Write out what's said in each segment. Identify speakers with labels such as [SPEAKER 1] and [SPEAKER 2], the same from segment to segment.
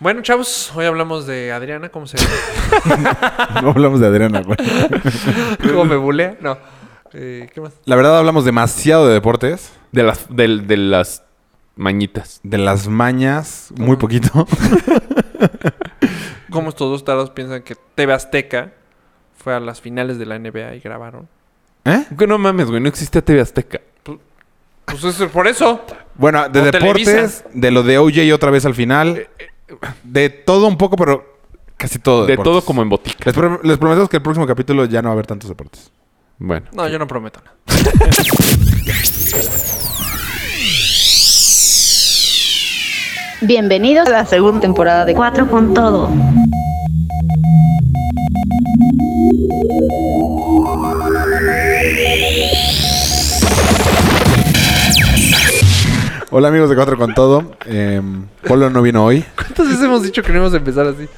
[SPEAKER 1] Bueno, chavos, hoy hablamos de Adriana, ¿cómo se
[SPEAKER 2] No hablamos de Adriana, güey.
[SPEAKER 1] ¿Cómo me bulea? No. Eh, ¿Qué más?
[SPEAKER 2] La verdad hablamos demasiado de deportes,
[SPEAKER 3] De las, del- de las mañitas.
[SPEAKER 2] de las mañas, muy poquito.
[SPEAKER 1] ¿Cómo estos dos tarados piensan que TV Azteca fue a las finales de la NBA y grabaron?
[SPEAKER 2] ¿Eh?
[SPEAKER 3] Güey, No mames, güey, no existía TV Azteca.
[SPEAKER 1] Pues eso es por eso.
[SPEAKER 2] Bueno, de
[SPEAKER 1] O
[SPEAKER 2] deportes,
[SPEAKER 1] Televisa.
[SPEAKER 2] de lo de OJ otra vez al
[SPEAKER 3] Eh,
[SPEAKER 2] final, de todo un poco, pero casi todo.
[SPEAKER 3] De
[SPEAKER 2] deportes.
[SPEAKER 3] todo como en botica.
[SPEAKER 2] Les, pro- les prometemos que el próximo capítulo ya no va a haber tantos deportes.
[SPEAKER 3] Bueno.
[SPEAKER 1] No, yo no prometo nada.
[SPEAKER 4] Bienvenidos a la segunda temporada de Cuatro con Todo.
[SPEAKER 2] Hola amigos de Cuatro con Todo. Em, Polo no vino hoy.
[SPEAKER 1] ¿Cuántas veces hemos dicho que no íbamos a empezar así?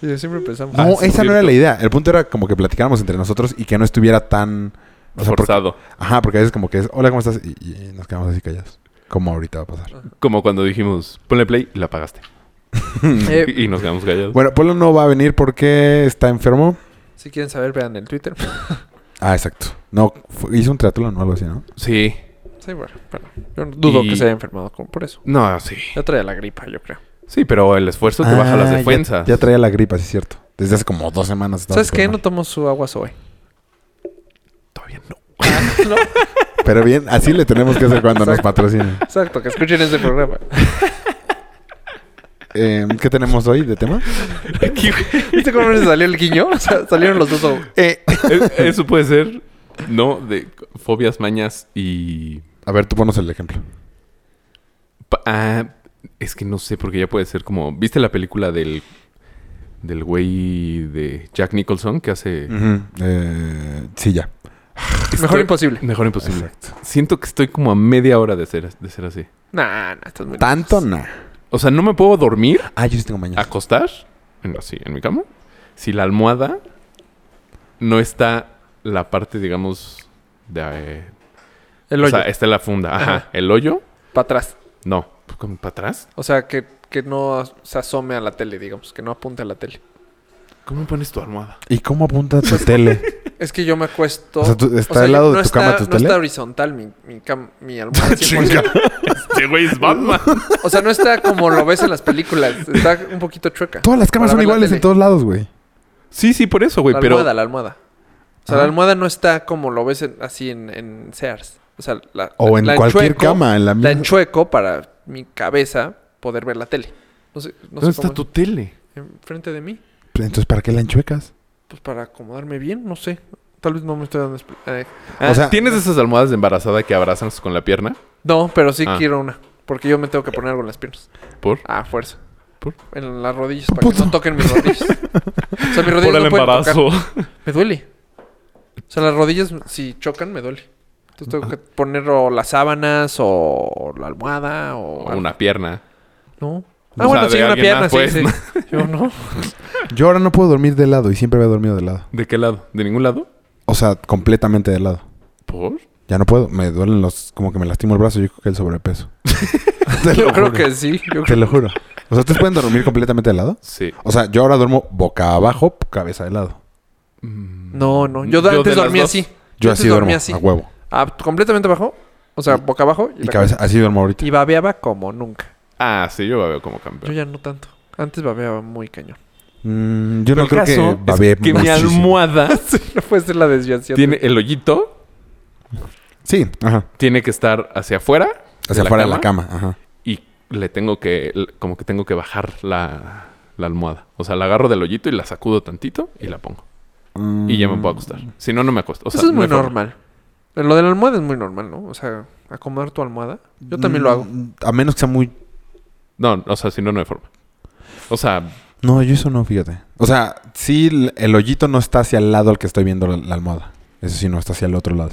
[SPEAKER 1] Sí, siempre empezamos.
[SPEAKER 2] No,
[SPEAKER 3] Ah, sí,
[SPEAKER 2] esa no
[SPEAKER 3] cierto.
[SPEAKER 2] era la idea. El punto era como que platicáramos entre nosotros y que no estuviera tan... o sea, porque-
[SPEAKER 3] forzado.
[SPEAKER 2] ajá, porque a veces como que es, hola, ¿cómo estás? Y, y nos quedamos así callados. Como ahorita va a pasar.
[SPEAKER 3] Como cuando dijimos, ponle play y la apagaste.
[SPEAKER 1] Eh,
[SPEAKER 3] Y y nos quedamos callados.
[SPEAKER 2] Bueno, Polo no va a venir porque está enfermo.
[SPEAKER 1] si quieren saber, vean el Twitter.
[SPEAKER 2] Ah, exacto. No, fue- hizo un triatlón o algo así, ¿no?
[SPEAKER 3] Sí.
[SPEAKER 1] Sí, bueno, pero yo no dudo
[SPEAKER 3] Y-
[SPEAKER 1] que se haya enfermado con- por eso.
[SPEAKER 3] No, sí.
[SPEAKER 1] Ya trae la gripa, yo creo.
[SPEAKER 3] Sí, pero el esfuerzo te
[SPEAKER 2] Ah,
[SPEAKER 3] baja las
[SPEAKER 2] ya-
[SPEAKER 3] defensas.
[SPEAKER 2] Ya, traía la gripa, sí es cierto. Desde hace como dos semanas. estaba
[SPEAKER 1] ¿Sabes qué?
[SPEAKER 2] súper
[SPEAKER 1] pues No tomo
[SPEAKER 2] mal.
[SPEAKER 1] su agua Zoe.
[SPEAKER 3] Todavía no.
[SPEAKER 1] Ah, No,
[SPEAKER 2] Pero bien, así le tenemos que hacer cuando nos patrocinen.
[SPEAKER 1] exacto, que escuchen este programa.
[SPEAKER 2] Eh, ¿Qué tenemos hoy de tema?
[SPEAKER 1] ¿Viste cómo se salió el guiño? O sea, salieron los dos. o-
[SPEAKER 3] Es- E-, Eso puede ser, ¿no? De fobias, mañas y...
[SPEAKER 2] A ver, tú ponos el ejemplo.
[SPEAKER 3] pa- Ah, es que no sé, porque ya puede ser como... ¿Viste la película del... Del güey de Jack Nicholson que hace...
[SPEAKER 2] Eh, sí, ya.
[SPEAKER 1] Mejor
[SPEAKER 2] Este,
[SPEAKER 3] Estoy-
[SPEAKER 1] imposible.
[SPEAKER 3] Mejor imposible. Siento que estoy como a media hora de ser, de ser así.
[SPEAKER 1] Nah, nah, estás muy...
[SPEAKER 2] Tanto, nah.
[SPEAKER 3] O sea, no me puedo dormir,
[SPEAKER 2] Ah, yo sí tengo mañana.
[SPEAKER 3] acostar, en- así, en mi cama. Si la almohada no está la parte, digamos, de... eh,
[SPEAKER 1] El
[SPEAKER 3] o
[SPEAKER 1] hoyo,
[SPEAKER 3] sea, está la funda. Ajá.
[SPEAKER 1] Ajá.
[SPEAKER 3] El hoyo,
[SPEAKER 1] para atrás.
[SPEAKER 3] no. Pues, ¿Cómo, ¿Para atrás?
[SPEAKER 1] O sea, que, que no se asome a la tele, digamos, que no apunte a la tele.
[SPEAKER 3] ¿Cómo pones tu almohada?
[SPEAKER 2] ¿Y cómo apunta tu tele?
[SPEAKER 1] Es que yo me acuesto...
[SPEAKER 2] O sea, tú- ¿está
[SPEAKER 1] yo-
[SPEAKER 2] al lado de
[SPEAKER 1] no
[SPEAKER 2] tu cama
[SPEAKER 1] está-
[SPEAKER 2] tu
[SPEAKER 1] no
[SPEAKER 2] tele?
[SPEAKER 1] está horizontal mi, mi, cam- mi almohada. 100%.
[SPEAKER 2] Chinga.
[SPEAKER 3] Este güey es Batman.
[SPEAKER 1] O sea, no está como lo ves en las películas. Está un poquito chueca.
[SPEAKER 2] Todas las
[SPEAKER 1] Para
[SPEAKER 2] cámaras son
[SPEAKER 1] ver la
[SPEAKER 2] iguales en
[SPEAKER 1] tele.
[SPEAKER 2] todos lados, güey.
[SPEAKER 3] Sí, sí, por eso, güey.
[SPEAKER 1] La
[SPEAKER 3] Pero
[SPEAKER 1] almohada, la almohada. O sea, la almohada no está como lo ves en- así en, en Sears. O sea, la,
[SPEAKER 2] O
[SPEAKER 1] la-
[SPEAKER 2] en
[SPEAKER 1] la
[SPEAKER 2] cualquier
[SPEAKER 1] enchueco-
[SPEAKER 2] cama, en la
[SPEAKER 1] La
[SPEAKER 2] misma.
[SPEAKER 1] enchueco para mi cabeza poder ver la tele. No sé, no
[SPEAKER 3] ¿dónde
[SPEAKER 1] sé
[SPEAKER 3] está
[SPEAKER 1] cómo
[SPEAKER 3] tu
[SPEAKER 1] es.
[SPEAKER 3] tele?
[SPEAKER 1] Enfrente de mí.
[SPEAKER 2] Entonces, ¿para qué la enchuecas?
[SPEAKER 1] Pues para acomodarme bien, no sé. Tal vez no me estoy dando... expli- eh,
[SPEAKER 3] Ah,
[SPEAKER 2] O sea-
[SPEAKER 3] ¿Tienes esas almohadas de embarazada que abrazan con la pierna?
[SPEAKER 1] no, pero sí
[SPEAKER 3] Ah.
[SPEAKER 1] quiero una. Porque yo me tengo que poner algo en las piernas.
[SPEAKER 3] ¿Por?
[SPEAKER 1] Ah, fuerza.
[SPEAKER 3] ¿Por?
[SPEAKER 1] En las rodillas, para que
[SPEAKER 2] Puto.
[SPEAKER 1] no toquen mis rodillas. o sea, mis rodillas
[SPEAKER 3] Por el
[SPEAKER 1] no pueden tocar.
[SPEAKER 3] embarazo.
[SPEAKER 1] Me duele. O sea, las rodillas, si chocan, me duele. Entonces tengo que poner o las sábanas o la almohada o...
[SPEAKER 3] O una pierna.
[SPEAKER 1] No.
[SPEAKER 3] O sea,
[SPEAKER 1] Ah, bueno,
[SPEAKER 3] de
[SPEAKER 1] sí, una
[SPEAKER 3] alguien
[SPEAKER 1] pierna,
[SPEAKER 3] más,
[SPEAKER 1] sí,
[SPEAKER 3] pues,
[SPEAKER 1] sí.
[SPEAKER 3] ¿no?
[SPEAKER 1] Yo no.
[SPEAKER 2] Yo ahora no puedo dormir de lado y siempre había dormido de lado.
[SPEAKER 3] ¿De qué lado? ¿De ningún lado?
[SPEAKER 2] O sea, completamente de lado.
[SPEAKER 3] ¿Por?
[SPEAKER 2] Ya no puedo. Me duelen los... Como que me lastimo el brazo. Yo creo que el sobrepeso. Te
[SPEAKER 1] Yo
[SPEAKER 2] lo
[SPEAKER 1] creo
[SPEAKER 2] juro.
[SPEAKER 1] que sí. Yo
[SPEAKER 2] Te
[SPEAKER 1] creo-
[SPEAKER 2] lo juro. O sea, ¿ustedes pueden dormir completamente de lado?
[SPEAKER 3] Sí.
[SPEAKER 2] O sea, yo ahora duermo boca abajo, cabeza de lado.
[SPEAKER 3] Mm.
[SPEAKER 1] No, no. Yo,
[SPEAKER 3] Yo de
[SPEAKER 1] antes
[SPEAKER 3] las
[SPEAKER 1] dormía
[SPEAKER 3] dos.
[SPEAKER 1] así.
[SPEAKER 2] Yo
[SPEAKER 1] antes
[SPEAKER 2] así duermo,
[SPEAKER 1] dormía
[SPEAKER 2] a huevo.
[SPEAKER 1] Ah, completamente abajo. O sea, boca abajo.
[SPEAKER 2] Y
[SPEAKER 1] la
[SPEAKER 2] cabeza, así duermo ahorita.
[SPEAKER 1] Y babeaba como nunca.
[SPEAKER 3] Ah, sí, yo veo como
[SPEAKER 1] Yo
[SPEAKER 3] campeón.
[SPEAKER 1] ya no tanto. Antes babeaba muy cañón.
[SPEAKER 2] Mm, yo
[SPEAKER 3] Pero
[SPEAKER 2] no
[SPEAKER 3] el
[SPEAKER 2] creo
[SPEAKER 3] caso
[SPEAKER 2] que
[SPEAKER 3] es
[SPEAKER 2] babeé
[SPEAKER 3] que mi
[SPEAKER 2] muchísimo.
[SPEAKER 3] almohada
[SPEAKER 1] no puede ser la desviación.
[SPEAKER 3] tiene el hoyito,
[SPEAKER 2] Sí, ajá.
[SPEAKER 3] tiene que estar hacia afuera.
[SPEAKER 2] Hacia afuera de la cama, ajá.
[SPEAKER 3] Y le tengo que, l- como que tengo que bajar la, la almohada. O sea, la agarro del hoyito y la sacudo tantito y la pongo. Y ya me
[SPEAKER 2] Mm,
[SPEAKER 3] puedo acostar. Si no, no me acuesto. O sea,
[SPEAKER 1] Mm. Eso es
[SPEAKER 3] no
[SPEAKER 1] muy
[SPEAKER 3] hay forma.
[SPEAKER 1] normal. Lo de la almohada es muy normal, ¿no? O sea, acomodar tu almohada. Yo también lo hago.
[SPEAKER 2] Mm, A menos que sea muy...
[SPEAKER 3] No, o sea, si no, no hay forma. O sea,
[SPEAKER 2] No, yo eso no, fíjate. O sea, sí, el- el hoyito no está hacia el lado al que estoy viendo la, la almohada. Eso sí, no, está hacia el otro lado.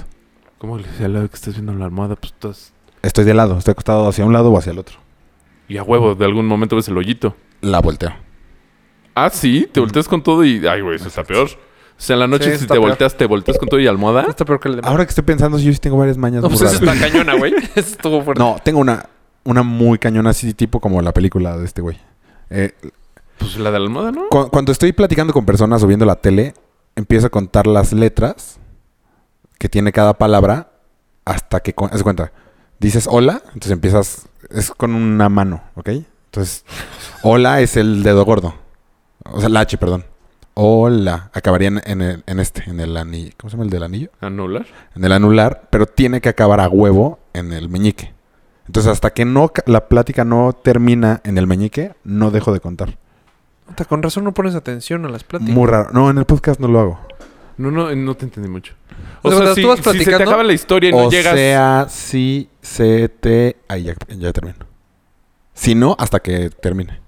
[SPEAKER 3] ¿cómo le decía al lado que estás viendo la almohada? Pues estás.
[SPEAKER 2] Estoy de lado, estoy acostado hacia un lado o hacia el otro.
[SPEAKER 3] Y a huevo, de algún momento ves el hoyito.
[SPEAKER 2] La volteo.
[SPEAKER 3] Ah, sí, te volteas con todo y. Ay, güey, eso está peor. O sea, en la noche
[SPEAKER 1] Mm. Sí,
[SPEAKER 3] si
[SPEAKER 1] está
[SPEAKER 3] te
[SPEAKER 1] peor.
[SPEAKER 3] volteas, te volteas con todo y almohada.
[SPEAKER 1] Está peor que el de
[SPEAKER 2] Ahora que estoy pensando, yo sí tengo varias mañas
[SPEAKER 1] No,
[SPEAKER 2] muy
[SPEAKER 1] pues esa
[SPEAKER 2] raras.
[SPEAKER 1] está cañona, güey. Esa estuvo fuerte.
[SPEAKER 2] No, tengo una, una muy cañona así, tipo como la película de este güey. Eh,
[SPEAKER 3] Pues la de la almohada, ¿no?
[SPEAKER 2] Cu- cuando estoy platicando con personas o viendo la tele, empiezo a contar las letras que tiene cada palabra hasta que... cu- Haz de cuenta, dices hola, entonces empiezas... Es con una mano, ¿ok? Entonces, hola es el dedo gordo. O sea, la H, perdón. Hola. Acabaría en, en el- en este, en el anillo. ¿Cómo se llama el del anillo?
[SPEAKER 3] Anular.
[SPEAKER 2] en el anular, pero tiene que acabar a huevo en el meñique. Entonces, hasta que no ca- la plática no termina en el meñique, no dejo de contar.
[SPEAKER 1] Puta, Con razón no pones atención a las pláticas.
[SPEAKER 2] Muy raro. No, en el podcast no lo hago.
[SPEAKER 3] No, no, no te entendí mucho.
[SPEAKER 1] O
[SPEAKER 3] O,
[SPEAKER 1] sea,
[SPEAKER 3] sea,
[SPEAKER 1] tú
[SPEAKER 3] si,
[SPEAKER 1] vas
[SPEAKER 3] si se te
[SPEAKER 1] platicando,
[SPEAKER 3] acaba la historia y no
[SPEAKER 2] o
[SPEAKER 3] llegas.
[SPEAKER 2] sea, si se te... Ahí ya, ya termino. Si no, hasta que termine.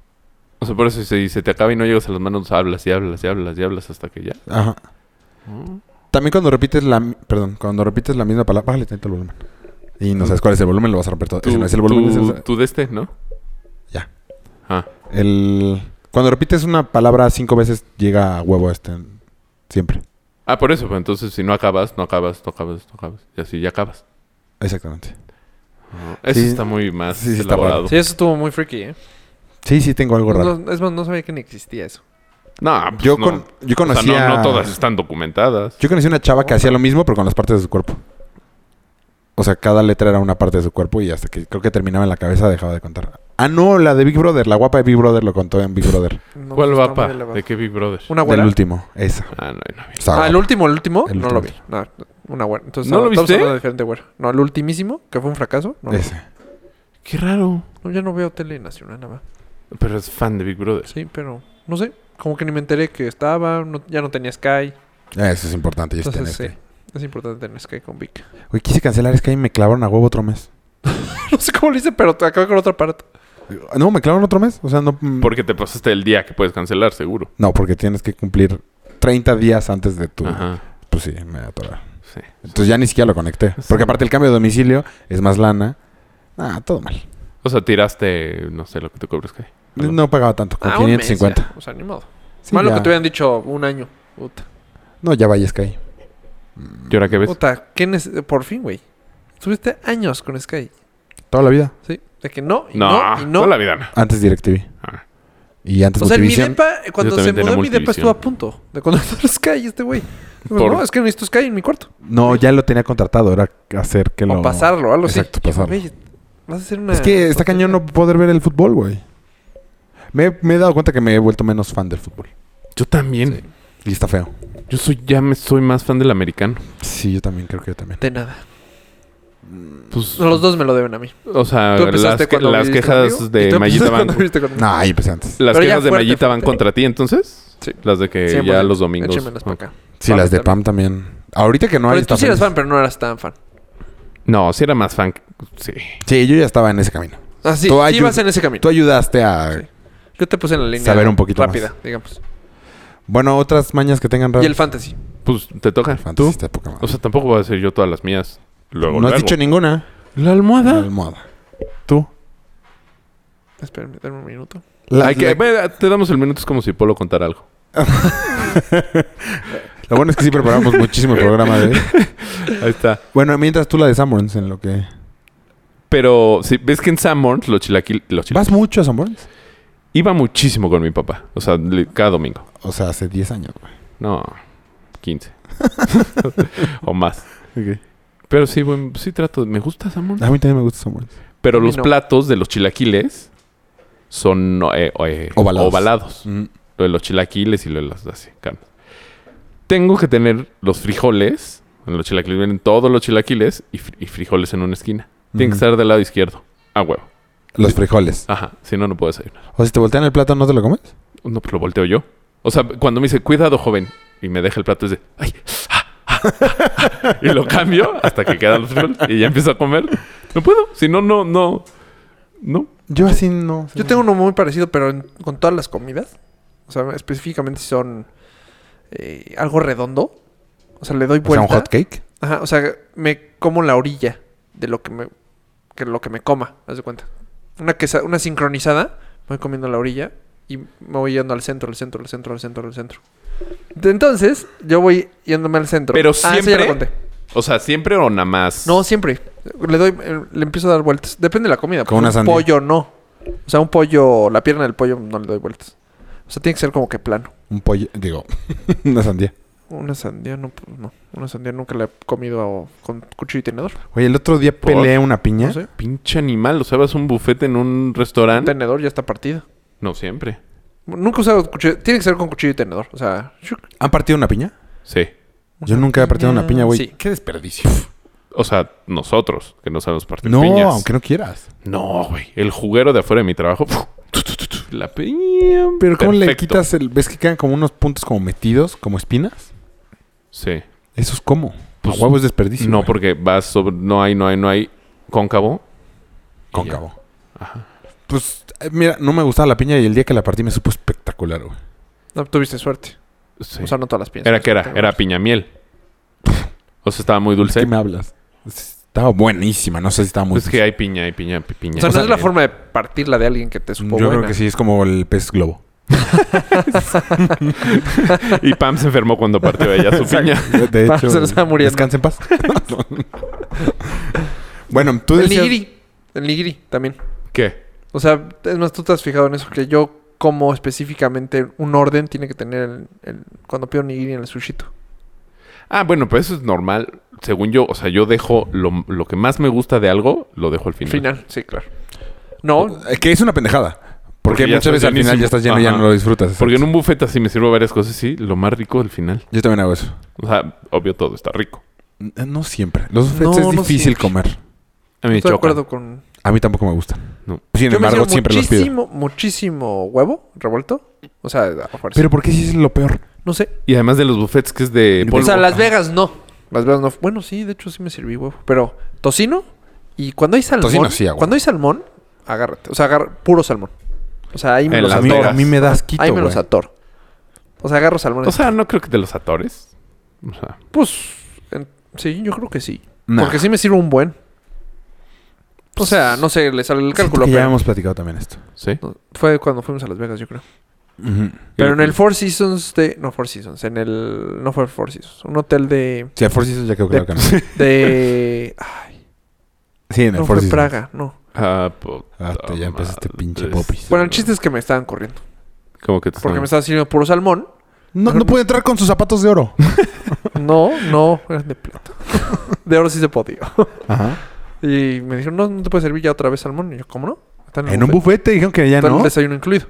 [SPEAKER 3] O sea, por eso si se te acaba y no llegas a las manos, hablas y hablas y hablas y hablas hasta que ya.
[SPEAKER 2] Ajá.
[SPEAKER 3] ¿no?
[SPEAKER 2] También cuando repites la... mi- Perdón, cuando repites la misma palabra, bájale tanto el volumen. Y no sabes cuál es el volumen, lo vas a romper todo. Ese no es el volumen,
[SPEAKER 3] Mm. tú-
[SPEAKER 2] es el-
[SPEAKER 3] tú de este, ¿no?
[SPEAKER 2] Ya.
[SPEAKER 3] Ah,
[SPEAKER 2] El... Cuando repites una palabra cinco veces, llega a huevo este... Siempre.
[SPEAKER 3] Ah, por eso, pues entonces si no acabas, no acabas, no acabas, no acabas. Y así ya acabas.
[SPEAKER 2] Exactamente.
[SPEAKER 3] ¿no? Eso
[SPEAKER 2] Sí.
[SPEAKER 3] está muy más
[SPEAKER 2] Sí, sí, está
[SPEAKER 3] elaborado.
[SPEAKER 1] Sí, eso estuvo muy freaky, ¿eh?
[SPEAKER 2] Sí, sí, tengo algo raro.
[SPEAKER 1] No- es más, no sabía que ni existía eso.
[SPEAKER 3] No, pues
[SPEAKER 2] yo,
[SPEAKER 3] no.
[SPEAKER 2] con- yo
[SPEAKER 3] O sea,
[SPEAKER 2] conocía.
[SPEAKER 3] no, no todas están documentadas.
[SPEAKER 2] Yo conocí una chava que hacía lo mismo, pero con las partes de su cuerpo. O sea, cada letra era una parte de su cuerpo y hasta que creo que terminaba en la cabeza dejaba de contar. Ah, no, la de Big Brother, la guapa de Big Brother lo contó en Big Brother.
[SPEAKER 1] No, pues,
[SPEAKER 3] ¿Cuál
[SPEAKER 1] está muy
[SPEAKER 3] vapa?
[SPEAKER 1] elevado.
[SPEAKER 3] ¿De qué Big Brother?
[SPEAKER 1] ¿Una
[SPEAKER 2] Del
[SPEAKER 1] abuela?
[SPEAKER 2] último, esa.
[SPEAKER 3] Ah, no, no vi.
[SPEAKER 2] Estaba
[SPEAKER 1] ah, el
[SPEAKER 2] guapa.
[SPEAKER 1] último, el último.
[SPEAKER 2] El
[SPEAKER 1] no lo vi.
[SPEAKER 2] último.
[SPEAKER 1] No, una buena. Entonces,
[SPEAKER 3] ¿No lo
[SPEAKER 1] estamos
[SPEAKER 3] viste?
[SPEAKER 1] hablando de diferente güera. No, el ultimísimo, que fue un fracaso. No, lo vi.
[SPEAKER 2] Ese.
[SPEAKER 3] Qué raro.
[SPEAKER 1] No, ya no veo tele nacional nada más.
[SPEAKER 3] Pero es fan de Big Brother.
[SPEAKER 1] Sí, pero no sé. Como que ni me enteré que estaba. no- ya no tenía Sky.
[SPEAKER 2] Ah, Eso es importante. Yo sí
[SPEAKER 1] Entonces,
[SPEAKER 2] tenía
[SPEAKER 1] sí. Es importante tener Sky con Vic.
[SPEAKER 2] este. Oye, este. quise cancelar Sky y me clavaron a huevo otro mes.
[SPEAKER 1] no sé cómo lo hice, pero te acabé con otra parte.
[SPEAKER 2] No, me clavaron otro mes. O sea, no. mm,
[SPEAKER 3] Porque te pasaste el día que puedes cancelar, seguro.
[SPEAKER 2] No, porque tienes que cumplir 30 días antes de tu.
[SPEAKER 3] Ajá.
[SPEAKER 2] Pues sí, me atoraron.
[SPEAKER 3] Sí.
[SPEAKER 2] Entonces ya ni siquiera lo conecté. Porque aparte el cambio de domicilio es más lana. Ah, todo mal.
[SPEAKER 3] O sea, tiraste, no sé, lo que te cobras que. Ajá.
[SPEAKER 2] No pagaba tanto, con
[SPEAKER 1] Ah, un mes
[SPEAKER 2] 550.
[SPEAKER 1] ya. O sea, ni modo.
[SPEAKER 2] Sí,
[SPEAKER 1] Malo
[SPEAKER 2] ya.
[SPEAKER 1] que te hubieran dicho un año. Puta.
[SPEAKER 2] No, ya vaya Sky.
[SPEAKER 3] ¿Y ahora qué ves?
[SPEAKER 1] Pues, Puta, ¿qué nece- por fin, güey. Tuviste años con Sky.
[SPEAKER 2] Toda la vida.
[SPEAKER 1] Sí. De que no, y
[SPEAKER 3] No,
[SPEAKER 1] no, y
[SPEAKER 3] no,
[SPEAKER 1] no.
[SPEAKER 3] la vida no.
[SPEAKER 2] Antes DirecTV.
[SPEAKER 3] Ah.
[SPEAKER 2] Y antes
[SPEAKER 1] O sea, en mi
[SPEAKER 2] Multivisión.
[SPEAKER 1] depa, eh, cuando
[SPEAKER 3] Yo
[SPEAKER 1] se
[SPEAKER 3] también tenía
[SPEAKER 1] mudó mi depa estuvo
[SPEAKER 3] Multivisión.
[SPEAKER 1] a punto de contratar Sky este güey. Digo,
[SPEAKER 3] Por-
[SPEAKER 1] No, es que necesito Sky en mi cuarto.
[SPEAKER 2] No, ya lo tenía contratado. Era hacer que lo...
[SPEAKER 1] O pasarlo, algo así.
[SPEAKER 2] Exacto, pasarlo.
[SPEAKER 1] Güey, vas a hacer una...
[SPEAKER 2] Es que está cañón no poder ver el fútbol, güey. Me, he- me he dado cuenta que me he vuelto menos fan del fútbol.
[SPEAKER 3] Yo también.
[SPEAKER 2] Y está feo.
[SPEAKER 3] Yo soy, ya me soy más fan del americano.
[SPEAKER 2] Sí, yo también. Creo que yo también.
[SPEAKER 1] De nada.
[SPEAKER 3] Pues,
[SPEAKER 1] Los dos me lo deben a mí.
[SPEAKER 3] o sea,
[SPEAKER 1] Tú empezaste
[SPEAKER 3] las, que-
[SPEAKER 1] cuando
[SPEAKER 3] las
[SPEAKER 1] viviste
[SPEAKER 3] quejas
[SPEAKER 1] conmigo, y
[SPEAKER 3] de
[SPEAKER 1] tú
[SPEAKER 3] Mayita
[SPEAKER 1] empezaste
[SPEAKER 3] van
[SPEAKER 1] cuando viviste conmigo.
[SPEAKER 2] No, ahí empecé pues antes.
[SPEAKER 1] Pero
[SPEAKER 3] Las
[SPEAKER 1] ya
[SPEAKER 3] quejas de
[SPEAKER 1] fuerte,
[SPEAKER 3] Mayita van
[SPEAKER 1] fuerte.
[SPEAKER 3] contra ti, entonces.
[SPEAKER 1] Sí.
[SPEAKER 3] Las de que
[SPEAKER 1] Siempre.
[SPEAKER 3] eh, ya los domingos.
[SPEAKER 1] Échemelas pa'
[SPEAKER 3] ¿no?
[SPEAKER 1] acá.
[SPEAKER 2] Sí,
[SPEAKER 1] Pam
[SPEAKER 2] las de
[SPEAKER 1] también.
[SPEAKER 2] Pam también. Ahorita que no hay...
[SPEAKER 1] Pero tú
[SPEAKER 2] está
[SPEAKER 1] sí eres
[SPEAKER 2] feliz.
[SPEAKER 1] fan, pero no eras tan fan.
[SPEAKER 3] No, si era más fan. que- Sí.
[SPEAKER 2] Sí, yo ya estaba en ese camino.
[SPEAKER 1] Ah, sí,
[SPEAKER 2] Tú
[SPEAKER 1] sí
[SPEAKER 2] ayu-
[SPEAKER 1] ibas en ese camino.
[SPEAKER 2] Tú ayudaste a...
[SPEAKER 1] Sí. Yo te puse en la línea.
[SPEAKER 2] Saber un poquito
[SPEAKER 1] Rápida,
[SPEAKER 2] más.
[SPEAKER 1] digamos.
[SPEAKER 2] Bueno, otras mañas que tengan
[SPEAKER 1] Y
[SPEAKER 2] raras.
[SPEAKER 1] el fantasy.
[SPEAKER 3] Pues te toca.
[SPEAKER 2] Fantasy
[SPEAKER 3] ¿Tú?
[SPEAKER 2] está poca madre.
[SPEAKER 3] O sea, tampoco voy a decir yo todas las mías. Luego,
[SPEAKER 2] no has
[SPEAKER 3] luego. Ah.
[SPEAKER 2] dicho ninguna.
[SPEAKER 3] ¿La almohada?
[SPEAKER 2] La almohada. ¿Tú?
[SPEAKER 1] Espérame, dame un minuto.
[SPEAKER 2] La-
[SPEAKER 3] Hay que-
[SPEAKER 2] la-
[SPEAKER 3] ve, Te damos el minuto, es como si Polo contara algo.
[SPEAKER 2] Lo bueno es que sí preparamos muchísimo el programa de hoy.
[SPEAKER 3] Ahí está.
[SPEAKER 2] Bueno, mientras tú la de Sanborns en lo que...
[SPEAKER 3] Pero, si ves que en Sanborns, los chilaquiles... Los chila-
[SPEAKER 2] ¿Vas mucho a Sanborns?
[SPEAKER 3] Iba muchísimo con mi papá. O sea, le- cada domingo.
[SPEAKER 2] O sea, hace 10 años, güey.
[SPEAKER 3] No, 15. o más. Pero sí, bueno, sí trato. Me gusta Sanborns.
[SPEAKER 2] A mí también me gusta Sanborns.
[SPEAKER 3] Pero
[SPEAKER 1] A mí
[SPEAKER 3] los
[SPEAKER 1] no.
[SPEAKER 3] platos de los chilaquiles son no, eh, eh,
[SPEAKER 2] Ovalados.
[SPEAKER 3] ovalados.
[SPEAKER 2] Mm.
[SPEAKER 3] Lo de los chilaquiles y lo de las así, carnes. Tengo que tener los frijoles. En los chilaquiles vienen todos los chilaquiles y, fri- y frijoles en una esquina. Tienen que
[SPEAKER 2] Ujú.
[SPEAKER 3] estar del lado izquierdo. A huevo.
[SPEAKER 2] Los frijoles.
[SPEAKER 3] Ajá. Si no, no puedo desayunar.
[SPEAKER 2] O si te voltean el plato, ¿no te lo comes?
[SPEAKER 3] No, pues lo volteo yo. O sea, cuando me dice, cuidado, joven, y me deja el plato, es de, ay, ah, ah, ah, ah", y lo cambio hasta que quedan los frijoles y ya empiezo a comer. No puedo. Si no, no, no. No.
[SPEAKER 2] Yo así no.
[SPEAKER 1] Yo tengo uno muy parecido, pero en- con todas las comidas. O sea, específicamente si son eh, algo redondo. O sea, le doy
[SPEAKER 2] O sea,
[SPEAKER 1] vuelta.
[SPEAKER 2] un hot cake.
[SPEAKER 1] Ajá, o sea, me como la orilla de lo que me, que lo que me coma, haz de cuenta. Una, quesa- una sincronizada, voy comiendo la orilla y me voy yendo al centro, al centro, al centro, al centro, al centro. De- Entonces, yo voy yéndome al centro.
[SPEAKER 3] Pero
[SPEAKER 1] Ah, esa ya la
[SPEAKER 3] siempre-
[SPEAKER 1] conté.
[SPEAKER 3] O sea, siempre o nada más.
[SPEAKER 1] No, siempre. Le doy, eh, le empiezo a dar vueltas. Depende de la comida.
[SPEAKER 2] Con
[SPEAKER 1] porque
[SPEAKER 2] una
[SPEAKER 1] un
[SPEAKER 2] sandía.
[SPEAKER 1] pollo no. O sea, un pollo, la pierna del pollo no le doy vueltas. O sea, tiene que ser como que plano.
[SPEAKER 2] Un pollo, digo, una sandía.
[SPEAKER 1] Una sandía no, pues, no. Una sandía nunca la he comido a- con cuchillo y tenedor.
[SPEAKER 2] Oye, el otro día
[SPEAKER 3] Por-
[SPEAKER 2] peleé una piña.
[SPEAKER 1] No sé.
[SPEAKER 3] Pinche animal. O sea, vas a un bufete en un
[SPEAKER 1] Un
[SPEAKER 3] restaurante.
[SPEAKER 1] tenedor ya está partido.
[SPEAKER 3] No siempre.
[SPEAKER 1] Nunca he usado cuchillo. Tiene que ser con cuchillo y tenedor. O sea, shuk.
[SPEAKER 2] ¿Han partido una piña?
[SPEAKER 3] Sí.
[SPEAKER 2] Yo nunca he partido una piña, güey.
[SPEAKER 1] Sí.
[SPEAKER 2] Qué desperdicio.
[SPEAKER 3] O sea, nosotros, que no sabemos partir
[SPEAKER 2] No,
[SPEAKER 3] piñas.
[SPEAKER 2] aunque no quieras.
[SPEAKER 3] No, güey. El juguero de afuera de mi trabajo. tu, tu, tu, tu, La piña.
[SPEAKER 2] Pero ¿cómo le
[SPEAKER 3] perfecto.
[SPEAKER 2] quitas el... ¿Ves que quedan como unos puntos como metidos, como espinas?
[SPEAKER 3] Sí.
[SPEAKER 2] ¿Eso es cómo?
[SPEAKER 3] Pues,
[SPEAKER 2] a huevo es desperdicio.
[SPEAKER 3] no,
[SPEAKER 2] güey.
[SPEAKER 3] porque vas sobre... No hay, no hay, no hay cóncavo.
[SPEAKER 2] Cóncavo. Ajá. Pues, eh, mira, no me gustaba la piña y el día que la partí me supo espectacular, güey.
[SPEAKER 1] No tuviste suerte.
[SPEAKER 3] Sí.
[SPEAKER 1] O sea, no todas las piñas.
[SPEAKER 3] ¿Era qué era? Era piña miel. O sea, estaba muy dulce.
[SPEAKER 2] ¿Qué me hablas? Estaba buenísima, no sé si estaba muy...
[SPEAKER 3] Es que hay piña, hay piña, pi- piña.
[SPEAKER 1] O sea, no
[SPEAKER 3] miel.
[SPEAKER 1] es la forma de partirla de alguien que te supo
[SPEAKER 2] Yo
[SPEAKER 1] buena.
[SPEAKER 2] creo que sí, es como el pez globo.
[SPEAKER 3] Y Pam se enfermó cuando partió ella su piña.
[SPEAKER 2] De- De
[SPEAKER 1] Pam
[SPEAKER 2] hecho,
[SPEAKER 1] se está muriendo.
[SPEAKER 2] descansa en paz. bueno, tú
[SPEAKER 1] El
[SPEAKER 2] decías...
[SPEAKER 1] nigiri. El nigiri también.
[SPEAKER 3] ¿Qué?
[SPEAKER 1] O sea, es más, tú te has fijado en eso, que yo como específicamente un orden tiene que tener el, el- cuando pido nigiri en el sushito.
[SPEAKER 3] Ah, bueno, pero eso es normal. Según yo, o sea, yo dejo lo, lo que más me gusta de algo, lo dejo al final.
[SPEAKER 1] Final, sí, claro. No,
[SPEAKER 2] Eh, Que es una pendejada. Porque,
[SPEAKER 3] Porque ya
[SPEAKER 2] muchas
[SPEAKER 3] estás
[SPEAKER 2] veces al final
[SPEAKER 3] llenísimo.
[SPEAKER 2] ya estás lleno y ya
[SPEAKER 3] Ajá.
[SPEAKER 2] no lo disfrutas.
[SPEAKER 3] Porque en
[SPEAKER 2] exacto.
[SPEAKER 3] un buffet así me sirvo varias cosas, sí, lo más rico al final.
[SPEAKER 2] Yo también hago eso.
[SPEAKER 3] O sea, obvio todo está rico.
[SPEAKER 2] N- Eh, No siempre. Los
[SPEAKER 1] No,
[SPEAKER 2] buffets es
[SPEAKER 1] no
[SPEAKER 2] difícil
[SPEAKER 1] siempre.
[SPEAKER 2] comer.
[SPEAKER 3] A mí me
[SPEAKER 1] estoy de
[SPEAKER 3] choca.
[SPEAKER 1] acuerdo con...
[SPEAKER 2] A mí tampoco me gustan.
[SPEAKER 3] No.
[SPEAKER 2] Sin
[SPEAKER 1] yo me
[SPEAKER 2] embargo,
[SPEAKER 1] sirvo
[SPEAKER 2] siempre los pido.
[SPEAKER 1] muchísimo, muchísimo huevo revuelto. O sea, a fuerza.
[SPEAKER 2] Pero ¿por qué si es lo peor?
[SPEAKER 1] no sé.
[SPEAKER 3] Y además de los buffets que es de polvo.
[SPEAKER 1] O sea, Las Vegas no. Las Vegas no. Bueno, sí, de hecho sí me sirví huevo. Pero tocino y cuando hay salmón...
[SPEAKER 2] Tocino sí, a huevo.
[SPEAKER 1] cuando hay salmón, agárrate. O sea, agarra puro salmón. O sea, ahí me
[SPEAKER 3] En
[SPEAKER 1] los
[SPEAKER 3] Las
[SPEAKER 2] a, mí,
[SPEAKER 1] atoro.
[SPEAKER 3] Vegas.
[SPEAKER 2] a mí me das quito,
[SPEAKER 1] Ahí me los
[SPEAKER 2] güey.
[SPEAKER 1] atoro. O sea, agarro salmón.
[SPEAKER 3] O sea, no creo que de los atores. O sea,
[SPEAKER 1] Pues en- sí, yo creo que sí.
[SPEAKER 2] Nah. Pues,
[SPEAKER 1] Porque sí me sirve un buen. O sea, no sé, le sale el
[SPEAKER 2] Siento
[SPEAKER 1] cálculo.
[SPEAKER 2] que ya
[SPEAKER 1] pero-
[SPEAKER 2] hemos platicado también esto.
[SPEAKER 3] sí.
[SPEAKER 1] No, Fue cuando fuimos a Las Vegas, yo creo.
[SPEAKER 2] Ujú.
[SPEAKER 1] Pero en el Four Seasons de... No, Four Seasons. En el... No fue Four Seasons. Un hotel de...
[SPEAKER 2] Sí, el Four Seasons ya quedó claro que no. Sí,
[SPEAKER 1] De... de- ay,
[SPEAKER 2] en el
[SPEAKER 1] no
[SPEAKER 2] Four
[SPEAKER 1] fue
[SPEAKER 2] Seasons.
[SPEAKER 1] Praga, no.
[SPEAKER 3] Ah, puta
[SPEAKER 2] Ah, te- ya empezaste
[SPEAKER 3] madre.
[SPEAKER 2] pinche popis.
[SPEAKER 1] Bueno, el chiste es que me estaban corriendo.
[SPEAKER 3] Como que te
[SPEAKER 1] Porque
[SPEAKER 3] están-
[SPEAKER 1] me estaba sirviendo puro salmón.
[SPEAKER 2] No, no puede entrar con sus zapatos de oro.
[SPEAKER 1] No, no, eran de plata. De oro sí se podía.
[SPEAKER 2] Ajá.
[SPEAKER 1] Y me dijeron, no, no te puede servir ya otra vez salmón. Y yo, ¿cómo no? Está el
[SPEAKER 2] En un
[SPEAKER 1] buffet".
[SPEAKER 2] buffet te dijeron que ya
[SPEAKER 1] Todo el
[SPEAKER 2] no.
[SPEAKER 1] desayuno incluido.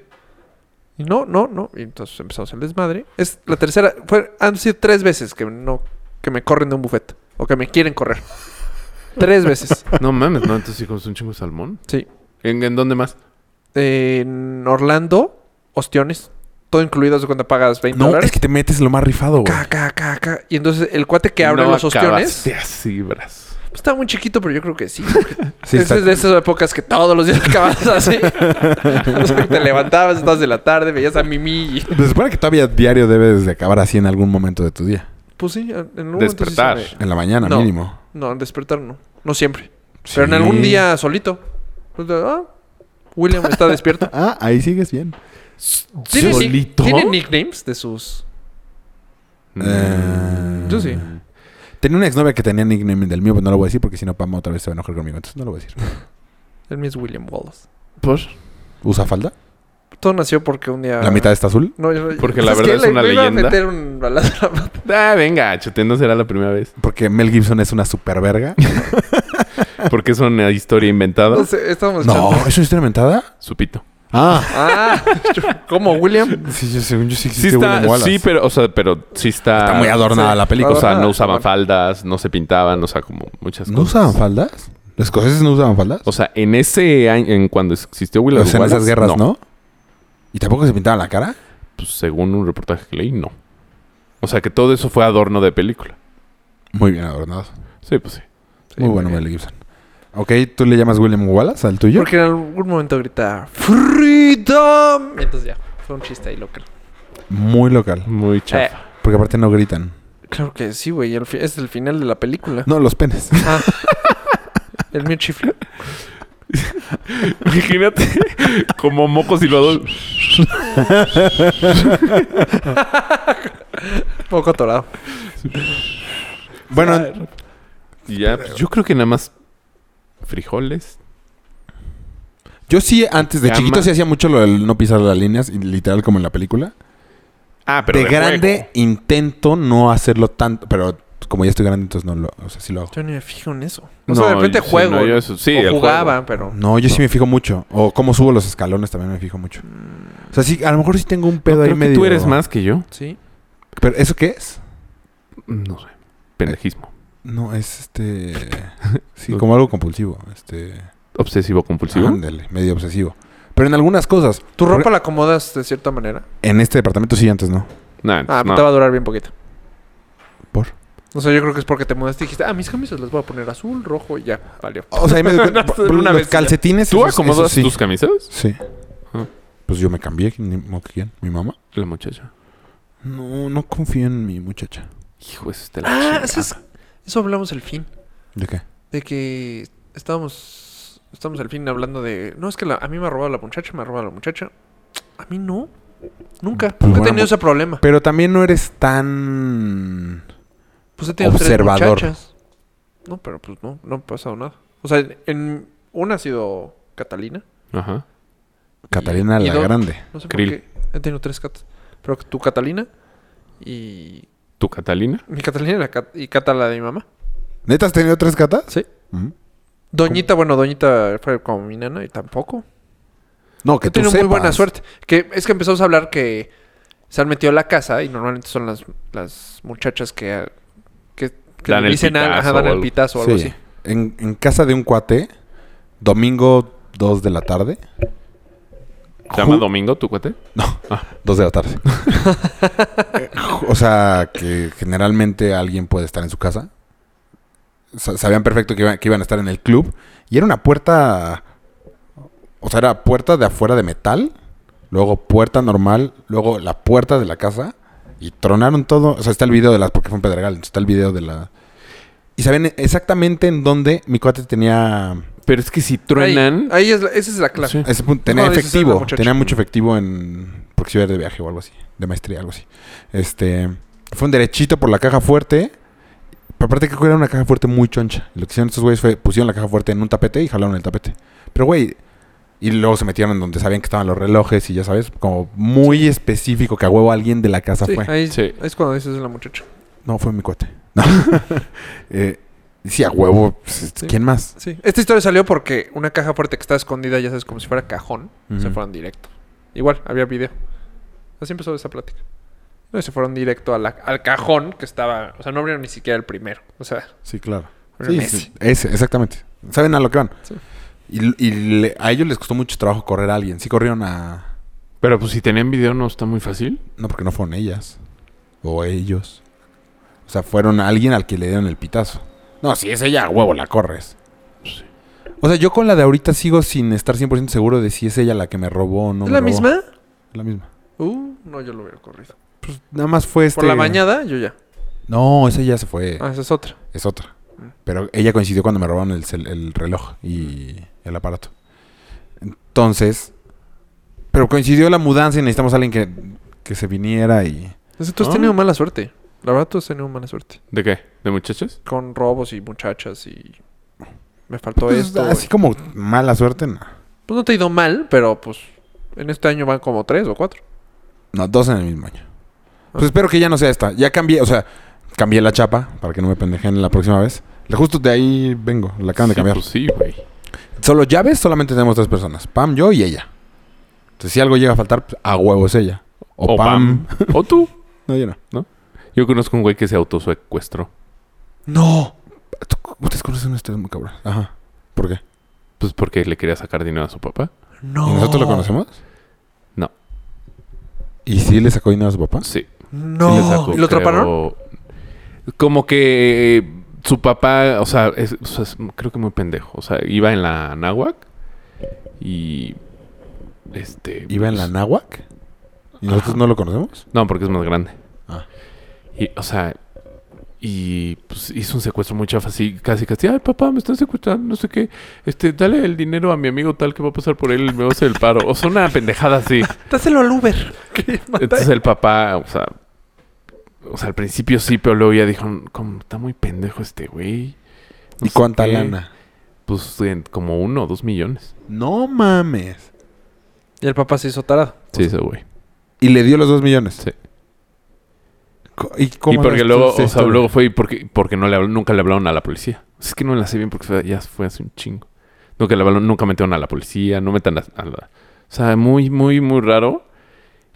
[SPEAKER 1] Y no, no, no. Y entonces empezamos el desmadre. Es la tercera. Fue, han sido tres veces que no que me corren de un buffet. O que me quieren correr. tres veces.
[SPEAKER 3] No mames, no, entonces sí comes un chingo de salmón.
[SPEAKER 1] Sí.
[SPEAKER 3] ¿En, en dónde más?
[SPEAKER 1] En Orlando, ostiones. Todo incluido, haz de cuenta pagas 20
[SPEAKER 2] No,
[SPEAKER 1] dólares.
[SPEAKER 2] es que te metes lo más rifado, güey.
[SPEAKER 1] Ca, ca, ca, ca. Y entonces el cuate que abre
[SPEAKER 3] No
[SPEAKER 1] los ostiones.
[SPEAKER 3] acabaste así, bras.
[SPEAKER 1] pues, estaba muy chiquito, pero yo creo que sí.
[SPEAKER 2] Sí,
[SPEAKER 1] Ese
[SPEAKER 2] está-
[SPEAKER 1] es de esas épocas que todos los días acababas así. O sea, te levantabas, dos de la tarde, veías a Mimi. y-
[SPEAKER 2] Se supone que todavía diario debes de acabar así en algún momento de tu día.
[SPEAKER 1] Pues sí, en un momento sí se
[SPEAKER 3] Despertar.
[SPEAKER 1] me-
[SPEAKER 2] En la mañana,
[SPEAKER 1] No.
[SPEAKER 2] mínimo.
[SPEAKER 1] No, al despertar no. No siempre.
[SPEAKER 2] Sí.
[SPEAKER 1] Pero en algún día solito. Ah, William está despierto.
[SPEAKER 2] Ah, ahí sigues bien.
[SPEAKER 1] ¿Tiene, nick-
[SPEAKER 3] ¿Solito?
[SPEAKER 1] tiene nicknames de sus.
[SPEAKER 3] Mm,
[SPEAKER 2] Eh,
[SPEAKER 1] Yo sí.
[SPEAKER 2] Tenía una exnovia que tenía nickname del mío, pero no lo voy a decir porque si no, Pama otra vez se va a enojar conmigo. Entonces no lo voy a decir.
[SPEAKER 1] El mío es William Wallace.
[SPEAKER 3] ¿Por?
[SPEAKER 2] ¿Usa falda?
[SPEAKER 1] Todo nació porque un día.
[SPEAKER 2] ¿La mitad está azul?
[SPEAKER 1] No, yo-
[SPEAKER 3] Porque la
[SPEAKER 1] ¿Sabes
[SPEAKER 3] verdad
[SPEAKER 1] qué?
[SPEAKER 3] es
[SPEAKER 1] Le-
[SPEAKER 3] una
[SPEAKER 1] le iba a
[SPEAKER 3] leyenda.
[SPEAKER 1] meter un balazo a la pata.
[SPEAKER 3] Ah, venga, chute, no será la primera vez.
[SPEAKER 2] Porque Mel Gibson es una super verga.
[SPEAKER 3] Porque es una historia inventada.
[SPEAKER 1] No sé, estábamos
[SPEAKER 2] no,
[SPEAKER 1] echando-
[SPEAKER 2] ¿es una historia inventada?
[SPEAKER 3] Supito.
[SPEAKER 2] Ah.
[SPEAKER 1] Ah, ¿cómo, William?
[SPEAKER 2] Sí, yo, según yo sí
[SPEAKER 3] Sí
[SPEAKER 2] existe
[SPEAKER 3] está,
[SPEAKER 2] William Wallace.
[SPEAKER 3] sí, pero, o sea, pero sí está.
[SPEAKER 2] Está muy adornada
[SPEAKER 1] sí.
[SPEAKER 2] la película.
[SPEAKER 3] O sea,
[SPEAKER 1] adornada.
[SPEAKER 3] no usaban
[SPEAKER 1] Bueno.
[SPEAKER 3] faldas, no se pintaban, o sea, como muchas
[SPEAKER 2] ¿No
[SPEAKER 3] cosas.
[SPEAKER 2] usaban faldas? ¿Los escoceses no usaban faldas?
[SPEAKER 3] O sea, en ese año, en cuando existió Willow
[SPEAKER 2] O sea, Pues en esas guerras, ¿no? ¿Y tampoco se pintaban la cara?
[SPEAKER 3] Pues según un reportaje que leí, no. O sea, que todo eso fue adorno de película.
[SPEAKER 2] Muy bien adornados.
[SPEAKER 3] Sí, pues sí.
[SPEAKER 1] Sí,
[SPEAKER 2] muy bueno,
[SPEAKER 1] bien.
[SPEAKER 2] Mel Gibson. Ok, ¿tú le llamas William Wallace al tuyo?
[SPEAKER 1] Porque en algún momento gritaba ¡Freedom! Y entonces ya, fue un chiste ahí local.
[SPEAKER 2] Muy local.
[SPEAKER 3] Muy chafa.
[SPEAKER 2] Porque aparte no gritan.
[SPEAKER 1] Claro que sí, güey. al fi- Es el final de la película.
[SPEAKER 2] No, los penes.
[SPEAKER 1] Ah. El mío chifla.
[SPEAKER 3] Imagínate como mocos y lodos.
[SPEAKER 1] Poco atorado.
[SPEAKER 2] Bueno,
[SPEAKER 3] Y ya, pues, yo creo que nada más frijoles.
[SPEAKER 2] Yo sí, antes de
[SPEAKER 3] Cama.
[SPEAKER 2] chiquito sí hacía mucho lo del no pisar las líneas, y literal como en la película.
[SPEAKER 3] Ah, pero
[SPEAKER 2] de,
[SPEAKER 3] de
[SPEAKER 2] grande
[SPEAKER 3] juego.
[SPEAKER 2] intento no hacerlo tanto, pero como ya estoy grande, entonces no lo, o sea, sí lo hago.
[SPEAKER 1] Yo ni me fijo en eso. Mm. O
[SPEAKER 3] No,
[SPEAKER 1] sea, de repente
[SPEAKER 3] yo- sí,
[SPEAKER 1] juego.
[SPEAKER 3] no, yo eso- sí, el
[SPEAKER 1] o
[SPEAKER 3] juego.
[SPEAKER 1] jugaba, pero.
[SPEAKER 2] No, yo sí me fijo mucho. O cómo subo los escalones también me fijo mucho. O sea, sí, a lo mejor sí tengo un pedo ahí
[SPEAKER 3] Creo que
[SPEAKER 2] medio.
[SPEAKER 3] tú eres más que yo.
[SPEAKER 1] Sí.
[SPEAKER 2] ¿Pero eso qué es?
[SPEAKER 3] No sé. Pendejismo.
[SPEAKER 2] No, es este. sí,
[SPEAKER 3] No.
[SPEAKER 2] como algo compulsivo. Este.
[SPEAKER 3] Obsesivo compulsivo.
[SPEAKER 2] Ándale, medio obsesivo. Pero en algunas cosas.
[SPEAKER 1] Tu
[SPEAKER 2] Por-
[SPEAKER 1] ropa la acomodas de cierta manera.
[SPEAKER 2] En este departamento sí, antes no.
[SPEAKER 3] Nah,
[SPEAKER 1] Ah,
[SPEAKER 3] no.
[SPEAKER 1] te va a durar bien poquito.
[SPEAKER 2] ¿Por?
[SPEAKER 1] O sea, yo creo que es porque te mudaste y dijiste, ah, mis camisas las voy a poner azul, rojo y ya, valió.
[SPEAKER 2] O sea, ahí me doy cuenta.
[SPEAKER 1] No,
[SPEAKER 2] por- por
[SPEAKER 1] una
[SPEAKER 2] los
[SPEAKER 1] vez y ya.
[SPEAKER 2] calcetines.
[SPEAKER 3] ¿Tú
[SPEAKER 2] esos- esos
[SPEAKER 3] acomodas
[SPEAKER 2] sí.
[SPEAKER 3] tus camisas?
[SPEAKER 2] Sí.
[SPEAKER 3] Ajá.
[SPEAKER 2] Pues yo me cambié. ni- mo- ¿Quién? ¿Mi mamá?
[SPEAKER 3] La muchacha.
[SPEAKER 2] No, no confío en mi muchacha.
[SPEAKER 3] Hijo, eso está la
[SPEAKER 1] Ah,
[SPEAKER 3] chingada.
[SPEAKER 1] eso, es- eso hablamos el fin.
[SPEAKER 2] ¿De qué?
[SPEAKER 1] De que estábamos, estábamos al fin hablando de, no, es que la- a mí me ha robado la muchacha, me ha robado la muchacha. A mí no. Nunca.
[SPEAKER 2] Pues
[SPEAKER 1] Nunca he
[SPEAKER 2] bueno,
[SPEAKER 1] tenido
[SPEAKER 2] pues-
[SPEAKER 1] ese problema.
[SPEAKER 2] Pero también no eres tan.
[SPEAKER 1] Pues he tenido tres
[SPEAKER 2] Observador.
[SPEAKER 1] muchachas. No, pero pues no, no ha pasado nada. O sea, en una ha sido Catalina.
[SPEAKER 3] Ajá.
[SPEAKER 2] Catalina
[SPEAKER 1] Y- y
[SPEAKER 2] la
[SPEAKER 1] dos-
[SPEAKER 2] Grande.
[SPEAKER 1] No sé
[SPEAKER 3] Krill.
[SPEAKER 1] por qué. He tenido tres catas. Pero tu Catalina y
[SPEAKER 3] ¿Tu Catalina?
[SPEAKER 1] mi Catalina y la Cat- y Cata la de mi mamá.
[SPEAKER 2] ¿Neta has tenido tres catas?
[SPEAKER 1] Sí.
[SPEAKER 2] Ujú.
[SPEAKER 1] Doñita, bueno, Doñita fue como mi nana y tampoco.
[SPEAKER 2] No, que
[SPEAKER 1] He
[SPEAKER 2] tú
[SPEAKER 1] tenido muy
[SPEAKER 2] sepas.
[SPEAKER 1] buena suerte. Que es que empezamos a hablar que se han metido a la casa y normalmente son las, las muchachas que, que, que
[SPEAKER 3] Dan
[SPEAKER 1] le
[SPEAKER 3] el
[SPEAKER 1] dicen a- ajá,
[SPEAKER 3] pitazo
[SPEAKER 1] dan
[SPEAKER 3] o
[SPEAKER 1] el
[SPEAKER 3] algo.
[SPEAKER 1] pitazo o
[SPEAKER 2] Sí.
[SPEAKER 1] algo así.
[SPEAKER 2] En, en casa de un cuate, domingo 2 de la tarde.
[SPEAKER 3] ¿Se llama
[SPEAKER 2] Ju-
[SPEAKER 3] Domingo, tu cuate?
[SPEAKER 2] No, 2 de la tarde. Ah. o sea, que generalmente alguien puede estar en su casa. Sa- Sabían perfecto que, iba- que iban a estar en el club. Y era una puerta. O sea, era puerta de afuera de metal. Luego puerta normal. Luego la puerta de la casa. Y tronaron todo. O sea, está el video de las. Porque fue un pedregal. entonces está el video de la. Y saben exactamente en dónde mi cuate tenía.
[SPEAKER 3] Pero es que si
[SPEAKER 1] Ahí,
[SPEAKER 3] truenan...
[SPEAKER 1] ahí es la- esa es la clave.
[SPEAKER 3] Sí.
[SPEAKER 2] Ese punto, tenía
[SPEAKER 1] cuando dices, "Es la
[SPEAKER 2] efectivo,
[SPEAKER 1] muchacha".
[SPEAKER 2] tenía mucho efectivo en. Porque si iba de viaje o algo así, de maestría, algo así. Este. Fue un derechito por la caja fuerte. Pero aparte, creo que era una caja fuerte muy choncha. Y Lo que hicieron estos güeyes fue pusieron la caja fuerte en un tapete y jalaron el tapete. Pero güey. Y luego se metieron en donde sabían que estaban los relojes y ya sabes, como muy específico que a huevo alguien de la casa
[SPEAKER 1] Sí,
[SPEAKER 2] fue.
[SPEAKER 1] ahí
[SPEAKER 3] Sí.
[SPEAKER 1] es cuando dices la muchacha.
[SPEAKER 2] No, fue mi cuate. No. Eh, sí, a huevo. pues, ¿Quién más?
[SPEAKER 1] Sí. Esta historia salió porque una caja fuerte que estaba escondida, ya sabes, como si fuera cajón, se
[SPEAKER 2] Ujú.
[SPEAKER 1] fueron directo. Igual, había video. Así empezó esa plática. No, y se fueron directo a la- al cajón que estaba. O sea, no abrieron ni siquiera el primero. O sea,
[SPEAKER 2] Sí, claro.
[SPEAKER 1] Pero
[SPEAKER 2] Sí,
[SPEAKER 1] Messi.
[SPEAKER 2] sí, ese, exactamente. Saben a lo que van.
[SPEAKER 1] Sí.
[SPEAKER 2] Y, y le- a ellos les costó mucho trabajo correr a alguien. Sí corrieron a...
[SPEAKER 3] Pero pues si tenían video no está muy fácil.
[SPEAKER 2] No, porque no fueron ellas. O ellos. O sea, fueron a alguien al que le dieron el pitazo. No, si es ella, a huevo, la corres.
[SPEAKER 3] Sí.
[SPEAKER 2] O sea, yo con la de ahorita sigo sin estar 100% seguro de si es ella la que me robó o no.
[SPEAKER 1] ¿es
[SPEAKER 2] me
[SPEAKER 1] la
[SPEAKER 2] robó.
[SPEAKER 1] misma?
[SPEAKER 2] La misma.
[SPEAKER 1] Uh, no, yo lo hubiera corrido.
[SPEAKER 2] Nada más fue este...
[SPEAKER 1] Por la mañana, yo ya.
[SPEAKER 2] No, esa ya se fue.
[SPEAKER 1] Ah, esa es otra.
[SPEAKER 2] Es otra.
[SPEAKER 1] Mm.
[SPEAKER 2] Pero ella coincidió cuando me robaron el, cel- el reloj y el aparato. Entonces, pero coincidió la mudanza y necesitamos a alguien que, que se viniera y...
[SPEAKER 1] Entonces tú has
[SPEAKER 3] Ah.
[SPEAKER 1] tenido mala suerte. La verdad, tú has tenido mala suerte.
[SPEAKER 3] ¿De qué? ¿De muchachas?
[SPEAKER 1] Con robos y muchachas y. Me faltó
[SPEAKER 2] Pues,
[SPEAKER 1] esto.
[SPEAKER 2] así
[SPEAKER 1] y-
[SPEAKER 2] como mala suerte, no.
[SPEAKER 1] Pues no te ha ido mal, pero pues. En este año van como tres o cuatro.
[SPEAKER 2] No, dos en el mismo año. Pues
[SPEAKER 1] Ah.
[SPEAKER 2] espero que ya no sea esta. Ya cambié, o sea, cambié la chapa para que no me pendejen la próxima vez. Justo de ahí vengo, la acaban de
[SPEAKER 3] Sí,
[SPEAKER 2] cambiar.
[SPEAKER 3] Pues sí, güey.
[SPEAKER 2] Solo llaves, solamente tenemos tres personas. Pam, yo y ella. Entonces, si algo llega a faltar, pues, a huevo es ella. O, Pam.
[SPEAKER 3] O tú.
[SPEAKER 2] No, yo no.
[SPEAKER 3] Yo conozco un güey que se autosecuestró.
[SPEAKER 2] No. Tú- Ustedes conocen una historia muy cabrón. Ajá. ¿Por qué?
[SPEAKER 3] Pues porque le quería sacar dinero a su papá.
[SPEAKER 1] No.
[SPEAKER 2] ¿Y nosotros lo conocemos?
[SPEAKER 3] No.
[SPEAKER 2] ¿Y si le sacó dinero a su papá?
[SPEAKER 3] Sí.
[SPEAKER 1] No.
[SPEAKER 3] Sí le sacó,
[SPEAKER 1] ¿Y ¿Lo
[SPEAKER 3] creo,
[SPEAKER 1] atraparon?
[SPEAKER 3] Como que eh, su papá, o sea, es- o sea, es- creo que muy pendejo. O sea, iba en la náhuac y. Este.
[SPEAKER 2] ¿Iba en la
[SPEAKER 3] pues,
[SPEAKER 2] náhuac? ¿Y nosotros
[SPEAKER 3] Ajá.
[SPEAKER 2] no lo conocemos?
[SPEAKER 3] No, porque es más grande.
[SPEAKER 2] Ah.
[SPEAKER 3] Y, o sea, y pues, hizo un secuestro muy chafa, así, casi, casi. Ay, papá, me están secuestrando, no sé qué. Este, dale el dinero a mi amigo tal que va a pasar por él y me va a hacer el paro. O sea, una pendejada así.
[SPEAKER 1] Dáselo al Uber. Que mata-
[SPEAKER 3] Entonces el papá, o sea, o sea, al principio sí, pero luego ya dijo, "Como, está muy pendejo este güey. No
[SPEAKER 2] ¿Y
[SPEAKER 3] sé
[SPEAKER 2] cuánta
[SPEAKER 3] qué.
[SPEAKER 2] lana?
[SPEAKER 3] Pues en como uno o dos millones.
[SPEAKER 2] No mames.
[SPEAKER 1] Y el papá se hizo tarado.
[SPEAKER 3] Sí, ese güey.
[SPEAKER 2] Y le dio los dos millones.
[SPEAKER 3] Sí.
[SPEAKER 2] Co- ¿Y,
[SPEAKER 3] Y
[SPEAKER 2] cómo
[SPEAKER 3] porque
[SPEAKER 2] era
[SPEAKER 3] luego,
[SPEAKER 2] esta-
[SPEAKER 3] o
[SPEAKER 2] esta
[SPEAKER 3] sea,
[SPEAKER 2] historia?
[SPEAKER 3] luego fue y porque, porque no le habl- nunca le hablaron a la policía. Es que no me la sé bien porque fue- ya fue hace un chingo. Nunca le hablaron, nunca metieron a la policía, no metan a, a la... O sea, muy, muy, muy raro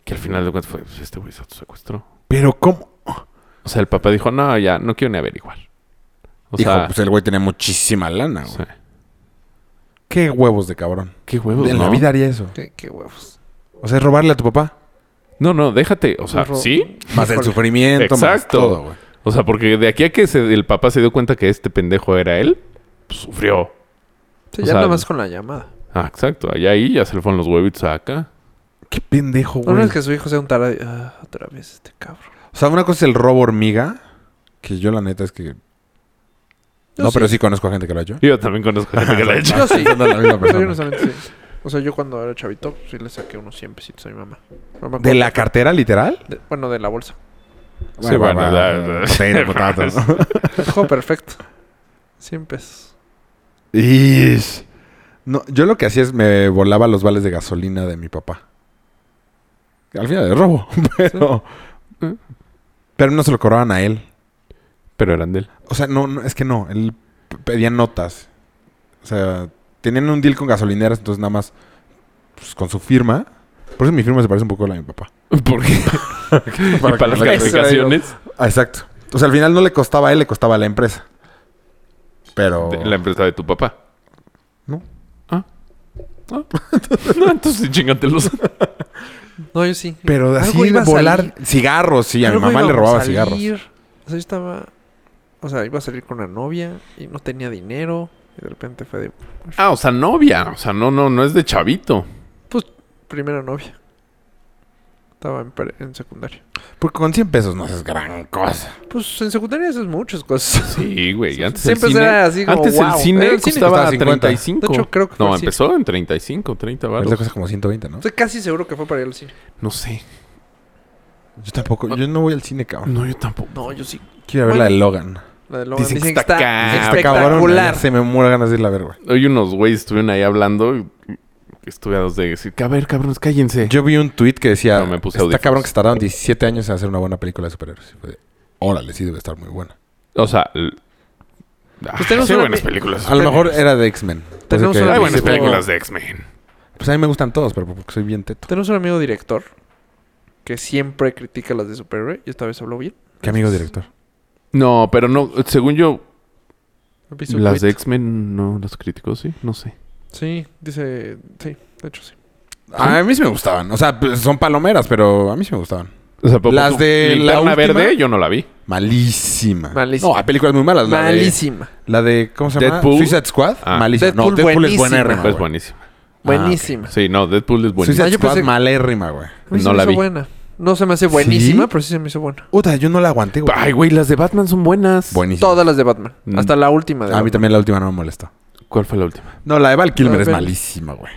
[SPEAKER 3] que al final de cuentas fue, pues, este güey se secuestró.
[SPEAKER 2] Pero cómo.
[SPEAKER 3] O sea, el papá dijo, no, ya, no quiero ni averiguar. O
[SPEAKER 2] Dijo,
[SPEAKER 3] sea,
[SPEAKER 2] pues el güey tenía muchísima lana, güey.
[SPEAKER 3] sí.
[SPEAKER 2] Qué huevos de cabrón.
[SPEAKER 3] qué huevos,
[SPEAKER 2] en la
[SPEAKER 3] ¿no?
[SPEAKER 2] vida haría eso.
[SPEAKER 1] Qué, qué huevos.
[SPEAKER 2] O sea, es robarle a tu papá.
[SPEAKER 3] No, no, déjate, o sea,
[SPEAKER 1] Ro-
[SPEAKER 3] sí.
[SPEAKER 2] Más el
[SPEAKER 1] Híjole.
[SPEAKER 2] sufrimiento, más
[SPEAKER 3] Exacto.
[SPEAKER 2] todo, güey.
[SPEAKER 3] O sea, porque de aquí a que se- el papá se dio cuenta que este pendejo era él, pues, sufrió.
[SPEAKER 1] Sí,
[SPEAKER 3] O
[SPEAKER 1] ya
[SPEAKER 3] sea,
[SPEAKER 1] nada más con la llamada.
[SPEAKER 3] Ah, exacto. Allá ahí ya se le fueron los huevitos acá.
[SPEAKER 2] Qué pendejo,
[SPEAKER 1] No,
[SPEAKER 2] güey.
[SPEAKER 1] no es que su hijo sea un tarado. Ah, otra vez este cabrón.
[SPEAKER 2] O sea, una cosa es el robo hormiga, que yo la neta es que...
[SPEAKER 1] Yo
[SPEAKER 2] no, pero
[SPEAKER 1] sí.
[SPEAKER 2] sí conozco a gente que lo ha hecho.
[SPEAKER 3] Yo también conozco gente que la ha hecho.
[SPEAKER 1] Yo sí.
[SPEAKER 2] Pensando en la misma
[SPEAKER 1] O sea, yo
[SPEAKER 2] persona.
[SPEAKER 1] honestamente sí. O sea, yo cuando era chavito, sí le saqué unos 100 pesitos a mi mamá. No me acuerdo
[SPEAKER 2] ¿De la cartera, literal?
[SPEAKER 1] de- bueno, de la bolsa.
[SPEAKER 3] Sí, bueno, la- la-
[SPEAKER 2] potato, potato.
[SPEAKER 1] Juego perfecto. 100 pesos.
[SPEAKER 2] Ish. No, yo lo que hacía es me volaba los vales de gasolina de mi papá. Al final de robo, pero...
[SPEAKER 3] Sí.
[SPEAKER 2] Pero no se lo cobraban a él.
[SPEAKER 3] Pero eran de él.
[SPEAKER 2] O sea, no, no, es que no. Él p- pedía notas. O sea, tenían un deal con gasolineras, entonces nada más pues, con su firma. Por eso mi firma se parece un poco a la de mi papá.
[SPEAKER 3] ¿Por qué? y para,
[SPEAKER 2] que
[SPEAKER 3] las
[SPEAKER 2] no
[SPEAKER 1] se-
[SPEAKER 3] calificaciones,
[SPEAKER 2] Ah, exacto. O sea, al final no le costaba a él, le costaba a la empresa. Pero.
[SPEAKER 3] de la empresa de tu papá.
[SPEAKER 2] No.
[SPEAKER 3] Ah. Ah. no, entonces chingatelos.
[SPEAKER 1] No, yo sí.
[SPEAKER 2] Pero
[SPEAKER 1] Algo
[SPEAKER 2] así
[SPEAKER 1] iba
[SPEAKER 2] de
[SPEAKER 1] a
[SPEAKER 2] volar
[SPEAKER 1] salir.
[SPEAKER 2] cigarros, sí. A mi
[SPEAKER 1] Luego
[SPEAKER 2] mamá le
[SPEAKER 1] íbamos
[SPEAKER 2] robaba
[SPEAKER 1] a
[SPEAKER 2] cigarros.
[SPEAKER 1] salir. O sea, yo estaba. O sea, iba a salir con una novia y no tenía dinero. Y de repente fue de
[SPEAKER 3] Ah, o sea, novia. O sea, no, no, no es de chavito.
[SPEAKER 1] primera novia. Estaba en, pre- en secundaria.
[SPEAKER 2] Porque con 100 pesos no es gran cosa.
[SPEAKER 1] Pues en secundaria haces muchas cosas.
[SPEAKER 3] Sí, güey. Antes
[SPEAKER 1] Siempre
[SPEAKER 3] el cine,
[SPEAKER 1] era así como,
[SPEAKER 3] antes el
[SPEAKER 1] wow.
[SPEAKER 3] cine
[SPEAKER 1] El cine
[SPEAKER 3] costaba
[SPEAKER 2] costaba 50.
[SPEAKER 3] 35.
[SPEAKER 1] De hecho, creo que fue
[SPEAKER 3] no,
[SPEAKER 1] el cine.
[SPEAKER 3] empezó en 35,
[SPEAKER 2] Ahorita
[SPEAKER 3] 30 baros.
[SPEAKER 2] cuesta como 120, ¿no?
[SPEAKER 1] Estoy casi seguro que fue para ir al cine.
[SPEAKER 3] No sé.
[SPEAKER 2] Yo tampoco. Yo no voy al cine, cabrón.
[SPEAKER 3] No, yo tampoco.
[SPEAKER 1] No, yo sí.
[SPEAKER 2] Quiero ver la de Logan.
[SPEAKER 1] La de Logan.
[SPEAKER 3] Dicen
[SPEAKER 1] Dicen,
[SPEAKER 3] que
[SPEAKER 1] que
[SPEAKER 3] está
[SPEAKER 1] está,
[SPEAKER 3] cabrón. ¿eh? Está
[SPEAKER 1] espectacular.
[SPEAKER 2] Se me muera ganas de irla a ver, güey.
[SPEAKER 3] Hoy unos güeyes estuvieron ahí hablando y estuve a dos de decir, a ver, cabrones, cállense.
[SPEAKER 2] Yo vi un tweet que decía,
[SPEAKER 3] No, me puse
[SPEAKER 2] está
[SPEAKER 3] audífonos".
[SPEAKER 2] cabrón que se tardaron 17 años en hacer una buena película de superhéroes. Y fue de, Órale, sí debe estar muy buena.
[SPEAKER 3] O sea, l- Ah,
[SPEAKER 1] tenemos
[SPEAKER 3] sí hay
[SPEAKER 1] una
[SPEAKER 3] buenas
[SPEAKER 1] pe-
[SPEAKER 3] películas.
[SPEAKER 2] A lo mejor era de X-Men.
[SPEAKER 1] Tenemos
[SPEAKER 2] Entonces,
[SPEAKER 1] una
[SPEAKER 3] Hay
[SPEAKER 2] que-
[SPEAKER 3] buenas
[SPEAKER 1] Tipo-
[SPEAKER 3] películas de X-Men.
[SPEAKER 2] Pues a mí me gustan todos, pero porque soy bien teto.
[SPEAKER 1] Tenemos Este un amigo director que siempre critica las de superhéroe y esta vez habló bien.
[SPEAKER 2] ¿Qué amigo director?
[SPEAKER 3] No, pero no, según yo,
[SPEAKER 1] ¿Viste su
[SPEAKER 3] las de
[SPEAKER 1] tweet?
[SPEAKER 3] X-Men no las criticó, sí, no sé.
[SPEAKER 1] Sí, dice. Sí, de hecho sí.
[SPEAKER 2] A mí sí me gustaban. O sea, pues, son palomeras, pero a mí sí me gustaban.
[SPEAKER 3] O sea, por-
[SPEAKER 2] Las
[SPEAKER 3] por-
[SPEAKER 2] de la
[SPEAKER 3] Linterna
[SPEAKER 2] última-
[SPEAKER 3] verde yo no la vi.
[SPEAKER 2] Malísima.
[SPEAKER 1] Malísima.
[SPEAKER 2] No, hay películas muy malas. La
[SPEAKER 1] Malísima.
[SPEAKER 3] Ah,
[SPEAKER 2] De, la de, ¿cómo se llama?
[SPEAKER 3] Deadpool.
[SPEAKER 2] Suicide Squad.
[SPEAKER 3] Ah.
[SPEAKER 2] Malísima. no,
[SPEAKER 1] Deadpool
[SPEAKER 2] Deadpool es
[SPEAKER 1] buenísima.
[SPEAKER 2] buenérrima,
[SPEAKER 3] Deadpool
[SPEAKER 2] güey.
[SPEAKER 3] es buenísima.
[SPEAKER 1] Buenísima.
[SPEAKER 3] Sí, no, Deadpool es buenísima.
[SPEAKER 2] Suicide
[SPEAKER 1] Ah, yo
[SPEAKER 2] Squad
[SPEAKER 1] pensé-
[SPEAKER 2] malérrima, güey.
[SPEAKER 1] A mí se
[SPEAKER 3] No
[SPEAKER 1] me
[SPEAKER 3] la
[SPEAKER 1] hizo
[SPEAKER 3] vi.
[SPEAKER 1] buena. No se me hace buenísima, pero sí se me hizo buena.
[SPEAKER 2] Puta, yo no la aguanté, güey.
[SPEAKER 3] Ay, güey, las de Batman son buenas.
[SPEAKER 2] Buenísima.
[SPEAKER 1] Todas las de Batman.
[SPEAKER 3] Mm.
[SPEAKER 1] Hasta la última de
[SPEAKER 2] A mí
[SPEAKER 1] Batman.
[SPEAKER 2] también la última no me molestó.
[SPEAKER 3] ¿Cuál fue la última?
[SPEAKER 2] No, la de Val Kilmer
[SPEAKER 1] Ah,
[SPEAKER 2] es
[SPEAKER 1] pero-
[SPEAKER 2] malísima, güey.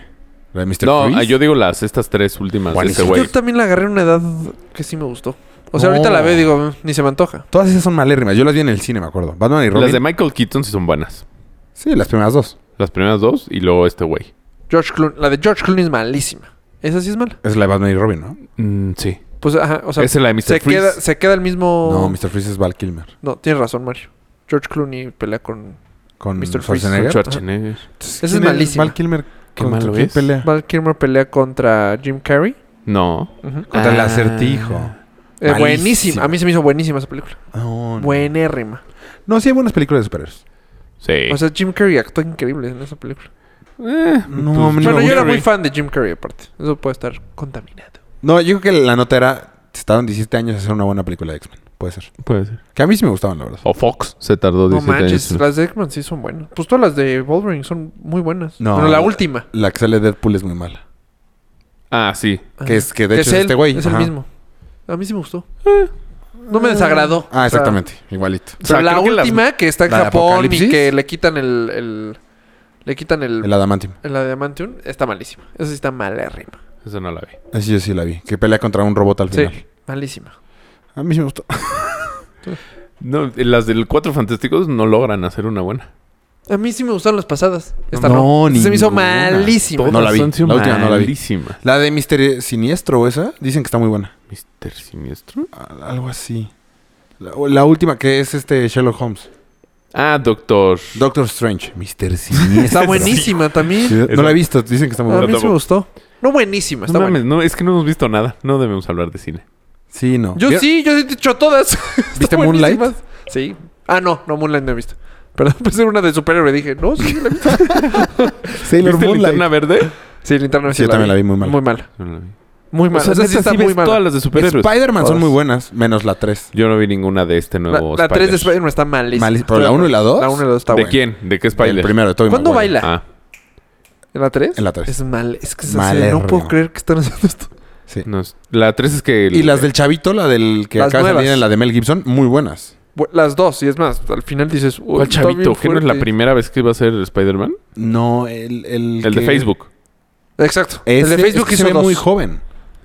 [SPEAKER 2] La de Mr.
[SPEAKER 3] No,
[SPEAKER 2] Freeze.
[SPEAKER 3] ah, yo digo las, estas tres últimas de ese
[SPEAKER 2] Buenísima.
[SPEAKER 3] güey.
[SPEAKER 1] Yo también la agarré a una edad que sí me gustó. O sea,
[SPEAKER 2] No.
[SPEAKER 1] ahorita la veo y digo, "Mm, ni se me antoja.
[SPEAKER 2] Todas esas son malérrimas. Yo las vi en el cine, me acuerdo. Batman y Robin.
[SPEAKER 3] Las de Michael Keaton sí son buenas.
[SPEAKER 2] Sí, las primeras dos.
[SPEAKER 3] Las primeras dos y luego este güey.
[SPEAKER 1] George Clooney, la de George Clooney es malísima. Esa sí es mala.
[SPEAKER 2] Es la de Batman y Robin, ¿no?
[SPEAKER 3] Mm, sí.
[SPEAKER 1] Pues, ajá, o sea,
[SPEAKER 3] Esa es la de Mr.
[SPEAKER 1] se,
[SPEAKER 3] Freeze.
[SPEAKER 1] queda, se queda el mismo.
[SPEAKER 2] No, Mr. Freeze es Val Kilmer.
[SPEAKER 1] No, tienes razón, Mario. George Clooney pelea con
[SPEAKER 2] Con
[SPEAKER 1] Mr. Freeze.
[SPEAKER 2] Schwarzenegger.
[SPEAKER 3] Schwarzenegger.
[SPEAKER 2] Entonces,
[SPEAKER 1] Esa es
[SPEAKER 2] ¿quién
[SPEAKER 1] malísima.
[SPEAKER 2] Val Kilmer.
[SPEAKER 3] Qué
[SPEAKER 2] ¿contra
[SPEAKER 3] malo
[SPEAKER 2] quién
[SPEAKER 3] es.
[SPEAKER 2] pelea?
[SPEAKER 1] Val Kilmer pelea contra Jim Carrey.
[SPEAKER 3] No.
[SPEAKER 2] Contra el
[SPEAKER 3] Ah.
[SPEAKER 2] acertijo.
[SPEAKER 1] Eh,
[SPEAKER 2] Malísima.
[SPEAKER 1] buenísima. A mí se me hizo buenísima esa película.
[SPEAKER 2] Ah, No, no.
[SPEAKER 1] Buenérrima.
[SPEAKER 2] No, sí hay buenas películas de superhéroes.
[SPEAKER 3] Sí.
[SPEAKER 1] O sea, Jim Carrey actúa increíble en esa película.
[SPEAKER 3] Eh,
[SPEAKER 2] No,
[SPEAKER 3] pues,
[SPEAKER 2] a mí no
[SPEAKER 1] bueno,
[SPEAKER 2] me
[SPEAKER 1] yo era
[SPEAKER 2] gusta.
[SPEAKER 1] muy fan de Jim Carrey, aparte. Eso puede estar contaminado.
[SPEAKER 2] No, yo creo que la nota era... se Tardaron 17 años en hacer una buena película de X-Men. Puede ser.
[SPEAKER 3] Puede ser.
[SPEAKER 2] Que a mí sí me gustaban, la verdad.
[SPEAKER 3] O Fox se tardó
[SPEAKER 1] No
[SPEAKER 3] 17
[SPEAKER 1] manches,
[SPEAKER 3] años.
[SPEAKER 1] las de X-Men sí son buenas. Pues todas las de Wolverine son muy buenas.
[SPEAKER 2] No.
[SPEAKER 1] Bueno, la última.
[SPEAKER 2] La que sale de Deadpool es muy mala.
[SPEAKER 3] Ah, sí.
[SPEAKER 2] Que es- que de hecho es
[SPEAKER 1] él,
[SPEAKER 2] este güey.
[SPEAKER 1] Es el
[SPEAKER 2] Ajá.
[SPEAKER 1] mismo. A mí sí me gustó. No me desagradó. O
[SPEAKER 2] Ah,
[SPEAKER 1] sea,
[SPEAKER 2] exactamente. Igualito.
[SPEAKER 1] O sea,
[SPEAKER 3] O sea,
[SPEAKER 1] la
[SPEAKER 3] creo que las-
[SPEAKER 1] última que está en
[SPEAKER 2] ¿La de
[SPEAKER 1] Japón y
[SPEAKER 2] Apocalipsis?
[SPEAKER 1] que le quitan el, el- le quitan el,
[SPEAKER 2] El Adamantium.
[SPEAKER 1] el adamantium está malísima. Esa sí está malérrima.
[SPEAKER 3] Esa no la vi.
[SPEAKER 2] Así yo sí la vi. Que pelea contra un robot al
[SPEAKER 1] Sí,
[SPEAKER 2] final.
[SPEAKER 1] malísima.
[SPEAKER 2] A mí sí me gustó.
[SPEAKER 3] No, las del Cuatro Fantásticos no logran hacer una buena.
[SPEAKER 1] A mí sí me gustaron las pasadas. Esta
[SPEAKER 2] No,
[SPEAKER 1] no. Se me hizo
[SPEAKER 2] ninguna.
[SPEAKER 1] malísima.
[SPEAKER 2] No la vi.
[SPEAKER 3] han sido
[SPEAKER 2] La última no la vi.
[SPEAKER 3] malísimas.
[SPEAKER 2] La de Mister Siniestro, esa, dicen que está muy buena.
[SPEAKER 3] Mister Siniestro.
[SPEAKER 2] Al- Algo así. La, la última que es este Sherlock Holmes.
[SPEAKER 3] Ah, doctor.
[SPEAKER 2] Doctor Strange. Mister Siniestro.
[SPEAKER 1] Está buenísima también.
[SPEAKER 2] Sí, no la he visto, dicen que está muy
[SPEAKER 1] A
[SPEAKER 2] buena.
[SPEAKER 1] mí sí me gustó. No buenísima,
[SPEAKER 3] no
[SPEAKER 1] está
[SPEAKER 3] mames,
[SPEAKER 1] buena.
[SPEAKER 3] no, es que no hemos visto nada. No debemos hablar de cine.
[SPEAKER 2] Sí, no.
[SPEAKER 1] Yo
[SPEAKER 2] ¿Vieron-
[SPEAKER 1] sí, yo sí te he hecho todas.
[SPEAKER 2] ¿Viste
[SPEAKER 1] Está
[SPEAKER 2] Moonlight?
[SPEAKER 1] buenísimas. Sí. Ah, no, no, Moonlight no he visto. Perdón, pensé en una de superhéroe. Dije, no, sí, la he visto.
[SPEAKER 2] Sailor
[SPEAKER 3] ¿Viste
[SPEAKER 2] Moonlight.
[SPEAKER 3] Linterna Verde?
[SPEAKER 1] Sí, Linterna Verde
[SPEAKER 2] Sí, yo también la vi muy mala.
[SPEAKER 1] Muy mala.
[SPEAKER 3] No la vi.
[SPEAKER 1] Muy
[SPEAKER 3] O
[SPEAKER 1] mala.
[SPEAKER 3] sea,
[SPEAKER 1] O sea, sí
[SPEAKER 3] neta,
[SPEAKER 1] está
[SPEAKER 3] sí
[SPEAKER 1] muy
[SPEAKER 3] ves
[SPEAKER 1] mala.
[SPEAKER 3] todas las de superhéroes.
[SPEAKER 2] Spider-Man son
[SPEAKER 3] Todas.
[SPEAKER 2] muy buenas, menos la 3.
[SPEAKER 3] Yo no vi ninguna de este
[SPEAKER 1] La,
[SPEAKER 3] nuevo
[SPEAKER 1] la 3 de
[SPEAKER 3] Spider.
[SPEAKER 1] Spider-Man está malísima.
[SPEAKER 2] Malísima. Pero la uno y la dos?
[SPEAKER 1] La 1 y la 2 está
[SPEAKER 3] ¿De
[SPEAKER 1] buena.
[SPEAKER 3] quién? ¿De qué Spider?
[SPEAKER 2] El primero de Tobey
[SPEAKER 1] ¿Cuándo
[SPEAKER 2] Maguire.
[SPEAKER 1] baila?
[SPEAKER 3] Ah,
[SPEAKER 1] ¿En la 3?
[SPEAKER 2] En la tres.
[SPEAKER 1] Es mal. Es que es así de,
[SPEAKER 2] Malérrimo.
[SPEAKER 1] no puedo creer que están haciendo esto.
[SPEAKER 2] Sí.
[SPEAKER 3] no. es- La 3 es que... el-
[SPEAKER 2] Y las del chavito, la del que
[SPEAKER 1] Las
[SPEAKER 2] acaba de salir
[SPEAKER 1] nuevas.
[SPEAKER 2] en la de Mel Gibson, muy buenas.
[SPEAKER 1] Bu- Las dos, y es más, al final dices... uy,
[SPEAKER 3] ¿Cuál
[SPEAKER 1] está
[SPEAKER 3] chavito?
[SPEAKER 1] bien
[SPEAKER 3] ¿Que no es la
[SPEAKER 1] fuerte.
[SPEAKER 3] primera vez que va a ser Spider-Man?
[SPEAKER 2] No, el... El,
[SPEAKER 3] El de
[SPEAKER 2] que-
[SPEAKER 3] Facebook.
[SPEAKER 1] Exacto.
[SPEAKER 2] Ese-
[SPEAKER 1] el de Facebook
[SPEAKER 2] es que
[SPEAKER 1] hizo
[SPEAKER 2] se ve
[SPEAKER 1] dos.
[SPEAKER 2] muy joven.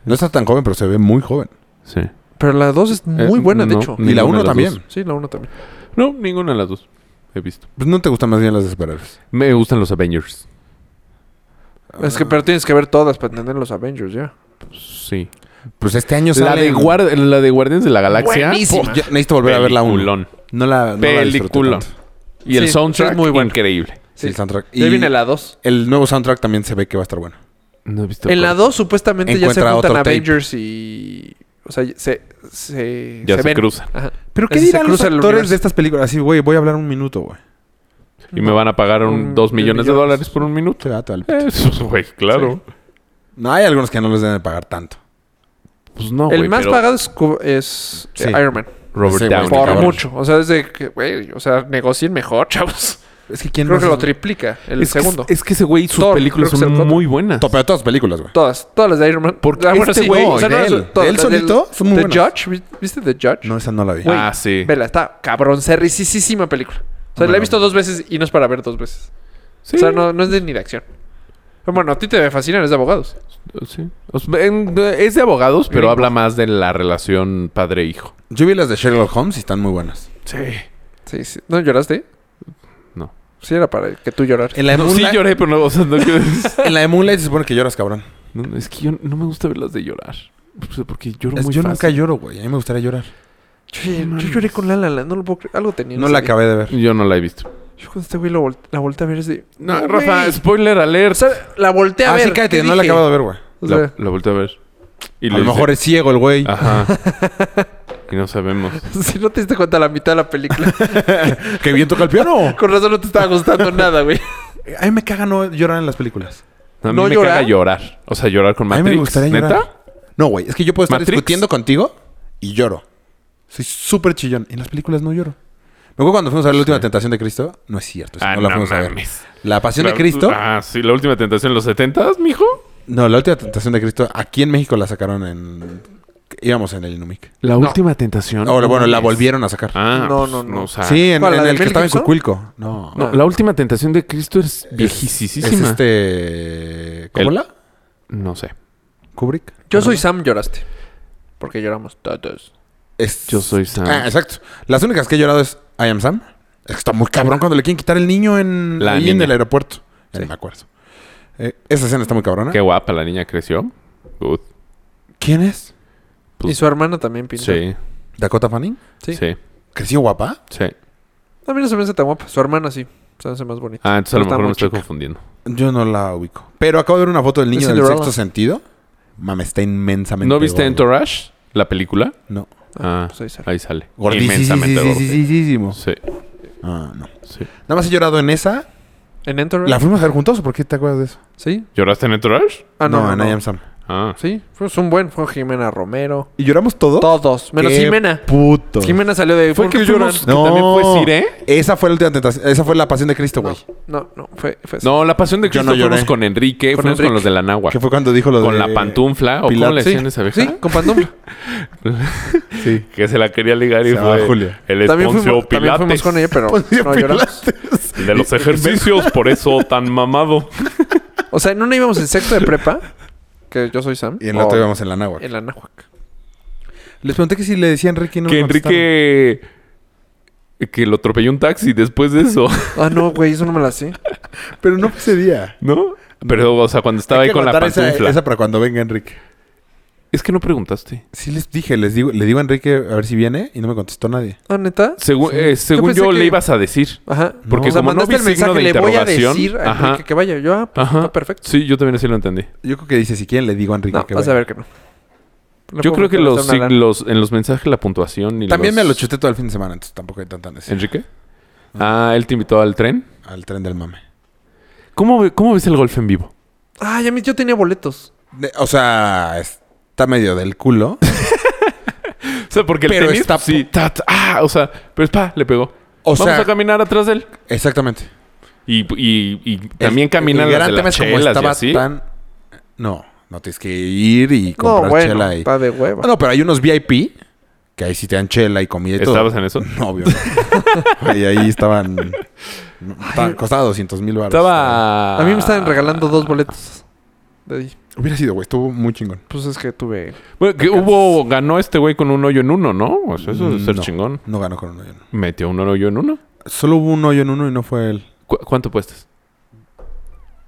[SPEAKER 2] No está tan joven, pero se ve muy joven.
[SPEAKER 3] Sí.
[SPEAKER 1] Pero la 2 es muy
[SPEAKER 3] Eh,
[SPEAKER 1] buena, de
[SPEAKER 3] no,
[SPEAKER 1] hecho.
[SPEAKER 2] Y la
[SPEAKER 3] ninguna
[SPEAKER 2] uno
[SPEAKER 3] de las
[SPEAKER 2] también.
[SPEAKER 3] dos.
[SPEAKER 1] Sí, la 1 también.
[SPEAKER 3] No, ninguna de las dos. He visto.
[SPEAKER 2] Pues no te gustan más bien las de superhéroes.
[SPEAKER 3] Me gustan los Avengers.
[SPEAKER 1] Es
[SPEAKER 2] Ah,
[SPEAKER 1] que pero tienes que ver todas para entender los Avengers, ya.
[SPEAKER 3] Sí.
[SPEAKER 2] Pues este año
[SPEAKER 3] La
[SPEAKER 2] sale...
[SPEAKER 3] de, Guar- la de Guardianes de la Galaxia.
[SPEAKER 1] Buenísima.
[SPEAKER 2] Ya necesito volver a ver la 1.
[SPEAKER 3] Peliculón.
[SPEAKER 2] No la... No la disfruté
[SPEAKER 3] Peliculón.
[SPEAKER 2] tanto.
[SPEAKER 3] Y el
[SPEAKER 1] Sí,
[SPEAKER 3] soundtrack
[SPEAKER 1] sí, es muy bueno.
[SPEAKER 3] increíble.
[SPEAKER 2] Sí, el soundtrack.
[SPEAKER 1] Ya
[SPEAKER 2] Y-
[SPEAKER 1] viene la 2.
[SPEAKER 2] El nuevo soundtrack también se ve que va a estar bueno.
[SPEAKER 3] No he visto
[SPEAKER 1] En la 2 supuestamente ya se
[SPEAKER 2] Encuentra
[SPEAKER 1] juntan
[SPEAKER 2] otro tape.
[SPEAKER 1] Avengers y... O sea, se... se
[SPEAKER 3] Ya se
[SPEAKER 1] ven.
[SPEAKER 3] cruzan.
[SPEAKER 1] Ajá.
[SPEAKER 2] Pero
[SPEAKER 1] Así se cruza el universo.
[SPEAKER 2] estas películas? Así, güey, voy a hablar un minuto, güey.
[SPEAKER 3] Y me van a pagar un,
[SPEAKER 1] Un-
[SPEAKER 3] 2
[SPEAKER 1] mil
[SPEAKER 3] millones de
[SPEAKER 1] Mm, millones.
[SPEAKER 3] dólares por un minuto.
[SPEAKER 2] Te da tal-
[SPEAKER 3] Eso, Pues, güey, claro.
[SPEAKER 2] No, hay algunos que no les deben de pagar tanto.
[SPEAKER 3] Pues no,
[SPEAKER 1] el
[SPEAKER 3] güey,
[SPEAKER 1] más
[SPEAKER 3] pero
[SPEAKER 1] pagado es, Cu- es eh,
[SPEAKER 2] Sí.
[SPEAKER 1] Iron Man.
[SPEAKER 2] Sí,
[SPEAKER 3] Robert
[SPEAKER 2] güey,
[SPEAKER 3] Downey.
[SPEAKER 2] Este
[SPEAKER 1] Por
[SPEAKER 2] cabrón.
[SPEAKER 1] mucho. O sea, desde que, güey, o sea, negocien mejor, chavos.
[SPEAKER 2] Es que quién
[SPEAKER 1] Creo que lo triplica el
[SPEAKER 3] es
[SPEAKER 1] segundo.
[SPEAKER 3] Que, es que ese güey, sus
[SPEAKER 1] Thor,
[SPEAKER 3] películas
[SPEAKER 1] creo que
[SPEAKER 3] son
[SPEAKER 1] es el cuatro.
[SPEAKER 3] muy buenas.
[SPEAKER 2] Pero todas las películas, güey.
[SPEAKER 1] Todas, todas las de Iron Man.
[SPEAKER 3] Porque este
[SPEAKER 1] sí,
[SPEAKER 3] güey-
[SPEAKER 1] o sea,
[SPEAKER 2] de
[SPEAKER 1] no,
[SPEAKER 2] él,
[SPEAKER 1] todas,
[SPEAKER 2] de él
[SPEAKER 1] las del-
[SPEAKER 2] solito, son muy
[SPEAKER 1] The
[SPEAKER 2] buenas.
[SPEAKER 1] Judge, ¿vi- ¿viste The Judge?
[SPEAKER 2] No, esa no la vi.
[SPEAKER 1] Güey,
[SPEAKER 3] Ah, sí.
[SPEAKER 1] Vela, está cabrón, serricísima película. O sea,
[SPEAKER 2] No,
[SPEAKER 1] la he
[SPEAKER 2] no.
[SPEAKER 1] visto dos veces y no es para ver dos veces.
[SPEAKER 3] Sí.
[SPEAKER 1] O sea, no, no es de ni de acción. Pero Bueno, a ti te fascina, eres de abogados.
[SPEAKER 3] Pues Sí. O sea, en- eh, es de abogados, pero
[SPEAKER 1] Gringo.
[SPEAKER 3] habla más de la relación padre-hijo.
[SPEAKER 2] Yo vi las de Sherlock Holmes y están muy buenas.
[SPEAKER 3] Sí.
[SPEAKER 1] Sí, sí. ¿No lloraste?
[SPEAKER 3] No.
[SPEAKER 1] Sí, era para que tú lloraras.
[SPEAKER 2] En la de,
[SPEAKER 3] No, sí
[SPEAKER 2] Moonlight,
[SPEAKER 3] lloré, pero no, o sea, no quiero decir-
[SPEAKER 2] en la de Moonlight se supone que lloras, cabrón.
[SPEAKER 3] No, es que yo no me gusta verlas de llorar. O sea, Porque lloro
[SPEAKER 2] Es-
[SPEAKER 3] muy
[SPEAKER 2] yo nunca
[SPEAKER 3] fácil.
[SPEAKER 2] lloro, güey. A mí me gustaría llorar.
[SPEAKER 1] Yo, yo lloré con La La Land, no lo puedo creer. Algo tenía.
[SPEAKER 2] No
[SPEAKER 1] sé
[SPEAKER 2] la
[SPEAKER 1] qué.
[SPEAKER 2] acabé de ver.
[SPEAKER 3] Yo no la he visto.
[SPEAKER 1] Yo cuando este güey lo vol- la volteé a ver es de...
[SPEAKER 3] No,
[SPEAKER 1] güey.
[SPEAKER 3] Rafa, spoiler
[SPEAKER 1] O
[SPEAKER 3] alert.
[SPEAKER 1] sea, la volteé a
[SPEAKER 2] Ah,
[SPEAKER 1] ver.
[SPEAKER 2] sí, cállate,
[SPEAKER 1] ¿qué
[SPEAKER 2] no la
[SPEAKER 1] dije?
[SPEAKER 2] acabo de ver, güey.
[SPEAKER 1] O sea,
[SPEAKER 3] La, la volteé a ver. Y
[SPEAKER 2] A
[SPEAKER 3] le
[SPEAKER 2] lo
[SPEAKER 3] dice-
[SPEAKER 2] mejor es ciego el güey.
[SPEAKER 3] Ajá. y no sabemos.
[SPEAKER 1] si no te diste cuenta a la mitad de la película,
[SPEAKER 2] ¡Qué bien toca el piano!
[SPEAKER 1] con razón no te estaba gustando nada, güey.
[SPEAKER 2] A mí me caga no llorar en las películas.
[SPEAKER 3] A mí
[SPEAKER 1] ¿No
[SPEAKER 3] me
[SPEAKER 1] llorar?
[SPEAKER 3] caga llorar. O sea, llorar con
[SPEAKER 2] A mí
[SPEAKER 3] Matrix.
[SPEAKER 2] me gustaría
[SPEAKER 3] ¿Neta?
[SPEAKER 2] llorar. No, güey. Es que yo puedo estar
[SPEAKER 3] Matrix.
[SPEAKER 2] discutiendo contigo y lloro. Soy súper chillón. En las películas no lloro. Me acuerdo cuando fuimos a ver La Última Tentación de Cristo. No es cierto.
[SPEAKER 3] Ah,
[SPEAKER 2] Pues, no la
[SPEAKER 3] no
[SPEAKER 2] fuimos a ver.
[SPEAKER 3] mames.
[SPEAKER 2] La Pasión
[SPEAKER 3] La-
[SPEAKER 2] de Cristo.
[SPEAKER 3] Ah, sí. La última tentación en los 70s, mijo.
[SPEAKER 2] No, La Última Tentación de Cristo. Aquí en México la sacaron en... Íbamos en el Inumic.
[SPEAKER 3] La última tentación.
[SPEAKER 2] Ahora, bueno, la volvieron a sacar.
[SPEAKER 3] Ah,
[SPEAKER 1] No,
[SPEAKER 3] pues,
[SPEAKER 1] no, no.
[SPEAKER 3] o sea,
[SPEAKER 2] sí, en,
[SPEAKER 1] ¿cuál, la
[SPEAKER 2] en
[SPEAKER 1] de
[SPEAKER 2] el que
[SPEAKER 1] Mel
[SPEAKER 2] estaba en
[SPEAKER 1] Gibson?
[SPEAKER 2] Cuculco. No.
[SPEAKER 3] No, la última tentación de Cristo es
[SPEAKER 2] Es
[SPEAKER 3] viejísima.
[SPEAKER 2] este... ¿Cómo
[SPEAKER 3] El-
[SPEAKER 2] la?
[SPEAKER 3] No sé.
[SPEAKER 2] Kubrick.
[SPEAKER 1] Yo soy Sam, lloraste. Porque lloramos todos.
[SPEAKER 2] Es-
[SPEAKER 3] Yo soy Sam.
[SPEAKER 2] Ah, exacto. Las únicas que he llorado es I Am Sam. Es que está muy cabrón cuando le quieren quitar el niño en,
[SPEAKER 3] La
[SPEAKER 2] ahí en
[SPEAKER 3] niña.
[SPEAKER 2] el aeropuerto. Ya ni me acuerdo. Eh, esa escena está muy cabrona.
[SPEAKER 3] Qué guapa, la niña creció. Good.
[SPEAKER 2] ¿Quién es?
[SPEAKER 3] Pues-
[SPEAKER 1] y su hermana también pintó.
[SPEAKER 3] Sí,
[SPEAKER 2] ¿Dakota Fanning?
[SPEAKER 1] Sí.
[SPEAKER 3] sí,
[SPEAKER 2] ¿Creció guapa?
[SPEAKER 3] sí.
[SPEAKER 1] A mí no se me hace tan guapa. Su hermana sí. Se me hace más bonita.
[SPEAKER 3] Ah, entonces a lo
[SPEAKER 1] Está
[SPEAKER 3] mejor
[SPEAKER 1] muy
[SPEAKER 3] me estoy
[SPEAKER 1] chica.
[SPEAKER 3] confundiendo.
[SPEAKER 2] Yo no la ubico. Pero acabo de ver una foto del niño del
[SPEAKER 1] Cinderella.
[SPEAKER 2] sexto sentido. Mame, está inmensamente
[SPEAKER 3] ¿No viste
[SPEAKER 2] gordo.
[SPEAKER 3] Entourage? La película.
[SPEAKER 2] No.
[SPEAKER 3] Ah,
[SPEAKER 1] pues ahí sale.
[SPEAKER 3] ahí sale. Inmensamente gordo.
[SPEAKER 2] Gordísimo.
[SPEAKER 3] Sí,
[SPEAKER 2] Ah, no.
[SPEAKER 3] sí.
[SPEAKER 2] Nada más he llorado en esa.
[SPEAKER 1] ¿En Entourage?
[SPEAKER 2] ¿La fuimos a ver juntos o por qué te acuerdas de eso?
[SPEAKER 1] Sí.
[SPEAKER 3] ¿Lloraste en Entourage?
[SPEAKER 1] Ah, no. no,
[SPEAKER 2] en
[SPEAKER 1] no.
[SPEAKER 2] I Am Sam.
[SPEAKER 3] Ah,
[SPEAKER 1] Sí. Fue un buen. Fue Jimena Romero.
[SPEAKER 2] ¿Y lloramos todos?
[SPEAKER 1] Todos. Menos
[SPEAKER 2] ¡Qué
[SPEAKER 1] Jimena.
[SPEAKER 2] Puto.
[SPEAKER 1] Jimena salió de...
[SPEAKER 3] Fue
[SPEAKER 1] ¿Por
[SPEAKER 3] que
[SPEAKER 1] qué
[SPEAKER 3] fuimos-
[SPEAKER 1] lloran?
[SPEAKER 3] que también fue Cire.
[SPEAKER 2] Esa fue la última tentación. Esa fue la pasión de Cristo, güey.
[SPEAKER 1] No, no. Fue... fue
[SPEAKER 3] No, la pasión de
[SPEAKER 2] Yo
[SPEAKER 3] Cristo
[SPEAKER 2] no lloré.
[SPEAKER 3] fuimos con Enrique,
[SPEAKER 1] Con
[SPEAKER 3] fuimos con
[SPEAKER 1] Enrique.
[SPEAKER 3] los de la Nagua.
[SPEAKER 2] Que fue cuando dijo lo
[SPEAKER 3] Con
[SPEAKER 2] de...
[SPEAKER 3] la pantufla, o
[SPEAKER 2] Pilates.
[SPEAKER 3] cómo le
[SPEAKER 1] Sí,
[SPEAKER 3] decían a esa vieja.
[SPEAKER 1] sí, con pandumia.
[SPEAKER 2] Sí.
[SPEAKER 3] Que se la quería ligar y
[SPEAKER 2] Se llamaba
[SPEAKER 3] fue
[SPEAKER 2] Julia.
[SPEAKER 3] el
[SPEAKER 1] También
[SPEAKER 3] Esponcio
[SPEAKER 1] fuimos, también fuimos
[SPEAKER 3] Pilates.
[SPEAKER 1] con ella, pero
[SPEAKER 2] Pues,
[SPEAKER 1] no lloramos.
[SPEAKER 3] el De los ejercicios, por eso tan mamado.
[SPEAKER 1] O sea, en una íbamos en sexto de prepa, que yo soy Sam.
[SPEAKER 2] Y en la
[SPEAKER 1] o
[SPEAKER 2] otra íbamos en la náhuatl.
[SPEAKER 1] En la Nahuac.
[SPEAKER 2] Les pregunté que si le decía a Enrique y no
[SPEAKER 3] que
[SPEAKER 2] me contestaron.
[SPEAKER 3] Enrique que lo atropelló un taxi después de eso,
[SPEAKER 1] Ah, no, güey, eso no me la sé.
[SPEAKER 2] Pero no fue ese día.
[SPEAKER 3] ¿no? Pero, o sea, cuando estaba
[SPEAKER 2] Hay
[SPEAKER 3] ahí
[SPEAKER 2] que
[SPEAKER 3] con la
[SPEAKER 2] contar esa,
[SPEAKER 3] pantufla.
[SPEAKER 2] esa para cuando venga Enrique.
[SPEAKER 3] Es que no preguntaste.
[SPEAKER 2] Sí les dije, les digo, le digo a Enrique a ver si viene y no me contestó nadie.
[SPEAKER 1] Ah, neta.
[SPEAKER 3] Según, eh, según
[SPEAKER 1] pensé
[SPEAKER 3] yo,
[SPEAKER 1] que-
[SPEAKER 3] le ibas a decir.
[SPEAKER 1] Ajá.
[SPEAKER 3] Porque
[SPEAKER 1] o sea,
[SPEAKER 3] como no
[SPEAKER 1] mandaste
[SPEAKER 3] vi
[SPEAKER 1] el
[SPEAKER 3] signo
[SPEAKER 1] mensaje,
[SPEAKER 3] de
[SPEAKER 1] le voy a
[SPEAKER 3] interrogación,
[SPEAKER 1] decir a
[SPEAKER 3] ajá.
[SPEAKER 1] Enrique que vaya. Yo, ah, pues,
[SPEAKER 3] Ajá.
[SPEAKER 1] está perfecto.
[SPEAKER 3] Sí, yo también así lo entendí.
[SPEAKER 2] Yo creo que dice, si quieren, le digo a Enrique
[SPEAKER 1] No,
[SPEAKER 2] que
[SPEAKER 1] vas
[SPEAKER 2] vaya.
[SPEAKER 1] a ver que no. Le
[SPEAKER 3] yo
[SPEAKER 1] puedo
[SPEAKER 3] creo que
[SPEAKER 1] meter
[SPEAKER 3] los,
[SPEAKER 1] una lana.
[SPEAKER 3] sig- los- en los mensajes, la puntuación y
[SPEAKER 2] También
[SPEAKER 3] los-
[SPEAKER 2] me lo chuté todo el fin de semana, entonces tampoco hay tanta necesidad.
[SPEAKER 3] ¿Enrique? Ah, él te invitó al tren.
[SPEAKER 2] Al tren del mame.
[SPEAKER 3] ¿Cómo, ve- cómo ves el golf en vivo?
[SPEAKER 1] Ah, ya me, yo tenía boletos.
[SPEAKER 2] De- o sea, está medio del culo.
[SPEAKER 3] O sea, porque el
[SPEAKER 2] Pero
[SPEAKER 3] tenis...
[SPEAKER 2] está-
[SPEAKER 3] sí, ta, ta, ah, o sea, pero es pa, le pegó.
[SPEAKER 2] O
[SPEAKER 3] Vamos
[SPEAKER 2] sea-
[SPEAKER 3] a caminar atrás de él.
[SPEAKER 2] Exactamente.
[SPEAKER 3] Y, y, y también
[SPEAKER 2] El-
[SPEAKER 3] caminar
[SPEAKER 2] el
[SPEAKER 3] las
[SPEAKER 2] gran
[SPEAKER 3] de
[SPEAKER 2] tema
[SPEAKER 3] las
[SPEAKER 2] es como
[SPEAKER 3] chelas y
[SPEAKER 2] estaba
[SPEAKER 3] así.
[SPEAKER 2] tan... No, no tienes que ir y comprar
[SPEAKER 1] No, bueno,
[SPEAKER 2] chela y...
[SPEAKER 1] está de hueva.
[SPEAKER 2] Ah, no, pero hay unos VIP que ahí sí te dan chela y comida y todo.
[SPEAKER 3] ¿Estabas en eso?
[SPEAKER 2] No, obvio. no. y ahí estaban... estaban- costaba 200 mil baros.
[SPEAKER 3] Estaba...
[SPEAKER 1] A mí me estaban regalando dos boletos. De ahí.
[SPEAKER 2] Hubiera sido, güey. Estuvo muy chingón.
[SPEAKER 1] Pues es que tuve...
[SPEAKER 3] Bueno, que hubo... Ganó este güey con un hoyo en uno, ¿no? O sea, eso debe ser
[SPEAKER 2] No,
[SPEAKER 3] chingón.
[SPEAKER 2] No ganó con un hoyo en uno.
[SPEAKER 3] Metió un hoyo en uno.
[SPEAKER 2] Solo hubo un hoyo en uno y no fue él.
[SPEAKER 3] ¿Cu- ¿Cuánto puestas?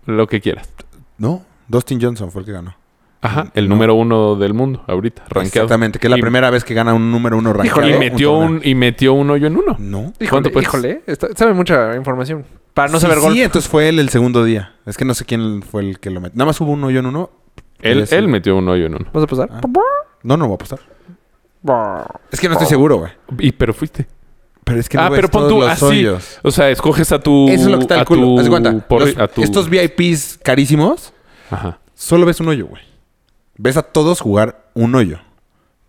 [SPEAKER 3] Lo que quieras.
[SPEAKER 2] No, Dustin Johnson fue el que ganó.
[SPEAKER 3] Ajá, el número uno del mundo ahorita, rankeado.
[SPEAKER 2] Exactamente, que es la
[SPEAKER 3] Y-
[SPEAKER 2] primera vez que gana un número uno rankeado.
[SPEAKER 3] Y metió
[SPEAKER 2] torneo.
[SPEAKER 3] un, y metió un hoyo en uno.
[SPEAKER 2] No.
[SPEAKER 1] Híjole,
[SPEAKER 3] ¿Cuánto puestas?
[SPEAKER 1] híjole. está- sabe mucha información. Para no
[SPEAKER 2] Sí,
[SPEAKER 1] saber golf.
[SPEAKER 2] Sí, entonces fue él el segundo día. Es que no sé quién fue el que lo metió. Nada más hubo un hoyo en uno.
[SPEAKER 3] Él,
[SPEAKER 2] Sí.
[SPEAKER 3] él metió un hoyo en uno.
[SPEAKER 1] ¿Vas a pasar?
[SPEAKER 2] Ah. No, no voy a apostar.
[SPEAKER 1] Brr.
[SPEAKER 2] Es que no estoy seguro, güey.
[SPEAKER 3] Y, pero fuiste.
[SPEAKER 2] Pero es que
[SPEAKER 3] ah,
[SPEAKER 2] no ves
[SPEAKER 3] pero pon
[SPEAKER 2] todos
[SPEAKER 3] tú
[SPEAKER 2] los
[SPEAKER 3] así.
[SPEAKER 2] hoyos.
[SPEAKER 3] O sea, escoges a tu.
[SPEAKER 2] Eso es lo que está
[SPEAKER 3] a
[SPEAKER 2] el culo.
[SPEAKER 3] tu
[SPEAKER 2] Haz de cuenta.
[SPEAKER 3] por-
[SPEAKER 2] los-
[SPEAKER 3] a tu-
[SPEAKER 2] Estos VIPs carísimos,
[SPEAKER 3] Ajá.
[SPEAKER 2] solo ves un hoyo, güey. Ves a todos jugar un hoyo.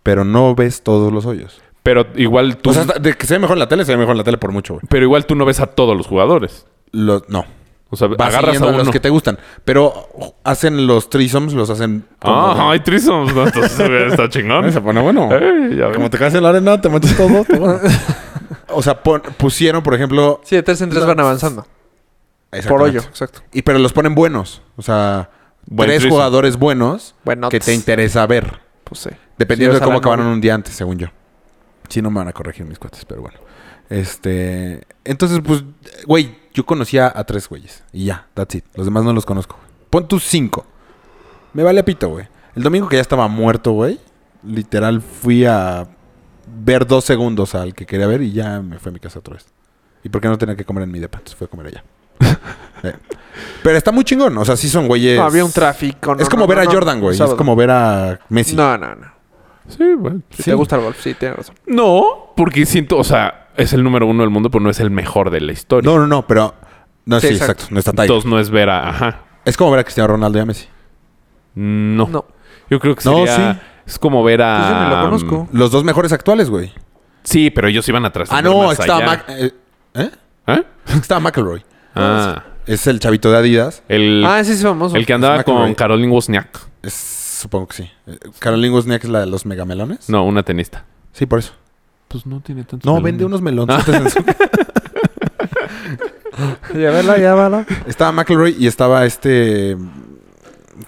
[SPEAKER 2] Pero no ves todos los hoyos.
[SPEAKER 3] Pero igual tú.
[SPEAKER 2] O sea, hasta de que se ve mejor en la tele, se ve mejor en la tele por mucho, güey.
[SPEAKER 3] pero igual tú no ves a todos los jugadores.
[SPEAKER 2] Los- no.
[SPEAKER 3] O sea,
[SPEAKER 2] Vas
[SPEAKER 3] agarras
[SPEAKER 2] siguiendo
[SPEAKER 3] a
[SPEAKER 2] a
[SPEAKER 3] uno.
[SPEAKER 2] los que te gustan. Pero hacen los threesomes, los hacen... como-
[SPEAKER 3] Ah, hay trisomes. ¿no? Entonces güey, está chingón.
[SPEAKER 2] Se pone bueno.
[SPEAKER 3] Eh, ya
[SPEAKER 2] Como
[SPEAKER 3] ves.
[SPEAKER 2] te caes en la arena, te manchas todo. todo. o sea, pon- pusieron, por ejemplo.
[SPEAKER 1] Sí, de tres en tres
[SPEAKER 2] No,
[SPEAKER 1] van avanzando. Por
[SPEAKER 2] Exactamente.
[SPEAKER 1] hoyo, exacto.
[SPEAKER 2] Y pero los ponen buenos. O sea,
[SPEAKER 3] Buen
[SPEAKER 2] tres
[SPEAKER 3] threesome.
[SPEAKER 2] jugadores buenos
[SPEAKER 1] Bueno,
[SPEAKER 2] que te interesa ver.
[SPEAKER 1] Pues sí.
[SPEAKER 2] Dependiendo
[SPEAKER 1] Sí, o
[SPEAKER 2] de
[SPEAKER 1] sea,
[SPEAKER 2] cómo
[SPEAKER 1] la
[SPEAKER 2] acabaron
[SPEAKER 1] novia.
[SPEAKER 2] un día antes, según yo. Sí, no me van a corregir mis cuates, pero bueno. Este. Entonces, pues, güey, yo conocía a tres güeyes. Y ya, that's it. Los demás no los conozco. güey. Pon tus cinco. Me vale pito, güey. El domingo que ya estaba muerto, güey. Literal, fui a ver dos segundos al que quería ver y ya me fui a mi casa otra vez. Y porque no tenía que comer en mi depa, entonces fui a comer allá. Eh. Pero está muy chingón. O sea, sí son güeyes.
[SPEAKER 1] No, había un tráfico. no,
[SPEAKER 2] Es como
[SPEAKER 1] no,
[SPEAKER 2] ver
[SPEAKER 1] no,
[SPEAKER 2] a
[SPEAKER 1] no.
[SPEAKER 2] Jordan, güey. Es
[SPEAKER 1] Sábado.
[SPEAKER 2] como ver a Messi.
[SPEAKER 1] No, no, no.
[SPEAKER 3] Sí, bueno.
[SPEAKER 1] Si
[SPEAKER 3] sí.
[SPEAKER 1] te gusta el golf, sí, tienes razón.
[SPEAKER 3] No, porque siento, o sea, es el número uno del mundo, pero no es el mejor de la historia.
[SPEAKER 2] No, no, no, pero. No, sí,
[SPEAKER 1] Sí,
[SPEAKER 2] exacto.
[SPEAKER 1] exacto.
[SPEAKER 2] No está Tiger.
[SPEAKER 3] Entonces no es ver a. Ajá.
[SPEAKER 2] es como ver a Cristiano Ronaldo y a Messi.
[SPEAKER 3] No.
[SPEAKER 1] No.
[SPEAKER 3] Yo creo que
[SPEAKER 2] No,
[SPEAKER 3] sería.
[SPEAKER 2] sí.
[SPEAKER 3] Es como ver a. mm,
[SPEAKER 1] Pues yo ni lo conozco.
[SPEAKER 2] Los dos mejores actuales, güey.
[SPEAKER 3] Sí, pero ellos iban atrás.
[SPEAKER 2] Ah, no,
[SPEAKER 3] más
[SPEAKER 2] estaba,
[SPEAKER 3] allá.
[SPEAKER 2] Mac- eh, ¿eh?
[SPEAKER 3] ¿Eh?
[SPEAKER 2] estaba McElroy.
[SPEAKER 3] Ah,
[SPEAKER 2] Es el chavito de Adidas.
[SPEAKER 3] el,
[SPEAKER 1] Ah, ese es famoso.
[SPEAKER 3] el que andaba
[SPEAKER 2] es
[SPEAKER 3] con
[SPEAKER 2] McElroy.
[SPEAKER 3] Caroline Wozniak.
[SPEAKER 2] Es- supongo que sí. Eh, Caroline Wozniak es la de los megamelones.
[SPEAKER 3] No, una tenista.
[SPEAKER 2] Sí, por eso.
[SPEAKER 3] Pues no tiene tanto.
[SPEAKER 2] No, vende unos melones.
[SPEAKER 1] Llévala, llévala.
[SPEAKER 2] estaba McElroy y estaba este.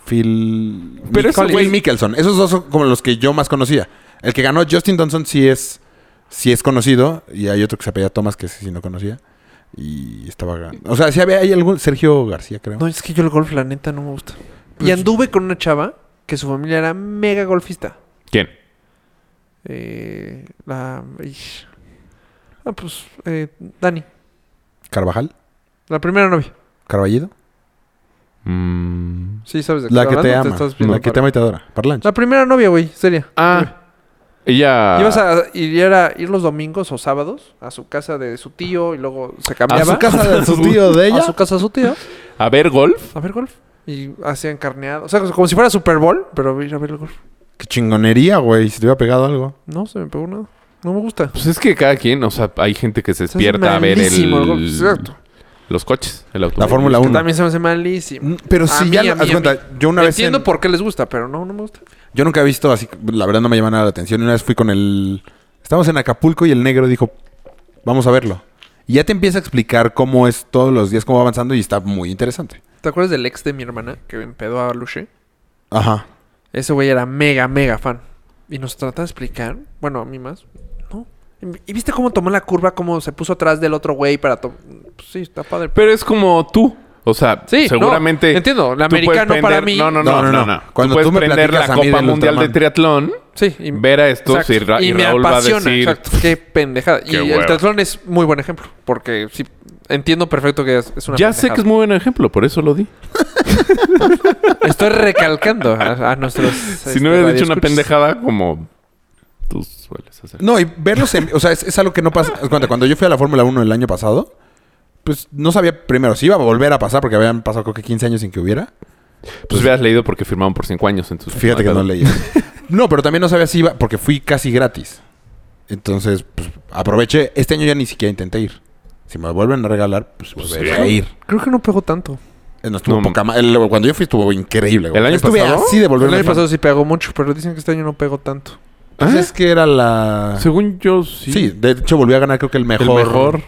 [SPEAKER 2] Phil.
[SPEAKER 3] Pero ese
[SPEAKER 2] Phil
[SPEAKER 3] güey-
[SPEAKER 2] Mickelson. Esos dos son como los que yo más conocía. El que ganó Justin Johnson sí es. Sí es conocido. Y hay otro que se apellía Thomas que ese sí no conocía. Y estaba ganando. O sea, sí había hay algún. Sergio García, creo.
[SPEAKER 1] No, es que yo el golf, la neta, no me gusta. Y anduve con una chava que su familia era mega golfista.
[SPEAKER 3] ¿Quién?
[SPEAKER 1] Eh, la... ish. Ah, pues, eh, Dani.
[SPEAKER 2] Carvajal.
[SPEAKER 1] La primera novia.
[SPEAKER 2] Carballido.
[SPEAKER 3] Mm.
[SPEAKER 1] Sí, sabes de qué
[SPEAKER 2] La
[SPEAKER 1] estoy
[SPEAKER 2] que te
[SPEAKER 1] hablando,
[SPEAKER 2] ama.
[SPEAKER 1] te estás viendo
[SPEAKER 2] La que te
[SPEAKER 1] para-
[SPEAKER 2] ama y te adora. Parlanch.
[SPEAKER 1] La primera novia, güey, seria.
[SPEAKER 3] Ah, ella.
[SPEAKER 1] Ibas a ir, era ir los domingos o sábados a su casa de su tío y luego se cambiaba.
[SPEAKER 2] A su casa de su tío de
[SPEAKER 1] a
[SPEAKER 2] ella.
[SPEAKER 1] su casa de su tío
[SPEAKER 3] a ver golf.
[SPEAKER 1] a ver golf. Y hacían carneado. O sea, como si fuera Super Bowl, pero ir a ver el golf.
[SPEAKER 2] Qué chingonería, güey. Si te hubiera pegado algo.
[SPEAKER 1] No, se me pegó nada. No me gusta.
[SPEAKER 3] Pues es que cada quien, o sea, hay gente que se
[SPEAKER 1] Se hace
[SPEAKER 3] despierta a ver el,
[SPEAKER 1] malísimo golf. Exacto.
[SPEAKER 3] los coches, el auto.
[SPEAKER 2] La Fórmula
[SPEAKER 1] Que
[SPEAKER 2] 1.
[SPEAKER 1] También se me hace malísimo.
[SPEAKER 2] Pero
[SPEAKER 1] A
[SPEAKER 2] si
[SPEAKER 1] mí,
[SPEAKER 2] ya.
[SPEAKER 1] a
[SPEAKER 2] lo-
[SPEAKER 1] mí,
[SPEAKER 2] haz
[SPEAKER 1] a
[SPEAKER 2] cuenta,
[SPEAKER 1] mí.
[SPEAKER 2] yo una vez.
[SPEAKER 1] Entiendo
[SPEAKER 2] en-
[SPEAKER 1] por qué les gusta, pero no, no me gusta.
[SPEAKER 2] Yo nunca he visto así, la verdad no me llama nada la atención. Una vez fui con el... Estamos en Acapulco y el negro dijo, vamos a verlo. Y ya te empieza a explicar cómo es todos los días, cómo va avanzando y está muy interesante.
[SPEAKER 1] ¿Te acuerdas del ex de mi hermana que empedó a Luche?
[SPEAKER 2] Ajá.
[SPEAKER 1] Ese güey era mega, mega fan. Y nos trata de explicar, bueno, a mí más, no. ¿Y viste cómo tomó la curva? ¿Cómo se puso atrás del otro güey para tomar? sí, está padre.
[SPEAKER 3] Pero es como tú. O sea,
[SPEAKER 1] Sí, no,
[SPEAKER 3] seguramente.
[SPEAKER 1] entiendo, el
[SPEAKER 3] tú puedes
[SPEAKER 1] americano para
[SPEAKER 3] prender-
[SPEAKER 1] mí-
[SPEAKER 3] No, no, no, no. no, Cuando tú,
[SPEAKER 2] me
[SPEAKER 3] puedes prender la
[SPEAKER 2] platicas a mí
[SPEAKER 3] Copa
[SPEAKER 2] del
[SPEAKER 3] Mundial de
[SPEAKER 2] Ultraman.
[SPEAKER 3] Triatlón,
[SPEAKER 1] Sí, y,
[SPEAKER 3] ver a estos
[SPEAKER 1] Exacto.
[SPEAKER 3] y, Ra- y Raúl va a decir.
[SPEAKER 1] exacto. Qué pendejada. y
[SPEAKER 3] Qué
[SPEAKER 1] el
[SPEAKER 3] hueva.
[SPEAKER 1] triatlón es muy buen ejemplo. Porque sí, entiendo perfecto que es, es una
[SPEAKER 3] Ya sé que es muy buen ejemplo, por eso lo di.
[SPEAKER 1] muy... Estoy recalcando a, a nuestros... este,
[SPEAKER 3] si no hubiera
[SPEAKER 1] hubiera
[SPEAKER 3] dicho una pendejada como tú sueles hacer.
[SPEAKER 2] No, y verlos en... O sea, es, es algo que no pasa... Haz cuenta, cuando yo fui a la Fórmula 1 el año pasado, pues no sabía primero si iba a volver a pasar porque habían pasado creo que 15 años sin que hubiera.
[SPEAKER 3] Pues hubieras leído porque firmaron por cinco años. Entonces,
[SPEAKER 2] Fíjate que no leía. No, pero también no sabía si iba porque fui casi gratis. Entonces, pues aproveché. Este año ya ni siquiera intenté ir. Si me vuelven a regalar, pues volveré
[SPEAKER 3] sí.
[SPEAKER 2] a ir.
[SPEAKER 1] Creo que no pegó tanto.
[SPEAKER 2] Eh, No estuvo
[SPEAKER 3] No,
[SPEAKER 2] poca ma- el- Cuando yo fui estuvo increíble. güey.
[SPEAKER 3] ¿El año
[SPEAKER 2] Estuve
[SPEAKER 3] pasado?
[SPEAKER 2] así de volver
[SPEAKER 1] el año pasado sí pegó mucho, pero dicen que este año no pegó tanto.
[SPEAKER 3] ¿Ah?
[SPEAKER 2] es que era la... Sí.
[SPEAKER 3] Según yo, sí.
[SPEAKER 2] de hecho volvió a ganar creo que el mejor...
[SPEAKER 3] El mejor.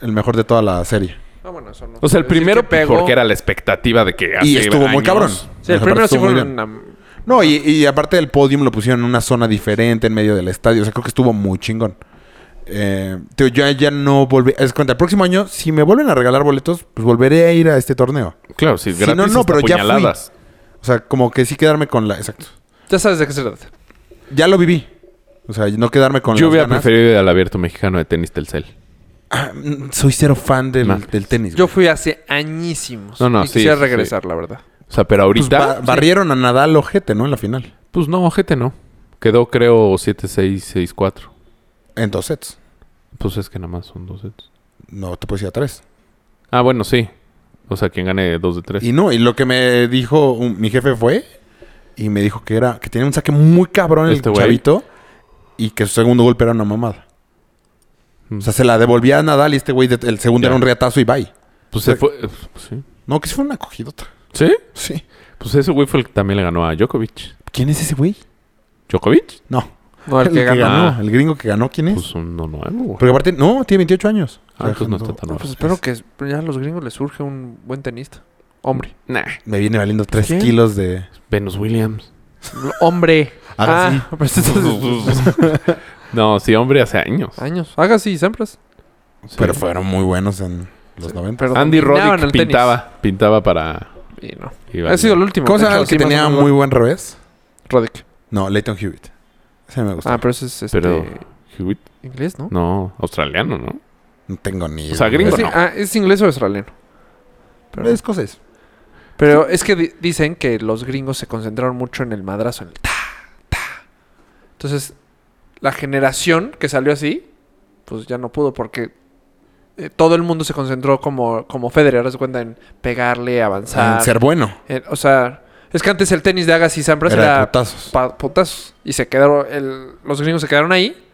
[SPEAKER 2] el mejor de toda la serie.
[SPEAKER 1] Ah, bueno, eso no.
[SPEAKER 3] O sea, el
[SPEAKER 1] Decir
[SPEAKER 3] primero
[SPEAKER 1] que pegó...
[SPEAKER 3] porque era la expectativa de que
[SPEAKER 2] y
[SPEAKER 3] hace
[SPEAKER 2] estuvo muy
[SPEAKER 3] Ah, años-
[SPEAKER 2] cabrón.
[SPEAKER 1] Sí, el
[SPEAKER 2] Aparte
[SPEAKER 1] primero sí
[SPEAKER 2] estuvo muy
[SPEAKER 1] fue
[SPEAKER 2] bien.
[SPEAKER 1] una...
[SPEAKER 2] No, y, y aparte del podium lo pusieron en una zona diferente, en medio del estadio. O sea, creo que estuvo muy chingón. Eh, te digo, yo ya no volví. Es cuenta, el próximo año, si me vuelven a regalar boletos, pues volveré a ir a este torneo.
[SPEAKER 3] Claro, sí,
[SPEAKER 2] Si
[SPEAKER 3] gratis
[SPEAKER 2] no, no,
[SPEAKER 3] hasta
[SPEAKER 2] pero ya fui.
[SPEAKER 3] puñaladas.
[SPEAKER 2] O sea, como que sí quedarme con la. Exacto.
[SPEAKER 1] Ya sabes de qué se trata.
[SPEAKER 2] Ya lo viví. O sea, no quedarme con
[SPEAKER 3] Yo
[SPEAKER 2] las
[SPEAKER 3] hubiera
[SPEAKER 2] ganas.
[SPEAKER 3] preferido ir al abierto mexicano de tenis Telcel.
[SPEAKER 2] Ah, mm, soy cero fan del,
[SPEAKER 3] No.
[SPEAKER 2] del tenis.
[SPEAKER 1] Yo
[SPEAKER 2] güey.
[SPEAKER 1] fui hace añísimos.
[SPEAKER 3] No, no,
[SPEAKER 1] y
[SPEAKER 3] sí,
[SPEAKER 1] Quisiera
[SPEAKER 3] sí,
[SPEAKER 1] regresar, la verdad.
[SPEAKER 3] O sea, pero
[SPEAKER 2] Pues
[SPEAKER 3] ahorita...
[SPEAKER 2] ba- barrieron a Nadal ojete, ¿no? En la final.
[SPEAKER 3] Pues no, ojete no. Quedó, creo, 7-6-6-4.
[SPEAKER 2] En dos sets.
[SPEAKER 3] Pues es que nada más son dos sets.
[SPEAKER 2] No, te puedes ir a tres.
[SPEAKER 3] Ah, bueno, sí. O sea, quien gane dos de tres.
[SPEAKER 2] Y no, y lo que me dijo un- mi jefe fue y me dijo que era que tenía un saque muy cabrón el
[SPEAKER 3] Este güey.
[SPEAKER 2] chavito y que su segundo golpe era una mamada.
[SPEAKER 3] Mm.
[SPEAKER 2] O sea, se la devolvía a Nadal y este güey de- el segundo
[SPEAKER 3] Ya.
[SPEAKER 2] era un riatazo y bye.
[SPEAKER 3] pues se fue... eh, Sí.
[SPEAKER 2] No, que sí fue una cogidota.
[SPEAKER 3] ¿Sí?
[SPEAKER 2] Sí.
[SPEAKER 3] Pues ese güey fue el que también le ganó a Djokovic.
[SPEAKER 2] ¿Quién es ese güey?
[SPEAKER 3] ¿Djokovic?
[SPEAKER 2] No.
[SPEAKER 1] No, el que ganó.
[SPEAKER 3] Ah.
[SPEAKER 2] El gringo que ganó, ¿quién es?
[SPEAKER 3] Pues uno nuevo. güey.
[SPEAKER 2] Porque aparte, no, tiene 28 años.
[SPEAKER 3] Ah, entonces no está
[SPEAKER 2] no-
[SPEAKER 3] tan
[SPEAKER 1] No,
[SPEAKER 3] nuevo.
[SPEAKER 1] pues espero que ya a los gringos les surge un buen tenista. Hombre.
[SPEAKER 3] Nah.
[SPEAKER 2] Me viene valiendo 3
[SPEAKER 1] ¿Quién?
[SPEAKER 2] kilos de.
[SPEAKER 3] Venus Williams.
[SPEAKER 1] Hombre.
[SPEAKER 2] Haga así.
[SPEAKER 1] pero esto es-
[SPEAKER 3] no, sí, hombre, hace años.
[SPEAKER 1] años. Ah, Haga así, Sampras.
[SPEAKER 3] Sí.
[SPEAKER 2] Ah, Pero fueron muy buenos en los 90.
[SPEAKER 1] Pero
[SPEAKER 3] Andy
[SPEAKER 1] dominaban
[SPEAKER 3] Roddick
[SPEAKER 1] el tenis.
[SPEAKER 3] pintaba. Pintaba para...
[SPEAKER 1] Y no.
[SPEAKER 3] y
[SPEAKER 1] Ha
[SPEAKER 3] valía.
[SPEAKER 1] sido el último.
[SPEAKER 2] ¿Cómo se
[SPEAKER 1] de hecho,
[SPEAKER 2] llama el que
[SPEAKER 1] sí, más o
[SPEAKER 2] tenía
[SPEAKER 1] menos,
[SPEAKER 2] muy buen revés?
[SPEAKER 1] Roddick.
[SPEAKER 2] No, Leighton Hewitt. Ese me gustó.
[SPEAKER 1] Ah, pero ese es este,
[SPEAKER 3] Pero- Hewitt,
[SPEAKER 1] inglés, ¿no?
[SPEAKER 3] No, australiano, ¿no?
[SPEAKER 2] No tengo ni
[SPEAKER 3] O sea,
[SPEAKER 2] idea.
[SPEAKER 3] gringo
[SPEAKER 1] Es,
[SPEAKER 3] no.
[SPEAKER 1] ah, ¿es inglés o australiano? Pero,
[SPEAKER 2] Es escocés.
[SPEAKER 1] pero es que di- dicen que los gringos se concentraron mucho en el madrazo, en el ta, ta. Entonces, la generación que salió así, pues ya no pudo porque eh, todo el mundo se concentró como, como Federer, ahora se cuenta en pegarle, avanzar.
[SPEAKER 2] En ser bueno.
[SPEAKER 1] Eh, o sea, es que antes el tenis de Agassi y Sampras
[SPEAKER 2] Era de
[SPEAKER 1] era,
[SPEAKER 2] putazos.
[SPEAKER 1] pa- putazos. Y se quedaron, el- los gringos se quedaron ahí.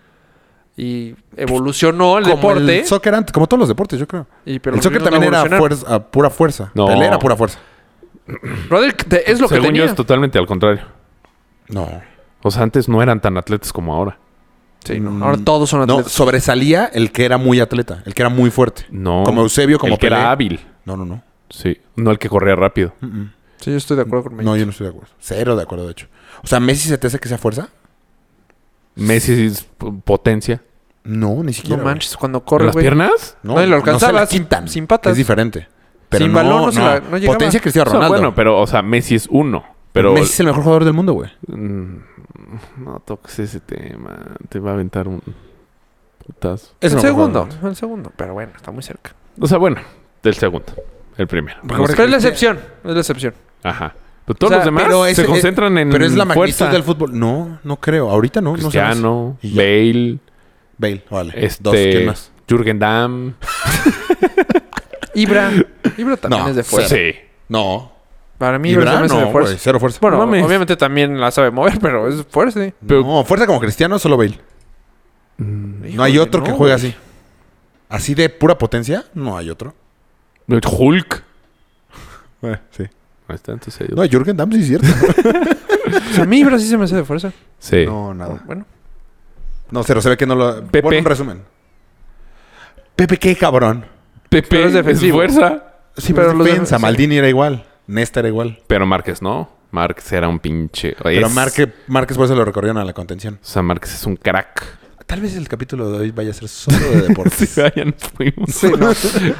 [SPEAKER 1] Y evolucionó el
[SPEAKER 2] Como
[SPEAKER 1] deporte.
[SPEAKER 2] el soccer antes, como todos los deportes, yo creo.
[SPEAKER 1] y, pero
[SPEAKER 2] el
[SPEAKER 1] los
[SPEAKER 2] soccer
[SPEAKER 1] gringos no
[SPEAKER 2] también era
[SPEAKER 1] evolucionaron.
[SPEAKER 2] fuerza, a pura fuerza.
[SPEAKER 3] No.
[SPEAKER 2] Pelea era pura fuerza.
[SPEAKER 1] Roderick, te- es lo que
[SPEAKER 3] Según
[SPEAKER 1] tenía.
[SPEAKER 3] yo es totalmente al contrario.
[SPEAKER 2] No.
[SPEAKER 3] O sea, antes no eran tan atletas como ahora.
[SPEAKER 1] Sí, no,
[SPEAKER 2] Mm,
[SPEAKER 1] Ahora todos son
[SPEAKER 2] No,
[SPEAKER 1] atletas.
[SPEAKER 2] sobresalía el que era muy atleta, el que era muy fuerte.
[SPEAKER 3] No.
[SPEAKER 2] Como Eusebio, como
[SPEAKER 3] el que
[SPEAKER 2] Pelé.
[SPEAKER 3] era hábil.
[SPEAKER 2] No, no, no.
[SPEAKER 3] Sí. No el que corría rápido.
[SPEAKER 2] Mm, mm.
[SPEAKER 1] sí, yo estoy de acuerdo con
[SPEAKER 2] No, yo no estoy de acuerdo. Cero de acuerdo, de hecho. O sea, ¿Messi se te hace que sea fuerza?
[SPEAKER 3] Messi es p- potencia.
[SPEAKER 2] No, ni siquiera.
[SPEAKER 1] No
[SPEAKER 2] güey.
[SPEAKER 1] manches, cuando corre,
[SPEAKER 3] ¿Las
[SPEAKER 1] güey.
[SPEAKER 3] piernas?
[SPEAKER 1] No, y lo alcanzaba
[SPEAKER 2] la
[SPEAKER 1] sin-
[SPEAKER 2] quitan.
[SPEAKER 1] sin patas.
[SPEAKER 2] Es diferente. Pero
[SPEAKER 1] Sin
[SPEAKER 2] no,
[SPEAKER 1] balón
[SPEAKER 2] no,
[SPEAKER 1] no se la- no llegaba.
[SPEAKER 2] Potencia Cristiano
[SPEAKER 3] O sea,
[SPEAKER 2] Ronaldo.
[SPEAKER 3] bueno, pero, o sea, Messi es uno. Pero.
[SPEAKER 2] Messi es el mejor jugador del mundo, güey.
[SPEAKER 3] Mm, no toques ese tema. Te va a aventar un. Putazo.
[SPEAKER 2] Es
[SPEAKER 1] El
[SPEAKER 2] mejor jugador del
[SPEAKER 1] segundo,
[SPEAKER 2] mundo.
[SPEAKER 1] el segundo. Pero bueno, está muy cerca.
[SPEAKER 3] O sea, bueno, del segundo. El primero.
[SPEAKER 2] Pues
[SPEAKER 1] Pero es la excepción. Es la excepción.
[SPEAKER 3] Ajá. Pero
[SPEAKER 1] O
[SPEAKER 3] todos
[SPEAKER 1] sea,
[SPEAKER 3] los demás
[SPEAKER 2] pero
[SPEAKER 3] se
[SPEAKER 2] ese-
[SPEAKER 3] concentran en.
[SPEAKER 2] Pero es la magnitud
[SPEAKER 3] fuerza.
[SPEAKER 2] del fútbol. No, no creo. Ahorita no. no se me hace.
[SPEAKER 3] Cristiano,
[SPEAKER 2] Y ya.
[SPEAKER 3] Bale,
[SPEAKER 2] Bale, vale.
[SPEAKER 3] este.
[SPEAKER 2] Dos, ¿quién más?
[SPEAKER 3] Jürgen Damm.
[SPEAKER 1] Ibra. Ibra también
[SPEAKER 2] No,
[SPEAKER 1] es de
[SPEAKER 2] Fuera.
[SPEAKER 1] fuerza.
[SPEAKER 3] Sí.
[SPEAKER 2] No.
[SPEAKER 1] Para mí, Ibra
[SPEAKER 2] Ibra
[SPEAKER 1] también es
[SPEAKER 2] no,
[SPEAKER 1] de
[SPEAKER 2] güey.
[SPEAKER 1] fuerza.
[SPEAKER 2] Cero fuerza.
[SPEAKER 1] Bueno,
[SPEAKER 3] No mames.
[SPEAKER 1] obviamente también la sabe mover, pero es fuerza. sí.
[SPEAKER 3] pero-
[SPEAKER 2] no, fuerza como Cristiano, solo Bale. no hay
[SPEAKER 1] Híjole,
[SPEAKER 2] otro que
[SPEAKER 1] no,
[SPEAKER 2] juegue
[SPEAKER 1] güey.
[SPEAKER 2] así. Así de pura potencia, no hay otro.
[SPEAKER 3] Hulk.
[SPEAKER 1] Eh,
[SPEAKER 2] sí.
[SPEAKER 3] Ahí está, entonces hay
[SPEAKER 2] No, Jürgen Damm sí es cierto.
[SPEAKER 1] O sea, a mí Ibra sí se me hace de fuerza.
[SPEAKER 3] Sí.
[SPEAKER 2] no, nada.
[SPEAKER 1] Bueno,
[SPEAKER 2] No, cero, se ve que no lo.
[SPEAKER 3] Pepe.
[SPEAKER 2] Pon un resumen. Pepe, qué cabrón.
[SPEAKER 3] Pepe
[SPEAKER 1] Pero es
[SPEAKER 3] es
[SPEAKER 1] defensivo.
[SPEAKER 3] fuerza.
[SPEAKER 2] Sí,
[SPEAKER 1] Pero
[SPEAKER 2] pero
[SPEAKER 1] los
[SPEAKER 2] defensa.
[SPEAKER 1] demás-
[SPEAKER 2] Maldini era igual. Nesta era igual.
[SPEAKER 3] Pero Márquez no. Márquez era un pinche.
[SPEAKER 2] Pero
[SPEAKER 3] es-
[SPEAKER 2] Marque- Márquez por eso lo recorrieron a la contención.
[SPEAKER 3] O sea, Márquez es un crack.
[SPEAKER 2] Tal vez el capítulo de hoy vaya a ser solo de deportes.
[SPEAKER 3] Sí, ya nos fuimos.
[SPEAKER 1] Sí, no.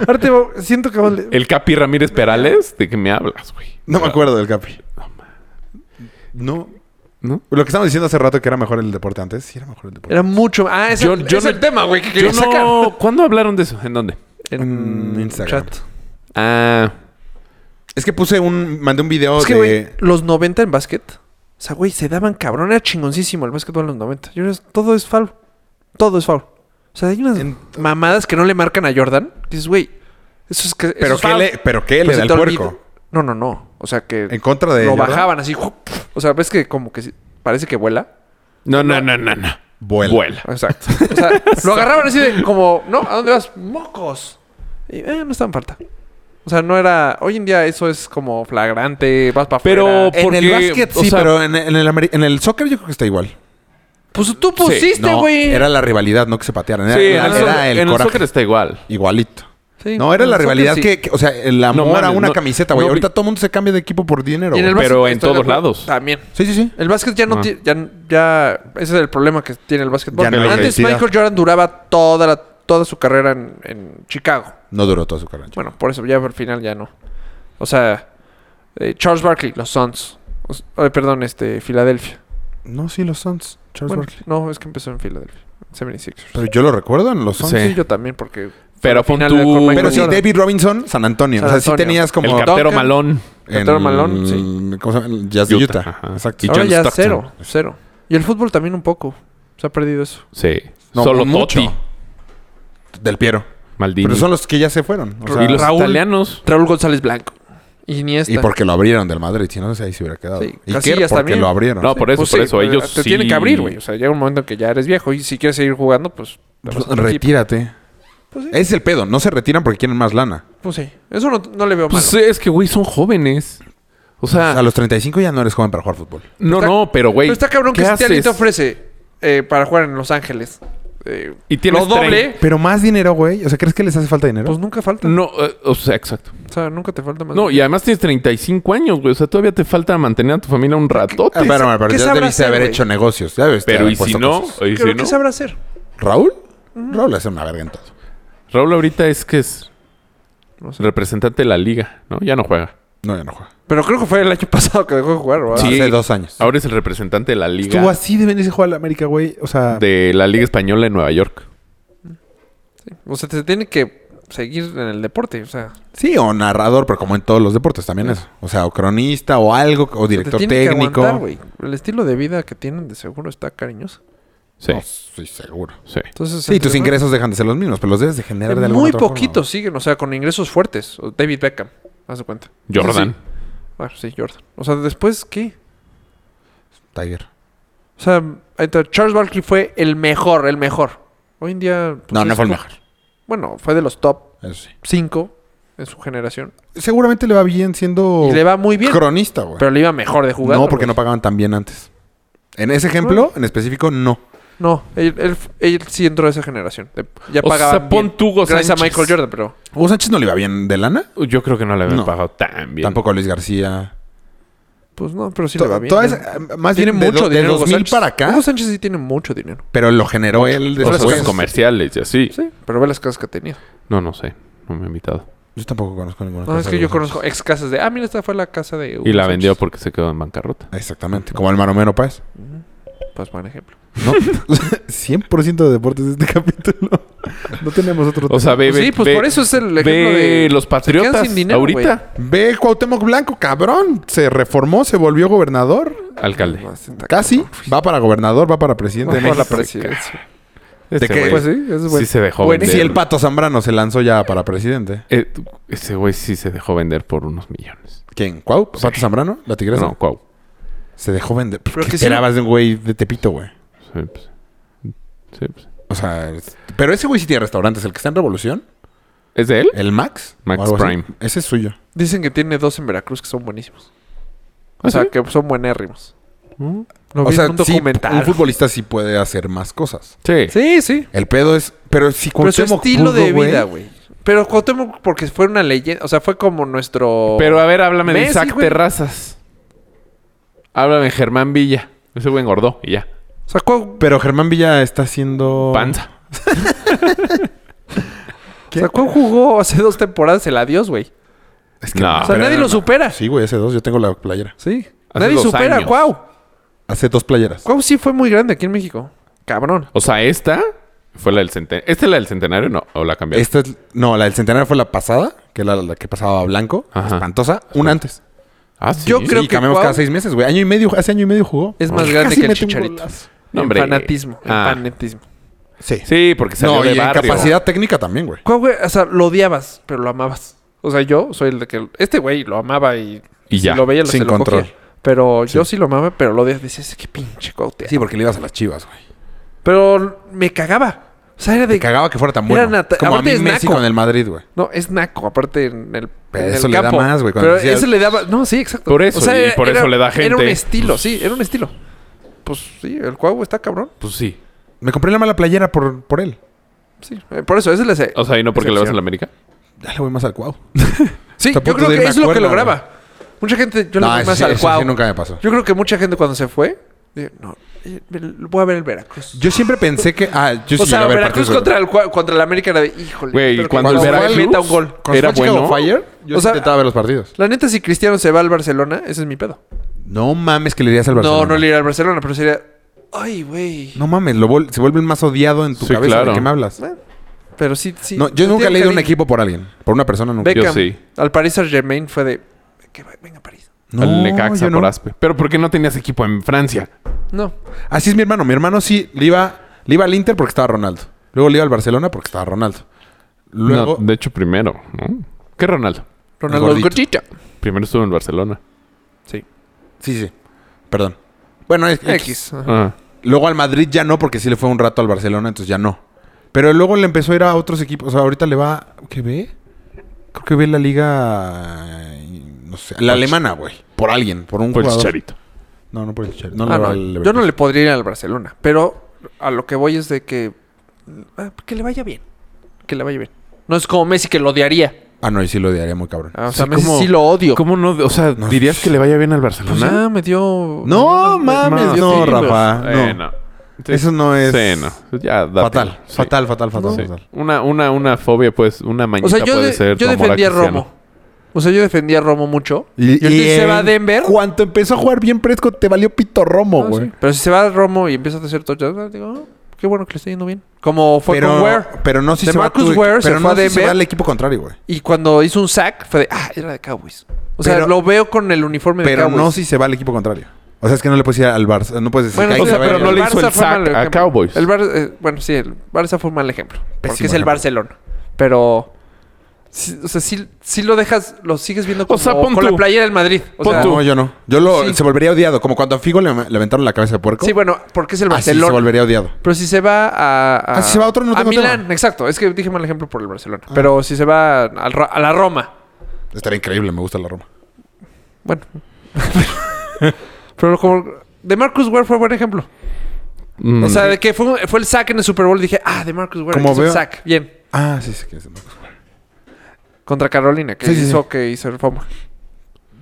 [SPEAKER 1] Ahora te va- siento que va a le-
[SPEAKER 3] El Capi Ramírez Perales, ¿de qué me hablas, güey?
[SPEAKER 2] No me acuerdo del Capi. No.
[SPEAKER 3] ¿No?
[SPEAKER 2] Lo que estábamos diciendo hace rato que era mejor el deporte antes, sí era mejor el deporte.
[SPEAKER 1] Era mucho. Ah, ese,
[SPEAKER 3] Yo- yo
[SPEAKER 1] es
[SPEAKER 3] no-
[SPEAKER 1] el tema, güey, que
[SPEAKER 3] Yo
[SPEAKER 1] quería sacar.
[SPEAKER 3] no... ¿Cuándo hablaron de eso? ¿En dónde?
[SPEAKER 2] En Mm, Instagram.
[SPEAKER 1] chat.
[SPEAKER 3] Ah,
[SPEAKER 2] Es que puse un. Mandé un video
[SPEAKER 1] Es que,
[SPEAKER 2] de.
[SPEAKER 1] güey, los 90 en básquet. O sea, güey, se daban cabrón. Era chingoncísimo el básquetbol en los 90. Yo, no- todo es foul. Todo es foul. O sea, hay unas
[SPEAKER 2] En-
[SPEAKER 1] mamadas que no le marcan a Jordan. Dices, güey, eso es que. eso
[SPEAKER 2] pero,
[SPEAKER 1] es
[SPEAKER 2] ¿qué
[SPEAKER 1] foul.
[SPEAKER 2] le, pero qué
[SPEAKER 1] Pero
[SPEAKER 3] pues,
[SPEAKER 2] le
[SPEAKER 1] se
[SPEAKER 2] da el
[SPEAKER 1] te olvida-
[SPEAKER 2] puerco.
[SPEAKER 1] No, no, no. O sea, que
[SPEAKER 2] En contra de.
[SPEAKER 1] lo
[SPEAKER 2] Jordan,
[SPEAKER 1] bajaban así. ¡jup! O sea, ves que como que sí- parece que vuela.
[SPEAKER 3] no, no, no, no, no.
[SPEAKER 2] Vuela.
[SPEAKER 1] Exacto. O sea, lo agarraban así de como, ¿no? ¿A dónde vas? ¡Mocos! Y, eh, no estaba en falta. O sea, no era. Hoy en día eso es como flagrante, vas para
[SPEAKER 3] Pero-
[SPEAKER 1] afuera.
[SPEAKER 2] En
[SPEAKER 3] Porque,
[SPEAKER 2] el básquet
[SPEAKER 3] o
[SPEAKER 2] sí,
[SPEAKER 3] sea-
[SPEAKER 2] pero en, en el, ameri- en el soccer yo creo que está igual.
[SPEAKER 1] Pues tú pusiste,
[SPEAKER 2] No,
[SPEAKER 1] güey.
[SPEAKER 2] era la rivalidad, no que se patearan. Era,
[SPEAKER 3] este, Sí,
[SPEAKER 2] era-
[SPEAKER 3] en, el,
[SPEAKER 2] era
[SPEAKER 3] soccer-
[SPEAKER 2] el
[SPEAKER 3] en el
[SPEAKER 2] coraje.
[SPEAKER 3] soccer está igual.
[SPEAKER 2] Igualito.
[SPEAKER 1] Sí,
[SPEAKER 2] no, era
[SPEAKER 1] en
[SPEAKER 2] la
[SPEAKER 1] el soccer
[SPEAKER 2] rivalidad
[SPEAKER 1] sí.
[SPEAKER 2] que, que- o sea, el amor a
[SPEAKER 3] mames,
[SPEAKER 2] una
[SPEAKER 3] no-
[SPEAKER 2] camiseta, güey.
[SPEAKER 3] no vi-
[SPEAKER 2] Ahorita todo el mundo se cambia de equipo por dinero,
[SPEAKER 1] Y
[SPEAKER 2] güey.
[SPEAKER 1] el
[SPEAKER 3] Pero
[SPEAKER 1] básquet
[SPEAKER 3] en
[SPEAKER 1] estoy de
[SPEAKER 3] todos
[SPEAKER 1] acuerdo.
[SPEAKER 3] lados.
[SPEAKER 1] También.
[SPEAKER 2] Sí, sí, sí.
[SPEAKER 1] El básquet ya no
[SPEAKER 3] Ah.
[SPEAKER 1] tiene. Ya, ya- Ese es el problema que tiene el básquetbol.
[SPEAKER 2] Ya no hay
[SPEAKER 1] Antes
[SPEAKER 2] identidad.
[SPEAKER 1] Michael Jordan duraba toda, la- toda su carrera en- en Chicago.
[SPEAKER 2] No duró toda su carrera.
[SPEAKER 1] Bueno, por eso ya al final ya no. O sea, eh, Charles Barkley, los Suns. O s- ay, perdón, este, Filadelfia.
[SPEAKER 2] No, sí, los Suns. Charles
[SPEAKER 1] Bueno,
[SPEAKER 2] Barkley.
[SPEAKER 1] no, es que empezó en Filadelfia. 76ers.
[SPEAKER 2] Pero yo lo recuerdo en los Suns.
[SPEAKER 3] Sí.
[SPEAKER 1] Sí, yo también, porque.
[SPEAKER 3] Pero
[SPEAKER 1] fue la
[SPEAKER 3] pon tú-
[SPEAKER 1] con Michael
[SPEAKER 2] Pero sí,
[SPEAKER 1] Jordan.
[SPEAKER 2] David Robinson, San Antonio.
[SPEAKER 1] San
[SPEAKER 2] o sea, sí
[SPEAKER 1] Antonio.
[SPEAKER 2] tenías como...
[SPEAKER 3] el cartero
[SPEAKER 1] Duncan.
[SPEAKER 3] malón.
[SPEAKER 1] Capitán Malone, sí.
[SPEAKER 2] ¿Cómo se llama? El Jazz de
[SPEAKER 3] Utah,
[SPEAKER 2] Utah.
[SPEAKER 3] ajá.
[SPEAKER 2] Exacto.
[SPEAKER 3] Y
[SPEAKER 1] Ahora
[SPEAKER 3] John
[SPEAKER 1] ya
[SPEAKER 3] Stockton.
[SPEAKER 1] cero, cero. Y el fútbol también un poco. Se ha perdido eso.
[SPEAKER 3] Sí.
[SPEAKER 2] No,
[SPEAKER 3] Solo
[SPEAKER 2] mucho.
[SPEAKER 3] Totti.
[SPEAKER 2] Del Piero.
[SPEAKER 3] Maldini.
[SPEAKER 2] Pero son los que ya se fueron. o sea,
[SPEAKER 3] y los
[SPEAKER 1] Raúl.
[SPEAKER 3] italianos.
[SPEAKER 1] Raúl González Blanco. Iniesta.
[SPEAKER 2] y porque lo abrieron del Madrid. Si no, ahí se hubiera quedado.
[SPEAKER 1] Sí,
[SPEAKER 2] ¿Y
[SPEAKER 1] Casillas
[SPEAKER 2] Kerr, Porque
[SPEAKER 1] también.
[SPEAKER 2] lo abrieron.
[SPEAKER 3] No, por eso,
[SPEAKER 1] Pues
[SPEAKER 3] por
[SPEAKER 1] sí,
[SPEAKER 3] eso. Ellos
[SPEAKER 1] te
[SPEAKER 3] sí-
[SPEAKER 1] tienen que abrir, güey. O sea, llega un momento en que ya eres viejo y si quieres seguir jugando, pues. te vas a otro equipo.
[SPEAKER 2] Retírate.
[SPEAKER 1] Pues sí.
[SPEAKER 2] Ese es el pedo. No se retiran porque quieren más lana.
[SPEAKER 1] Pues sí. Eso no, no le veo
[SPEAKER 3] Pues
[SPEAKER 1] malo.
[SPEAKER 3] es que, güey, son jóvenes. O
[SPEAKER 1] Ah.
[SPEAKER 3] sea,
[SPEAKER 2] a los 35 ya no eres joven para jugar fútbol.
[SPEAKER 3] no,
[SPEAKER 1] está-
[SPEAKER 3] no, pero, güey.
[SPEAKER 1] Pero está cabrón
[SPEAKER 3] ¿qué
[SPEAKER 1] que si te- alguien te
[SPEAKER 3] haces?
[SPEAKER 1] ofrece eh, para jugar en Los Ángeles. eh,
[SPEAKER 3] Y tienes
[SPEAKER 1] lo doble.
[SPEAKER 2] Pero más dinero, güey. O sea, ¿crees que les hace falta dinero?
[SPEAKER 1] Pues nunca falta.
[SPEAKER 3] No, eh, o sea, exacto.
[SPEAKER 1] O sea, nunca te falta más.
[SPEAKER 3] No, y además tienes 35 años, güey. O sea, todavía te falta mantener a tu familia un ratote.
[SPEAKER 2] Ah, pero, pero,
[SPEAKER 1] ¿Qué
[SPEAKER 2] ya
[SPEAKER 1] sabrá
[SPEAKER 2] debiste
[SPEAKER 1] hacer,
[SPEAKER 2] haber
[SPEAKER 1] güey?
[SPEAKER 2] hecho negocios. Ya debiste
[SPEAKER 3] Pero
[SPEAKER 2] haber
[SPEAKER 3] y si
[SPEAKER 2] puesto
[SPEAKER 3] no,
[SPEAKER 2] cosas.
[SPEAKER 3] y
[SPEAKER 1] Pero
[SPEAKER 3] si
[SPEAKER 1] ¿qué
[SPEAKER 3] no.
[SPEAKER 1] sabrá hacer?
[SPEAKER 2] ¿Raúl? Raúl hace una verga en todo.
[SPEAKER 3] Raúl ahorita es que es
[SPEAKER 1] No sé.
[SPEAKER 3] representante de la liga, ¿no? Ya no juega.
[SPEAKER 2] No, ya no juega.
[SPEAKER 1] Pero creo que fue el año pasado que dejó de jugar, ¿verdad?
[SPEAKER 3] Sí.
[SPEAKER 2] Hace dos años.
[SPEAKER 3] Ahora es el representante de la liga.
[SPEAKER 2] Estuvo así de venirse a jugar a la América, güey. O sea,
[SPEAKER 3] De la liga española en Nueva York.
[SPEAKER 1] O sea, te tiene que seguir en el deporte. O sea,
[SPEAKER 2] sí, o narrador, pero como en todos los deportes también eso. O sea, o cronista, o algo, o
[SPEAKER 1] te
[SPEAKER 2] director
[SPEAKER 1] tiene
[SPEAKER 2] técnico.
[SPEAKER 1] que aguantar, güey. El estilo de vida que tienen de seguro está cariñoso.
[SPEAKER 3] Sí,
[SPEAKER 2] No, sí, seguro.
[SPEAKER 3] sí.
[SPEAKER 1] Entonces,
[SPEAKER 2] Sí, tus
[SPEAKER 1] entre más-
[SPEAKER 2] ingresos dejan de ser los mismos, pero los debes de generar de alguna
[SPEAKER 1] Muy
[SPEAKER 2] otra forma.
[SPEAKER 1] poquitos siguen, o sea, con ingresos fuertes. O David Beckham, haz de cuenta.
[SPEAKER 3] Jordan.
[SPEAKER 1] Sí. Bueno, sí, Jordan. O sea, después, ¿qué?
[SPEAKER 2] Tiger.
[SPEAKER 1] O sea, ahí está, Charles Barkley fue el mejor, el mejor. Hoy en día... pues,
[SPEAKER 2] No, no
[SPEAKER 1] es
[SPEAKER 2] fue el
[SPEAKER 1] co-
[SPEAKER 2] mejor.
[SPEAKER 1] Bueno, fue de los top
[SPEAKER 2] Eso sí.
[SPEAKER 1] 5 en su generación.
[SPEAKER 2] Seguramente le va bien siendo
[SPEAKER 1] Y le va muy bien.
[SPEAKER 2] cronista, güey.
[SPEAKER 1] Pero le iba mejor de jugar.
[SPEAKER 2] Oh, No, porque no pagaban tan bien antes. En ese ejemplo,
[SPEAKER 1] Pues.
[SPEAKER 2] en específico, no.
[SPEAKER 1] No, él, él, él sí entró a esa generación. De- Ya
[SPEAKER 3] O
[SPEAKER 1] pagaba.
[SPEAKER 3] sea, pon tú, Hugo
[SPEAKER 1] Gracias a
[SPEAKER 3] Sánchez.
[SPEAKER 1] Michael Jordan, pero.
[SPEAKER 2] Hugo Sánchez no le iba bien de lana.
[SPEAKER 3] Yo creo que no le habían
[SPEAKER 2] No.
[SPEAKER 3] pagado tan bien.
[SPEAKER 2] Tampoco a Luis García.
[SPEAKER 1] Pues no, pero sí
[SPEAKER 2] To-
[SPEAKER 1] le va bien.
[SPEAKER 2] toda
[SPEAKER 1] Él-
[SPEAKER 2] esa- eh, más
[SPEAKER 1] tiene
[SPEAKER 2] bien de
[SPEAKER 1] mucho
[SPEAKER 2] do- de
[SPEAKER 1] dinero. Hugo
[SPEAKER 2] 2000
[SPEAKER 1] Sánchez.
[SPEAKER 2] para acá.
[SPEAKER 1] Hugo Sánchez sí tiene mucho dinero.
[SPEAKER 2] Pero lo generó él
[SPEAKER 3] O sea,
[SPEAKER 2] después.
[SPEAKER 3] sus comerciales y así.
[SPEAKER 1] Sí, pero ve las casas que ha tenido.
[SPEAKER 3] No, no sé. No me ha invitado.
[SPEAKER 2] Yo tampoco conozco ninguna.
[SPEAKER 1] No, es
[SPEAKER 2] casa
[SPEAKER 1] que
[SPEAKER 2] de
[SPEAKER 1] yo
[SPEAKER 2] Hugo Sánchez.
[SPEAKER 1] conozco ex casas de. Ah, mira, esta fue la casa de. Hugo
[SPEAKER 3] Y la
[SPEAKER 1] Sánchez".
[SPEAKER 3] vendió porque se quedó en bancarrota.
[SPEAKER 2] Ah, Exactamente. Como el Maromero Páez.
[SPEAKER 1] Pues buen ejemplo.
[SPEAKER 2] ¿No? 100% de deportes este capítulo. No tenemos otro
[SPEAKER 3] O sea, ve,
[SPEAKER 1] Pues sí,
[SPEAKER 3] ve-
[SPEAKER 1] pues
[SPEAKER 3] ve-
[SPEAKER 1] por eso es el ejemplo
[SPEAKER 3] ve
[SPEAKER 1] de-
[SPEAKER 3] los
[SPEAKER 1] se quedan
[SPEAKER 3] patriotas
[SPEAKER 1] sin dinero,
[SPEAKER 3] ahorita.
[SPEAKER 2] Ve Cuauhtémoc Blanco, cabrón. Se reformó, se volvió gobernador.
[SPEAKER 3] Alcalde.
[SPEAKER 1] Más está
[SPEAKER 2] Casi.
[SPEAKER 1] cabrón.
[SPEAKER 2] Va para gobernador, va para presidente.
[SPEAKER 1] Fue
[SPEAKER 2] de
[SPEAKER 1] por la
[SPEAKER 2] México.
[SPEAKER 1] presidencia.
[SPEAKER 3] Este
[SPEAKER 2] qué?
[SPEAKER 3] güey-
[SPEAKER 1] Pues sí, eso es bueno.
[SPEAKER 3] Sí se dejó
[SPEAKER 1] Bueno,
[SPEAKER 2] Si
[SPEAKER 3] vender.
[SPEAKER 2] el Pato Zambrano se lanzó ya para presidente.
[SPEAKER 3] Eh, ese güey sí se dejó vender por unos millones.
[SPEAKER 2] ¿Quién? ¿Cuau?
[SPEAKER 3] Sí.
[SPEAKER 2] ¿Pato Zambrano? ¿La tigresa?
[SPEAKER 3] No, wow.
[SPEAKER 2] Se dejó vender. ¿Pero
[SPEAKER 1] Pero
[SPEAKER 2] ¿Qué
[SPEAKER 1] que sí.
[SPEAKER 2] esperabas de un güey de Tepito, güey?
[SPEAKER 3] Sí, pues. Sí, pues.
[SPEAKER 2] O sea, es- pero ese güey sí tiene restaurantes. El que está en Revolución,
[SPEAKER 3] ¿Es de él?
[SPEAKER 2] el Max.
[SPEAKER 3] Max
[SPEAKER 2] o algo así,
[SPEAKER 3] Prime.
[SPEAKER 2] Ese es suyo.
[SPEAKER 1] Dicen que tiene dos en Veracruz que son buenísimos. O
[SPEAKER 3] ¿Ah,
[SPEAKER 1] sea,
[SPEAKER 3] sí?
[SPEAKER 1] que son buenérrimos.
[SPEAKER 3] Mm.
[SPEAKER 1] Lo
[SPEAKER 2] o
[SPEAKER 1] vi
[SPEAKER 2] sea,
[SPEAKER 1] en un
[SPEAKER 2] sí,
[SPEAKER 1] documental.
[SPEAKER 2] un futbolista sí puede hacer más cosas.
[SPEAKER 3] Sí.
[SPEAKER 1] Sí, sí.
[SPEAKER 2] El pedo es... Pero si
[SPEAKER 1] Pero su
[SPEAKER 2] Cuauhtémoc
[SPEAKER 1] estilo
[SPEAKER 2] pudo,
[SPEAKER 1] de vida, güey. Pero Cuauhtémoc porque fue una leyenda. O sea, fue como nuestro...
[SPEAKER 3] Pero a ver, háblame de
[SPEAKER 1] Messi,
[SPEAKER 3] Isaac
[SPEAKER 1] güey.
[SPEAKER 3] Terrazas. Háblame de Germán Villa. Ese güey engordó y ya.
[SPEAKER 1] Sacó,
[SPEAKER 2] Pero Germán Villa está haciendo...
[SPEAKER 3] Panza.
[SPEAKER 2] ¿Qué?
[SPEAKER 1] sacó jugó hace dos temporadas el adiós, güey.
[SPEAKER 2] Es
[SPEAKER 3] No.
[SPEAKER 1] o sea,
[SPEAKER 2] pero
[SPEAKER 1] nadie
[SPEAKER 2] no,
[SPEAKER 1] lo
[SPEAKER 2] no.
[SPEAKER 1] supera.
[SPEAKER 2] Sí, güey, hace dos. Yo tengo la playera.
[SPEAKER 1] Sí.
[SPEAKER 3] Hace
[SPEAKER 1] nadie
[SPEAKER 3] dos
[SPEAKER 1] supera a
[SPEAKER 3] años.
[SPEAKER 1] Cuau.
[SPEAKER 2] Hace dos playeras.
[SPEAKER 1] Cuau sí fue muy grande aquí en México. Cabrón.
[SPEAKER 3] O sea, esta fue la del centenario. ¿Esta es la del centenario? No, o la cambiaron.
[SPEAKER 2] Esta es... No, la del centenario fue la pasada, que era la que pasaba a blanco.
[SPEAKER 3] Ajá.
[SPEAKER 2] Espantosa. Una antes.
[SPEAKER 3] Ah, sí.
[SPEAKER 1] Yo creo-
[SPEAKER 2] y
[SPEAKER 1] que
[SPEAKER 2] cambiamos
[SPEAKER 1] Cuau-
[SPEAKER 2] cada seis meses, güey. Año y medio, hace año y medio jugó.
[SPEAKER 1] Es más
[SPEAKER 2] Casi
[SPEAKER 1] grande que el
[SPEAKER 2] mete un
[SPEAKER 1] Chicharito.
[SPEAKER 2] golazo.
[SPEAKER 3] No,
[SPEAKER 1] En
[SPEAKER 3] hombre.
[SPEAKER 1] fanatismo. en
[SPEAKER 3] Ah.
[SPEAKER 1] fanatismo.
[SPEAKER 2] Sí.
[SPEAKER 3] Sí, porque salió
[SPEAKER 2] No,
[SPEAKER 3] de
[SPEAKER 2] y en
[SPEAKER 3] barrio.
[SPEAKER 2] capacidad técnica también, güey.
[SPEAKER 1] Cuau, güey, o sea, lo odiabas, pero lo amabas. O sea, yo soy el de que... Este güey lo amaba y...
[SPEAKER 3] Y
[SPEAKER 1] si
[SPEAKER 3] ya.
[SPEAKER 1] lo veía, lo-
[SPEAKER 2] Sin
[SPEAKER 1] se lo
[SPEAKER 2] control.
[SPEAKER 1] cogía. Pero yo sí lo amaba, pero lo odias. Dices, qué pinche Cuau te
[SPEAKER 2] Sí, porque le ibas a las chivas, güey.
[SPEAKER 1] Pero me cagaba. O sea, era de...
[SPEAKER 2] Me cagaba que fuera tan
[SPEAKER 1] Era
[SPEAKER 2] bueno.
[SPEAKER 1] nata-
[SPEAKER 2] Como a
[SPEAKER 1] aparte
[SPEAKER 2] mí
[SPEAKER 1] es
[SPEAKER 2] Messi
[SPEAKER 1] naco.
[SPEAKER 2] con el Madrid, güey.
[SPEAKER 1] No, es naco, aparte en el,
[SPEAKER 2] Pero
[SPEAKER 1] en el
[SPEAKER 2] eso le da
[SPEAKER 1] campo.
[SPEAKER 2] más, güey, cuando
[SPEAKER 1] Pero
[SPEAKER 2] decía-
[SPEAKER 1] eso le daba... No, sí, exacto.
[SPEAKER 3] Por eso, y por eso le da
[SPEAKER 1] Era
[SPEAKER 3] gente.
[SPEAKER 1] un estilo, sí, era un estilo. Pues sí, el Cuau está cabrón.
[SPEAKER 3] Pues sí.
[SPEAKER 2] Me compré la mala playera por, por él.
[SPEAKER 1] Sí, eh, por eso, ese es el...
[SPEAKER 3] O sea, ¿y no porque le vas a la
[SPEAKER 1] excepción.
[SPEAKER 3] América?
[SPEAKER 2] Dale, voy más al cuau.
[SPEAKER 1] Sí, yo
[SPEAKER 2] Tampoco
[SPEAKER 1] creo
[SPEAKER 2] de
[SPEAKER 1] que
[SPEAKER 2] irme a
[SPEAKER 1] es lo que
[SPEAKER 2] cuerda,
[SPEAKER 1] lograba.
[SPEAKER 2] güey.
[SPEAKER 1] Mucha gente, yo le
[SPEAKER 2] No,
[SPEAKER 1] doy
[SPEAKER 2] eso
[SPEAKER 1] más
[SPEAKER 2] sí-
[SPEAKER 1] al
[SPEAKER 2] eso
[SPEAKER 1] Cuau.
[SPEAKER 2] sí nunca me pasó.
[SPEAKER 1] Yo creo que mucha gente cuando se fue, dije, no, eh, el- voy a ver el Veracruz.
[SPEAKER 2] Yo siempre pensé que... Ah, yo sí
[SPEAKER 1] o sea,
[SPEAKER 2] llegué a ver
[SPEAKER 1] Veracruz
[SPEAKER 2] partidos de-
[SPEAKER 1] contra el, Cuau- contra el América era de, híjole.
[SPEAKER 3] Güey,
[SPEAKER 1] espero que
[SPEAKER 3] cuando el
[SPEAKER 1] Cuau
[SPEAKER 3] Veracruz-
[SPEAKER 1] meta un gol.
[SPEAKER 2] Cuando
[SPEAKER 3] Era
[SPEAKER 2] fue Chicago
[SPEAKER 3] bueno.
[SPEAKER 2] Fire, yo
[SPEAKER 1] O
[SPEAKER 2] sí
[SPEAKER 1] sea-
[SPEAKER 2] intentaba ver los partidos.
[SPEAKER 1] La neta, si Cristiano se va al Barcelona, ese es mi pedo.
[SPEAKER 2] No mames que le irías al Barcelona.
[SPEAKER 1] No, no le iré al Barcelona, pero sería, ay, güey.
[SPEAKER 2] No mames, lo vol- se vuelve el más odiado en tu
[SPEAKER 3] Sí,
[SPEAKER 2] cabeza.
[SPEAKER 3] claro.
[SPEAKER 2] ¿De qué me hablas?
[SPEAKER 1] Bueno, Pero sí, sí.
[SPEAKER 2] No, yo
[SPEAKER 1] le
[SPEAKER 2] nunca
[SPEAKER 1] tengo
[SPEAKER 2] le he ido a un
[SPEAKER 1] cariño.
[SPEAKER 2] equipo por alguien. Por una persona nunca.
[SPEAKER 1] Beckham,
[SPEAKER 3] Yo sí.
[SPEAKER 1] Al Paris Saint Germain fue de, que va- venga París.
[SPEAKER 2] No,
[SPEAKER 3] al Necaxa
[SPEAKER 2] yo no.
[SPEAKER 3] por Aspe. Pero ¿por qué no tenías equipo en Francia?
[SPEAKER 1] No.
[SPEAKER 2] Así es mi hermano. Mi hermano sí le iba, le iba al Inter porque estaba Ronaldo. Luego le iba al Barcelona porque estaba Ronaldo. Luego...
[SPEAKER 3] No, de hecho, primero, ¿no? ¿Qué Ronaldo?
[SPEAKER 1] Ronaldo
[SPEAKER 2] gordito.
[SPEAKER 1] Gotita.
[SPEAKER 3] Primero estuvo en Barcelona.
[SPEAKER 1] Sí.
[SPEAKER 2] Sí, sí. Perdón. Bueno, es
[SPEAKER 1] X. ajá.
[SPEAKER 3] Ah.
[SPEAKER 2] Luego al Madrid ya no, porque sí le fue un rato al Barcelona, entonces ya no. Pero luego le empezó a ir a otros equipos. O sea, ahorita le va. ¿Qué ve? Creo que ve la liga. eh, No sé. La alemana, güey. Por alguien, por un
[SPEAKER 3] Fue el
[SPEAKER 2] jugador.
[SPEAKER 3] Chicharito.
[SPEAKER 2] No, no por el Chicharito. No,
[SPEAKER 1] Ah,
[SPEAKER 2] le va
[SPEAKER 1] no,
[SPEAKER 2] al
[SPEAKER 1] yo no
[SPEAKER 2] Leverkusen.
[SPEAKER 1] le podría ir al Barcelona, pero a lo que voy es de que ah, que le vaya bien, que le vaya bien. No es como Messi que lo odiaría.
[SPEAKER 2] Ah, no, y sí lo odiaría muy cabrón.
[SPEAKER 1] Ah, o sea,
[SPEAKER 3] Sí,
[SPEAKER 1] Messi
[SPEAKER 3] ¿cómo-
[SPEAKER 1] sí lo odio.
[SPEAKER 3] ¿Cómo no? O sea,
[SPEAKER 2] No.
[SPEAKER 3] ¿dirías que le vaya bien al Barcelona?
[SPEAKER 1] Pues ya me dio me-
[SPEAKER 2] No
[SPEAKER 1] me-
[SPEAKER 2] mames,
[SPEAKER 1] me-
[SPEAKER 2] no,
[SPEAKER 1] sí,
[SPEAKER 2] Rafa. Ah, No.
[SPEAKER 3] Eh, no. Sí.
[SPEAKER 2] Eso no es-
[SPEAKER 3] Sí, no. Ya, date.
[SPEAKER 2] fatal,
[SPEAKER 3] Sí.
[SPEAKER 2] fatal, fatal, fatal,
[SPEAKER 3] Sí.
[SPEAKER 2] fatal.
[SPEAKER 3] Una, una, una fobia, pues, una
[SPEAKER 1] O
[SPEAKER 3] mañita
[SPEAKER 1] sea, yo,
[SPEAKER 3] puede
[SPEAKER 1] de-
[SPEAKER 3] ser.
[SPEAKER 1] yo
[SPEAKER 3] tu amor
[SPEAKER 1] defendía a
[SPEAKER 3] Cristiano.
[SPEAKER 1] Romo. O sea, yo defendía a Romo mucho. Y, ahorita se
[SPEAKER 2] en
[SPEAKER 1] va a Denver.
[SPEAKER 2] Cuanto empezó a jugar bien fresco, te valió pito romo,
[SPEAKER 1] Ah,
[SPEAKER 2] güey.
[SPEAKER 1] sí. Pero si se va a Romo y empieza a hacer touchdowns, digo, ah, qué bueno que le está yendo bien. Como fue
[SPEAKER 2] Pero,
[SPEAKER 1] con Ware.
[SPEAKER 2] pero no si
[SPEAKER 1] De
[SPEAKER 2] se va, a
[SPEAKER 1] Marcus
[SPEAKER 2] tu-
[SPEAKER 1] Ware se
[SPEAKER 2] pero
[SPEAKER 1] fue
[SPEAKER 2] no
[SPEAKER 1] a
[SPEAKER 2] si se va
[SPEAKER 1] Denver.
[SPEAKER 2] al equipo contrario, güey.
[SPEAKER 1] Y cuando hizo un sack, fue de, ah, era de Cowboys. O sea,
[SPEAKER 2] Pero-
[SPEAKER 1] lo veo con el uniforme de
[SPEAKER 2] Pero
[SPEAKER 1] Cowboys.
[SPEAKER 2] no si se va al equipo contrario. O sea, es que no le puedes ir al Barça. No puedes decir
[SPEAKER 1] Bueno,
[SPEAKER 2] que hay
[SPEAKER 1] o
[SPEAKER 2] que
[SPEAKER 1] sea,
[SPEAKER 2] se vaya
[SPEAKER 1] pero
[SPEAKER 2] al
[SPEAKER 1] no
[SPEAKER 3] le
[SPEAKER 2] Barça.
[SPEAKER 3] hizo el
[SPEAKER 1] Barça fue
[SPEAKER 3] sack
[SPEAKER 1] mal
[SPEAKER 3] a
[SPEAKER 1] ejemplo.
[SPEAKER 3] Cowboys.
[SPEAKER 1] El Bar- eh, bueno, sí, el Barça fue un mal ejemplo. Porque
[SPEAKER 2] Pésimo
[SPEAKER 1] es el
[SPEAKER 2] ejemplo.
[SPEAKER 1] Barcelona. Pero. sí, o sea, sí, sí lo dejas, lo sigues viendo como
[SPEAKER 3] sea, pon
[SPEAKER 1] con
[SPEAKER 3] tú.
[SPEAKER 1] la playera del Madrid. O
[SPEAKER 3] Pon
[SPEAKER 1] sea,
[SPEAKER 3] tú.
[SPEAKER 2] No, yo no. Yo lo,
[SPEAKER 1] Sí.
[SPEAKER 2] se volvería odiado. Como cuando a Figo le, le aventaron la cabeza de puerco.
[SPEAKER 1] Sí, bueno, porque es el
[SPEAKER 2] así se
[SPEAKER 1] Barcelona.
[SPEAKER 2] volvería odiado.
[SPEAKER 1] pero si se va a. a
[SPEAKER 2] Ah, si se va a otro, no tengo
[SPEAKER 1] Milán,
[SPEAKER 2] tema. Ah.
[SPEAKER 1] exacto. Es que dije mal ejemplo por el Barcelona. Pero si se va al Ro- a la Roma.
[SPEAKER 2] Estaría increíble, me gusta la Roma.
[SPEAKER 1] Bueno. pero como. De Marcus Ware fue buen ejemplo.
[SPEAKER 3] Mm.
[SPEAKER 1] O sea, de que fue, un- fue el sack en el Super Bowl. Dije, ah, de Marcus Ware.
[SPEAKER 2] Como
[SPEAKER 1] hizo el
[SPEAKER 2] veo-
[SPEAKER 1] sack. Bien.
[SPEAKER 2] Ah, sí, sí. que es-
[SPEAKER 1] Contra Carolina, que
[SPEAKER 2] Sí, sí,
[SPEAKER 1] hizo
[SPEAKER 2] sí.
[SPEAKER 1] que hizo el fumble.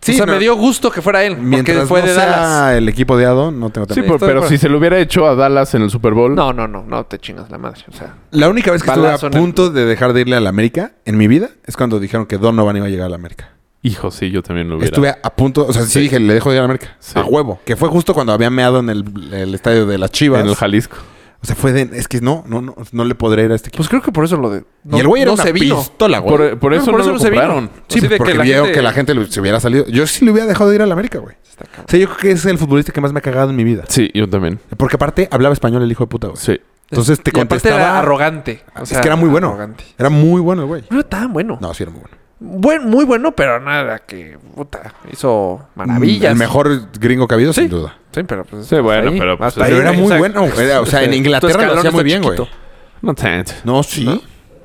[SPEAKER 2] Sí,
[SPEAKER 1] o sea,
[SPEAKER 2] no.
[SPEAKER 1] me dio gusto que fuera él, porque
[SPEAKER 2] Mientras
[SPEAKER 1] fue
[SPEAKER 2] no
[SPEAKER 1] de
[SPEAKER 2] sea
[SPEAKER 1] Dallas.
[SPEAKER 2] el equipo odiado, no tengo tema.
[SPEAKER 3] Sí, por-
[SPEAKER 1] estoy de
[SPEAKER 3] pero
[SPEAKER 1] acuerdo.
[SPEAKER 3] si se lo hubiera hecho a Dallas en el Super Bowl.
[SPEAKER 1] No, no, no, no te chingas la madre. O sea,
[SPEAKER 2] La única vez que estuve a
[SPEAKER 1] Balazo en el-
[SPEAKER 2] punto de dejar de irle a la América en mi vida es cuando dijeron que Donovan iba a llegar a la América.
[SPEAKER 3] Hijo, sí, yo también lo hubiera.
[SPEAKER 2] Estuve a, a punto, o sea, sí,
[SPEAKER 3] Sí.
[SPEAKER 2] dije, le dejo de ir a la América.
[SPEAKER 3] Sí.
[SPEAKER 2] A huevo. Que fue justo cuando había meado en el, el estadio de las Chivas.
[SPEAKER 3] en el Jalisco.
[SPEAKER 2] o sea, fue de, es que no, no, no, no le podré ir a este equipo.
[SPEAKER 1] pues creo que por eso lo de.
[SPEAKER 2] y el güey era
[SPEAKER 1] no
[SPEAKER 2] una
[SPEAKER 1] se vino.
[SPEAKER 2] pistola, güey.
[SPEAKER 3] Por, por
[SPEAKER 1] No,
[SPEAKER 3] eso no, lo
[SPEAKER 1] se vino.
[SPEAKER 3] compraron.
[SPEAKER 1] Sí,
[SPEAKER 2] Sí,
[SPEAKER 1] de
[SPEAKER 2] porque
[SPEAKER 1] que la
[SPEAKER 2] vio
[SPEAKER 1] gente...
[SPEAKER 2] que la gente le- se hubiera salido. Yo sí le hubiera dejado de ir a la América, güey.
[SPEAKER 1] Está cabrón.
[SPEAKER 2] O sea, yo creo que es el futbolista que más me ha cagado en mi vida.
[SPEAKER 3] Sí, yo también.
[SPEAKER 2] Porque aparte hablaba español el hijo de puta, güey.
[SPEAKER 3] Sí.
[SPEAKER 2] Entonces
[SPEAKER 1] Y
[SPEAKER 2] te
[SPEAKER 1] aparte
[SPEAKER 2] contestaba.
[SPEAKER 1] era arrogante. O sea,
[SPEAKER 2] es que era muy bueno.
[SPEAKER 1] Arrogante.
[SPEAKER 2] Era muy bueno el güey.
[SPEAKER 1] No era tan bueno.
[SPEAKER 2] No, sí era muy bueno.
[SPEAKER 1] Buen- muy bueno, pero nada que. Puta, hizo maravillas.
[SPEAKER 2] El mejor gringo que ha habido,
[SPEAKER 1] Sí.
[SPEAKER 2] sin duda.
[SPEAKER 1] Sí, pero pues.
[SPEAKER 3] Sí,
[SPEAKER 1] hasta
[SPEAKER 3] bueno,
[SPEAKER 1] ahí,
[SPEAKER 3] pero, pues,
[SPEAKER 1] hasta
[SPEAKER 2] Pero
[SPEAKER 1] ahí,
[SPEAKER 2] era
[SPEAKER 1] güey.
[SPEAKER 2] muy
[SPEAKER 1] O sea,
[SPEAKER 2] bueno. güey. Era- o sea, en
[SPEAKER 1] tu
[SPEAKER 2] Inglaterra lo
[SPEAKER 1] escalón
[SPEAKER 2] hacía
[SPEAKER 1] está
[SPEAKER 2] muy bien, güey.
[SPEAKER 1] chiquito.
[SPEAKER 3] No tanto.
[SPEAKER 2] No, sí.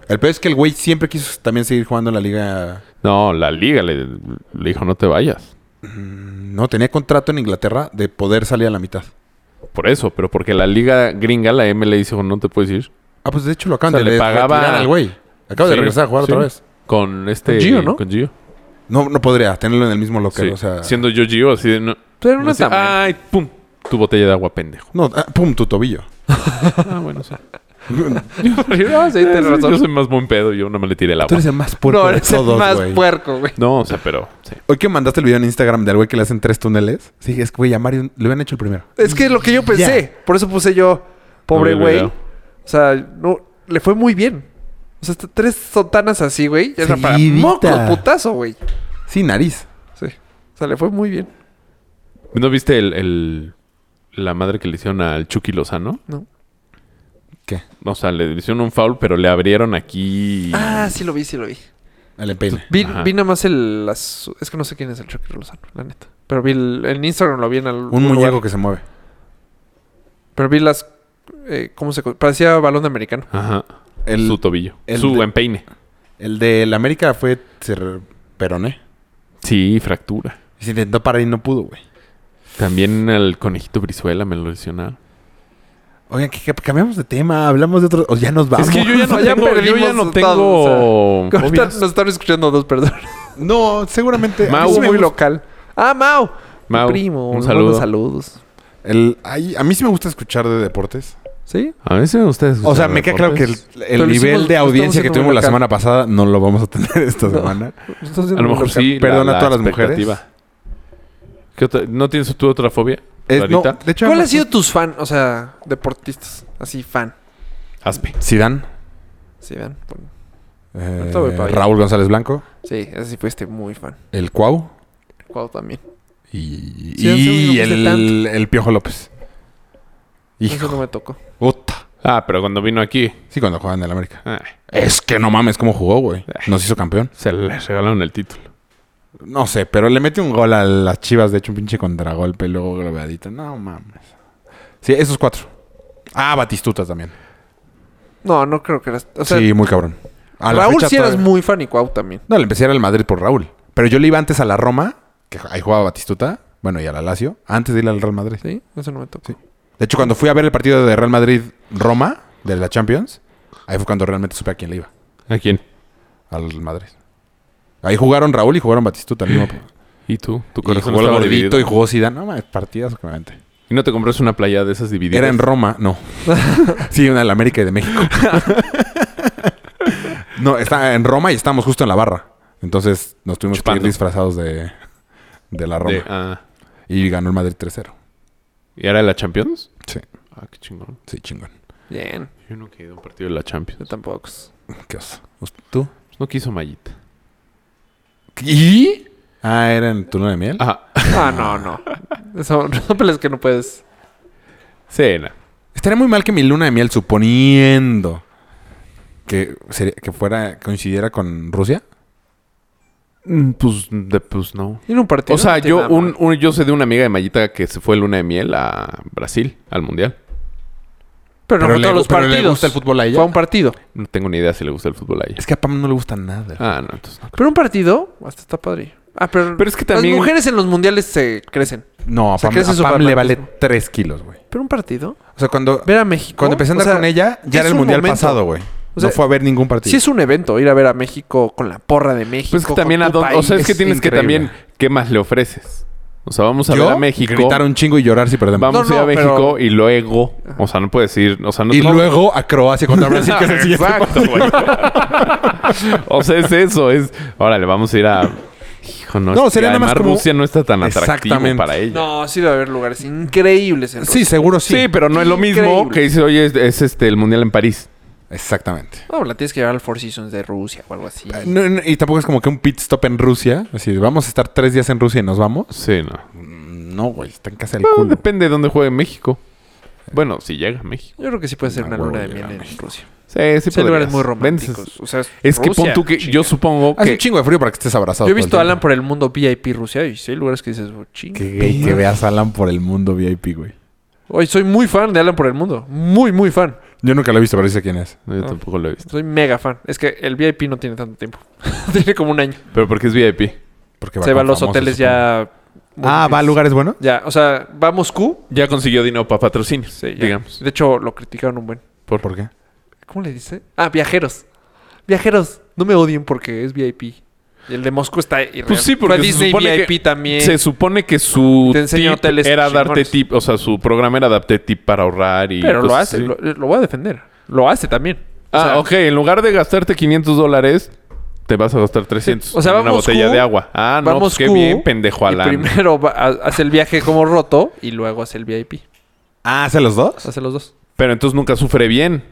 [SPEAKER 2] El peor es que el güey siempre quiso también seguir jugando en la liga.
[SPEAKER 3] No, la liga le, le dijo no te vayas.
[SPEAKER 2] No, tenía contrato en Inglaterra de poder salir a la mitad.
[SPEAKER 3] Por eso, pero porque la liga gringa, la M, le dijo no te puedes ir.
[SPEAKER 2] Ah, pues de hecho lo acaban
[SPEAKER 3] O sea,
[SPEAKER 2] de
[SPEAKER 3] le pagaba-
[SPEAKER 2] retirar al güey. Acaba
[SPEAKER 3] Sí,
[SPEAKER 2] de regresar a jugar
[SPEAKER 3] sí.
[SPEAKER 2] otra vez.
[SPEAKER 3] Con este...
[SPEAKER 1] Con Gio, ¿no?
[SPEAKER 3] Con Gio.
[SPEAKER 2] No, no podría tenerlo en el mismo local.
[SPEAKER 3] Sí.
[SPEAKER 2] O sea,
[SPEAKER 3] Siendo yo Gio, así de... No,
[SPEAKER 1] Pero no
[SPEAKER 3] así,
[SPEAKER 1] tan bueno.
[SPEAKER 3] Ay, pum. tu botella de agua, pendejo.
[SPEAKER 2] No, ah, pum, tu tobillo.
[SPEAKER 3] Ah, bueno, sí. Ah, no,
[SPEAKER 1] sí, tienes razón.
[SPEAKER 3] Yo soy más buen pedo, yo no me le tiré el
[SPEAKER 2] Tú
[SPEAKER 3] agua.
[SPEAKER 2] eres el más puerco
[SPEAKER 1] no,
[SPEAKER 2] de
[SPEAKER 1] eres el
[SPEAKER 2] todos,
[SPEAKER 1] más
[SPEAKER 2] güey.
[SPEAKER 1] puerco, güey.
[SPEAKER 3] No, o sea, pero sí.
[SPEAKER 2] Hoy que mandaste el video en Instagram del güey que le hacen tres túneles. Sí, es que, güey, a Mario le habían hecho el primero.
[SPEAKER 1] Es que es lo que yo pensé. Por eso puse yo, pobre
[SPEAKER 3] No vi el
[SPEAKER 1] güey.
[SPEAKER 3] video.
[SPEAKER 1] o sea, no, le fue muy bien. O sea, t- tres sotanas así, güey. Ya era para moco,
[SPEAKER 2] Seguidita.
[SPEAKER 1] putazo, güey.
[SPEAKER 2] Sí, nariz.
[SPEAKER 1] Sí. O sea, le fue muy bien.
[SPEAKER 3] ¿No viste el, el- la madre que le hicieron al Chucky Lozano?
[SPEAKER 1] ¿no?
[SPEAKER 2] ¿Qué?
[SPEAKER 3] O sea, le hicieron un foul, pero le abrieron aquí.
[SPEAKER 1] Ah, sí lo vi, sí lo vi.
[SPEAKER 2] El empeine.
[SPEAKER 1] Vi,
[SPEAKER 3] Ajá.
[SPEAKER 1] vi nada más el... las- es que no sé quién es el Chucky Lozano, la neta. Pero vi el, en Instagram lo vi en algún
[SPEAKER 2] Un
[SPEAKER 1] lugar.
[SPEAKER 2] muñeco que se mueve.
[SPEAKER 1] Pero vi las... eh, ¿Cómo se...? co- Parecía balón de americano.
[SPEAKER 3] Ajá.
[SPEAKER 2] El-
[SPEAKER 3] su tobillo.
[SPEAKER 2] el
[SPEAKER 3] su
[SPEAKER 2] de-
[SPEAKER 3] empeine.
[SPEAKER 2] El del América fue ser peroné.
[SPEAKER 3] Sí, fractura.
[SPEAKER 2] Y se intentó parar y no pudo, güey.
[SPEAKER 3] También al conejito Brizuela me lo lesionaron.
[SPEAKER 2] Oigan, que, que cambiamos de tema, hablamos de otro. O ya nos vamos.
[SPEAKER 3] Es que yo ya no
[SPEAKER 1] O sea, ya
[SPEAKER 3] tengo. Yo ya
[SPEAKER 1] perdimos
[SPEAKER 3] no
[SPEAKER 1] todo, o
[SPEAKER 3] tengo.
[SPEAKER 1] Ahorita
[SPEAKER 3] fobias.
[SPEAKER 1] nos están escuchando dos, perdón.
[SPEAKER 2] No, seguramente.
[SPEAKER 3] Mau.
[SPEAKER 2] a mí
[SPEAKER 1] Es
[SPEAKER 2] sí me
[SPEAKER 1] muy
[SPEAKER 2] gust-
[SPEAKER 1] local. Ah, Mau.
[SPEAKER 3] Mau,
[SPEAKER 1] Mi primo.
[SPEAKER 3] un
[SPEAKER 1] Un
[SPEAKER 3] saludo.
[SPEAKER 1] saludo. saludos.
[SPEAKER 2] el- ay, a mí sí me gusta escuchar de deportes.
[SPEAKER 1] ¿Sí?
[SPEAKER 3] A ver si ustedes.
[SPEAKER 2] O sea, me queda claro que el, el
[SPEAKER 1] Pero lo
[SPEAKER 2] nivel
[SPEAKER 1] hicimos-
[SPEAKER 2] de
[SPEAKER 1] lo
[SPEAKER 2] audiencia
[SPEAKER 1] estamos
[SPEAKER 2] que
[SPEAKER 1] haciendo
[SPEAKER 2] tuvimos
[SPEAKER 1] muy
[SPEAKER 2] la
[SPEAKER 1] local.
[SPEAKER 2] semana pasada no lo vamos a tener esta
[SPEAKER 1] No.
[SPEAKER 2] semana.
[SPEAKER 3] A lo mejor sí.
[SPEAKER 2] Perdona a todas las mujeres.
[SPEAKER 3] expectativa. ¿Qué otra- ¿No tienes tú otra fobia?
[SPEAKER 2] Es, no,
[SPEAKER 3] Clarita?
[SPEAKER 2] de hecho,
[SPEAKER 1] ¿Cuál
[SPEAKER 2] no-
[SPEAKER 1] ha sido tus fan? O sea, deportistas. Así, fan.
[SPEAKER 3] Aspe.
[SPEAKER 2] Zidane,
[SPEAKER 1] Sí, vean. pon-
[SPEAKER 2] eh,
[SPEAKER 1] Ahorita voy para allá.
[SPEAKER 2] Raúl González Blanco,
[SPEAKER 1] Sí, así fuiste muy fan.
[SPEAKER 2] el Cuau
[SPEAKER 1] Cuau también.
[SPEAKER 2] y,
[SPEAKER 1] Sí, hace
[SPEAKER 2] y
[SPEAKER 1] un- no puse
[SPEAKER 2] el,
[SPEAKER 1] tanto.
[SPEAKER 2] el Piojo López.
[SPEAKER 1] Eso
[SPEAKER 2] Hijo,
[SPEAKER 1] no me tocó.
[SPEAKER 2] puta.
[SPEAKER 3] Ah, pero cuando vino aquí.
[SPEAKER 2] Sí, cuando jugaban en el América.
[SPEAKER 3] ah,
[SPEAKER 2] Es que no mames cómo jugó, güey.
[SPEAKER 1] Ah.
[SPEAKER 2] Nos hizo campeón.
[SPEAKER 3] se le regalaron el título.
[SPEAKER 2] No sé, pero le mete un gol a las chivas. De hecho, un pinche contragolpe y luego globeadita. No mames. Sí, esos cuatro. Ah, Batistuta también.
[SPEAKER 1] No, no creo que eras. O sea,
[SPEAKER 2] sí, muy cabrón. A la
[SPEAKER 1] Raúl
[SPEAKER 2] fecha
[SPEAKER 1] sí eras
[SPEAKER 2] todavía-
[SPEAKER 1] muy fan y Cuau también.
[SPEAKER 2] No, le empecé a ir al Madrid por Raúl. Pero yo le iba antes a la Roma, que ahí jugaba Batistuta. Bueno, y a la Lazio. Antes de ir al Real Madrid.
[SPEAKER 1] Sí, eso no me tocó.
[SPEAKER 2] Sí. De hecho, cuando fui a ver el partido de Real Madrid-Roma, de la Champions, ahí fue cuando realmente supe a quién le iba.
[SPEAKER 3] ¿A quién?
[SPEAKER 2] Al Madrid. Ahí jugaron Raúl y jugaron Batistuta. al mismo-
[SPEAKER 3] ¿Y tú? Tu
[SPEAKER 2] Y
[SPEAKER 3] corazón
[SPEAKER 2] jugó el
[SPEAKER 3] estaba
[SPEAKER 2] gordito
[SPEAKER 3] dividido.
[SPEAKER 2] y jugó Zidane. No, mames, partidas claramente.
[SPEAKER 3] ¿Y no te compras una playa de esas divididas?
[SPEAKER 2] Era en Roma, no. sí, una de la América y de México. no, está en Roma y estábamos justo en la barra. Entonces nos tuvimos que ir
[SPEAKER 3] Chupando.
[SPEAKER 2] disfrazados de, de la Roma.
[SPEAKER 3] De- ah,
[SPEAKER 2] Y ganó el Madrid 3-0.
[SPEAKER 3] ¿Y era la Champions?
[SPEAKER 2] Sí,
[SPEAKER 3] Ah, qué chingón.
[SPEAKER 2] sí, chingón.
[SPEAKER 1] Bien.
[SPEAKER 3] Yo nunca he ido a un partido de la
[SPEAKER 1] Yo
[SPEAKER 3] Champions.
[SPEAKER 1] tampoco.
[SPEAKER 2] ¿Qué oso. ¿Tú?
[SPEAKER 3] No quiso Mayita.
[SPEAKER 2] ¿Y? Ah, era en turno de miel.
[SPEAKER 3] Ah,
[SPEAKER 1] Ah, no, no. Son rompes que no puedes.
[SPEAKER 3] cena.
[SPEAKER 2] Estaría muy mal que mi luna de miel, suponiendo que, sería- que fuera coincidiera con Rusia. Mm,
[SPEAKER 3] Pues, de- pues no.
[SPEAKER 1] En un partido.
[SPEAKER 3] O sea,
[SPEAKER 1] no tiene
[SPEAKER 3] yo,
[SPEAKER 1] nada
[SPEAKER 3] un,
[SPEAKER 1] malo.
[SPEAKER 3] un- yo sé de una amiga de Mayita que se fue luna de miel a Brasil, al Mundial.
[SPEAKER 1] Pero no
[SPEAKER 2] pero
[SPEAKER 1] fue
[SPEAKER 2] le-
[SPEAKER 1] todos los
[SPEAKER 2] pero le
[SPEAKER 1] partidos.
[SPEAKER 2] gusta el fútbol a ella.
[SPEAKER 1] Fue un partido.
[SPEAKER 3] No tengo ni idea si le gusta el fútbol a ella.
[SPEAKER 2] Es que a Pam no le gusta nada.
[SPEAKER 3] Ah, no, entonces no.
[SPEAKER 1] Pero un partido, hasta está padre. Ah, pero,
[SPEAKER 3] Pero es que también-
[SPEAKER 1] Las mujeres en los mundiales se crecen.
[SPEAKER 2] No, a
[SPEAKER 1] O sea,
[SPEAKER 2] Pam,
[SPEAKER 1] ¿crees
[SPEAKER 2] a
[SPEAKER 1] eso
[SPEAKER 2] Pam
[SPEAKER 1] para
[SPEAKER 2] le
[SPEAKER 1] el
[SPEAKER 2] vale
[SPEAKER 1] racismo?
[SPEAKER 2] 3 kilos, güey.
[SPEAKER 1] Pero un partido.
[SPEAKER 2] O sea, cuando...
[SPEAKER 1] Ver a México.
[SPEAKER 2] Cuando empecé
[SPEAKER 1] o
[SPEAKER 2] a andar
[SPEAKER 1] sea,
[SPEAKER 2] con ella, ya
[SPEAKER 1] es
[SPEAKER 2] era el
[SPEAKER 1] un
[SPEAKER 2] mundial
[SPEAKER 1] momento.
[SPEAKER 2] pasado, güey.
[SPEAKER 1] O sea,
[SPEAKER 2] no fue a ver ningún partido.
[SPEAKER 1] Sí es un evento ir a ver a México con la porra de México.
[SPEAKER 3] Pues es que
[SPEAKER 1] con
[SPEAKER 3] también
[SPEAKER 1] tu
[SPEAKER 3] a dónde- O sea, es
[SPEAKER 1] país.
[SPEAKER 3] que tienes que
[SPEAKER 2] increíble.
[SPEAKER 3] también. ¿Qué más le ofreces? O sea, vamos a
[SPEAKER 2] Yo
[SPEAKER 3] ver a México.
[SPEAKER 2] Gritar un chingo y llorar si perdemos.
[SPEAKER 3] Vamos
[SPEAKER 1] No,
[SPEAKER 3] a ir a
[SPEAKER 1] no,
[SPEAKER 3] México
[SPEAKER 1] pero-
[SPEAKER 3] y luego. O sea, no puedes ir. O sea, no
[SPEAKER 2] y
[SPEAKER 3] te-
[SPEAKER 2] luego a Croacia contra Brasil, que es el siguiente
[SPEAKER 3] Exacto,
[SPEAKER 2] partido.
[SPEAKER 3] güey. o sea, es eso. Es. Órale, vamos a ir a. Hijo, no.
[SPEAKER 2] No,
[SPEAKER 3] es que
[SPEAKER 2] sería nada más
[SPEAKER 3] además
[SPEAKER 2] como-
[SPEAKER 3] Rusia no está tan atractivo
[SPEAKER 2] Exactamente.
[SPEAKER 3] para ella.
[SPEAKER 1] No, sí debe haber lugares increíbles en
[SPEAKER 2] Sí,
[SPEAKER 1] Rusia.
[SPEAKER 2] seguro sí.
[SPEAKER 3] Sí, pero no es lo mismo
[SPEAKER 1] Increíble.
[SPEAKER 3] que dice, oye, es, es, este el mundial en París.
[SPEAKER 2] Exactamente.
[SPEAKER 1] No, la tienes que llevar al Four Seasons de Rusia o algo así.
[SPEAKER 2] Eh, no, no, y tampoco es como que un pit stop en Rusia. Así, vamos a estar tres días en Rusia y nos vamos.
[SPEAKER 3] Sí, no.
[SPEAKER 2] Mm, No, güey, está en casa del
[SPEAKER 3] No,
[SPEAKER 2] culo.
[SPEAKER 3] depende de dónde juegue México. Bueno, si llega a México.
[SPEAKER 1] Yo creo que sí puede ser
[SPEAKER 2] Ah,
[SPEAKER 1] una
[SPEAKER 2] huevo,
[SPEAKER 1] luna de
[SPEAKER 2] llegar
[SPEAKER 1] miel
[SPEAKER 2] a
[SPEAKER 1] en
[SPEAKER 2] México.
[SPEAKER 1] Rusia.
[SPEAKER 3] Sí, sí,
[SPEAKER 1] Sí, hay lugares
[SPEAKER 3] podrías.
[SPEAKER 1] muy
[SPEAKER 3] Vendes-
[SPEAKER 1] románticos. O sea, es,
[SPEAKER 3] Es que pon
[SPEAKER 1] Rusia,
[SPEAKER 3] tú que
[SPEAKER 1] chinga.
[SPEAKER 3] yo supongo
[SPEAKER 2] Hace un
[SPEAKER 3] que
[SPEAKER 2] chingo de frío para que estés abrazado.
[SPEAKER 1] Yo he
[SPEAKER 2] todo el
[SPEAKER 1] visto a Alan
[SPEAKER 2] tiempo.
[SPEAKER 1] por el mundo VIP Rusia y sí hay lugares que dices, oh, chinga.
[SPEAKER 2] Que gay que veas a Alan por el mundo VIP, güey.
[SPEAKER 1] Hoy soy muy fan de Alan por el mundo. Muy, muy fan.
[SPEAKER 2] Yo nunca lo he visto, pero dice quién es.
[SPEAKER 3] No, yo
[SPEAKER 1] Ah.
[SPEAKER 3] tampoco lo he visto.
[SPEAKER 1] Soy mega fan. Es que el VIP no tiene tanto tiempo. tiene como un año.
[SPEAKER 3] Pero porque es VIP.
[SPEAKER 2] Porque
[SPEAKER 1] Se va a
[SPEAKER 2] con
[SPEAKER 1] los
[SPEAKER 2] famosos,
[SPEAKER 1] hoteles
[SPEAKER 2] supongo.
[SPEAKER 1] ya. muy
[SPEAKER 2] Ah, ¿va a
[SPEAKER 1] hippies.
[SPEAKER 2] lugares buenos?
[SPEAKER 1] Ya, o sea, va a Moscú.
[SPEAKER 3] Ya consiguió dinero para patrocinio,
[SPEAKER 1] Sí, ya.
[SPEAKER 3] digamos.
[SPEAKER 1] De hecho, lo criticaron un buen.
[SPEAKER 2] ¿Por, ¿Por qué?
[SPEAKER 1] ¿Cómo le dice? Ah, viajeros. Viajeros, no me odien porque es VIP. Y el de Moscú está irreal.
[SPEAKER 3] Pues sí, porque
[SPEAKER 1] Fue a
[SPEAKER 3] se
[SPEAKER 1] Disney
[SPEAKER 3] supone
[SPEAKER 1] VIP
[SPEAKER 3] que,
[SPEAKER 1] también.
[SPEAKER 3] Se supone que su
[SPEAKER 1] Te enseña
[SPEAKER 3] tip
[SPEAKER 1] hoteles
[SPEAKER 3] era
[SPEAKER 1] chingones.
[SPEAKER 3] darte tip, o sea, su programa era darte tip para ahorrar y
[SPEAKER 1] pero lo
[SPEAKER 3] cosas
[SPEAKER 1] hace,
[SPEAKER 3] así.
[SPEAKER 1] lo, lo voy a defender. Lo hace también. O
[SPEAKER 3] Ah,
[SPEAKER 1] sea,
[SPEAKER 3] ok, en lugar de gastarte 500 dólares, te vas a gastar 300
[SPEAKER 1] O sea,
[SPEAKER 3] en
[SPEAKER 1] va
[SPEAKER 3] una
[SPEAKER 1] a Moscú,
[SPEAKER 3] botella de agua. Ah,
[SPEAKER 1] va a
[SPEAKER 3] no, pues qué
[SPEAKER 1] Moscú
[SPEAKER 3] bien, pendejo
[SPEAKER 1] y
[SPEAKER 3] Alan.
[SPEAKER 1] Primero va- ha- hace el viaje como roto y luego hace el VIP.
[SPEAKER 2] Ah, ¿hace los dos?
[SPEAKER 1] Hace los dos.
[SPEAKER 3] Pero entonces nunca sufre bien.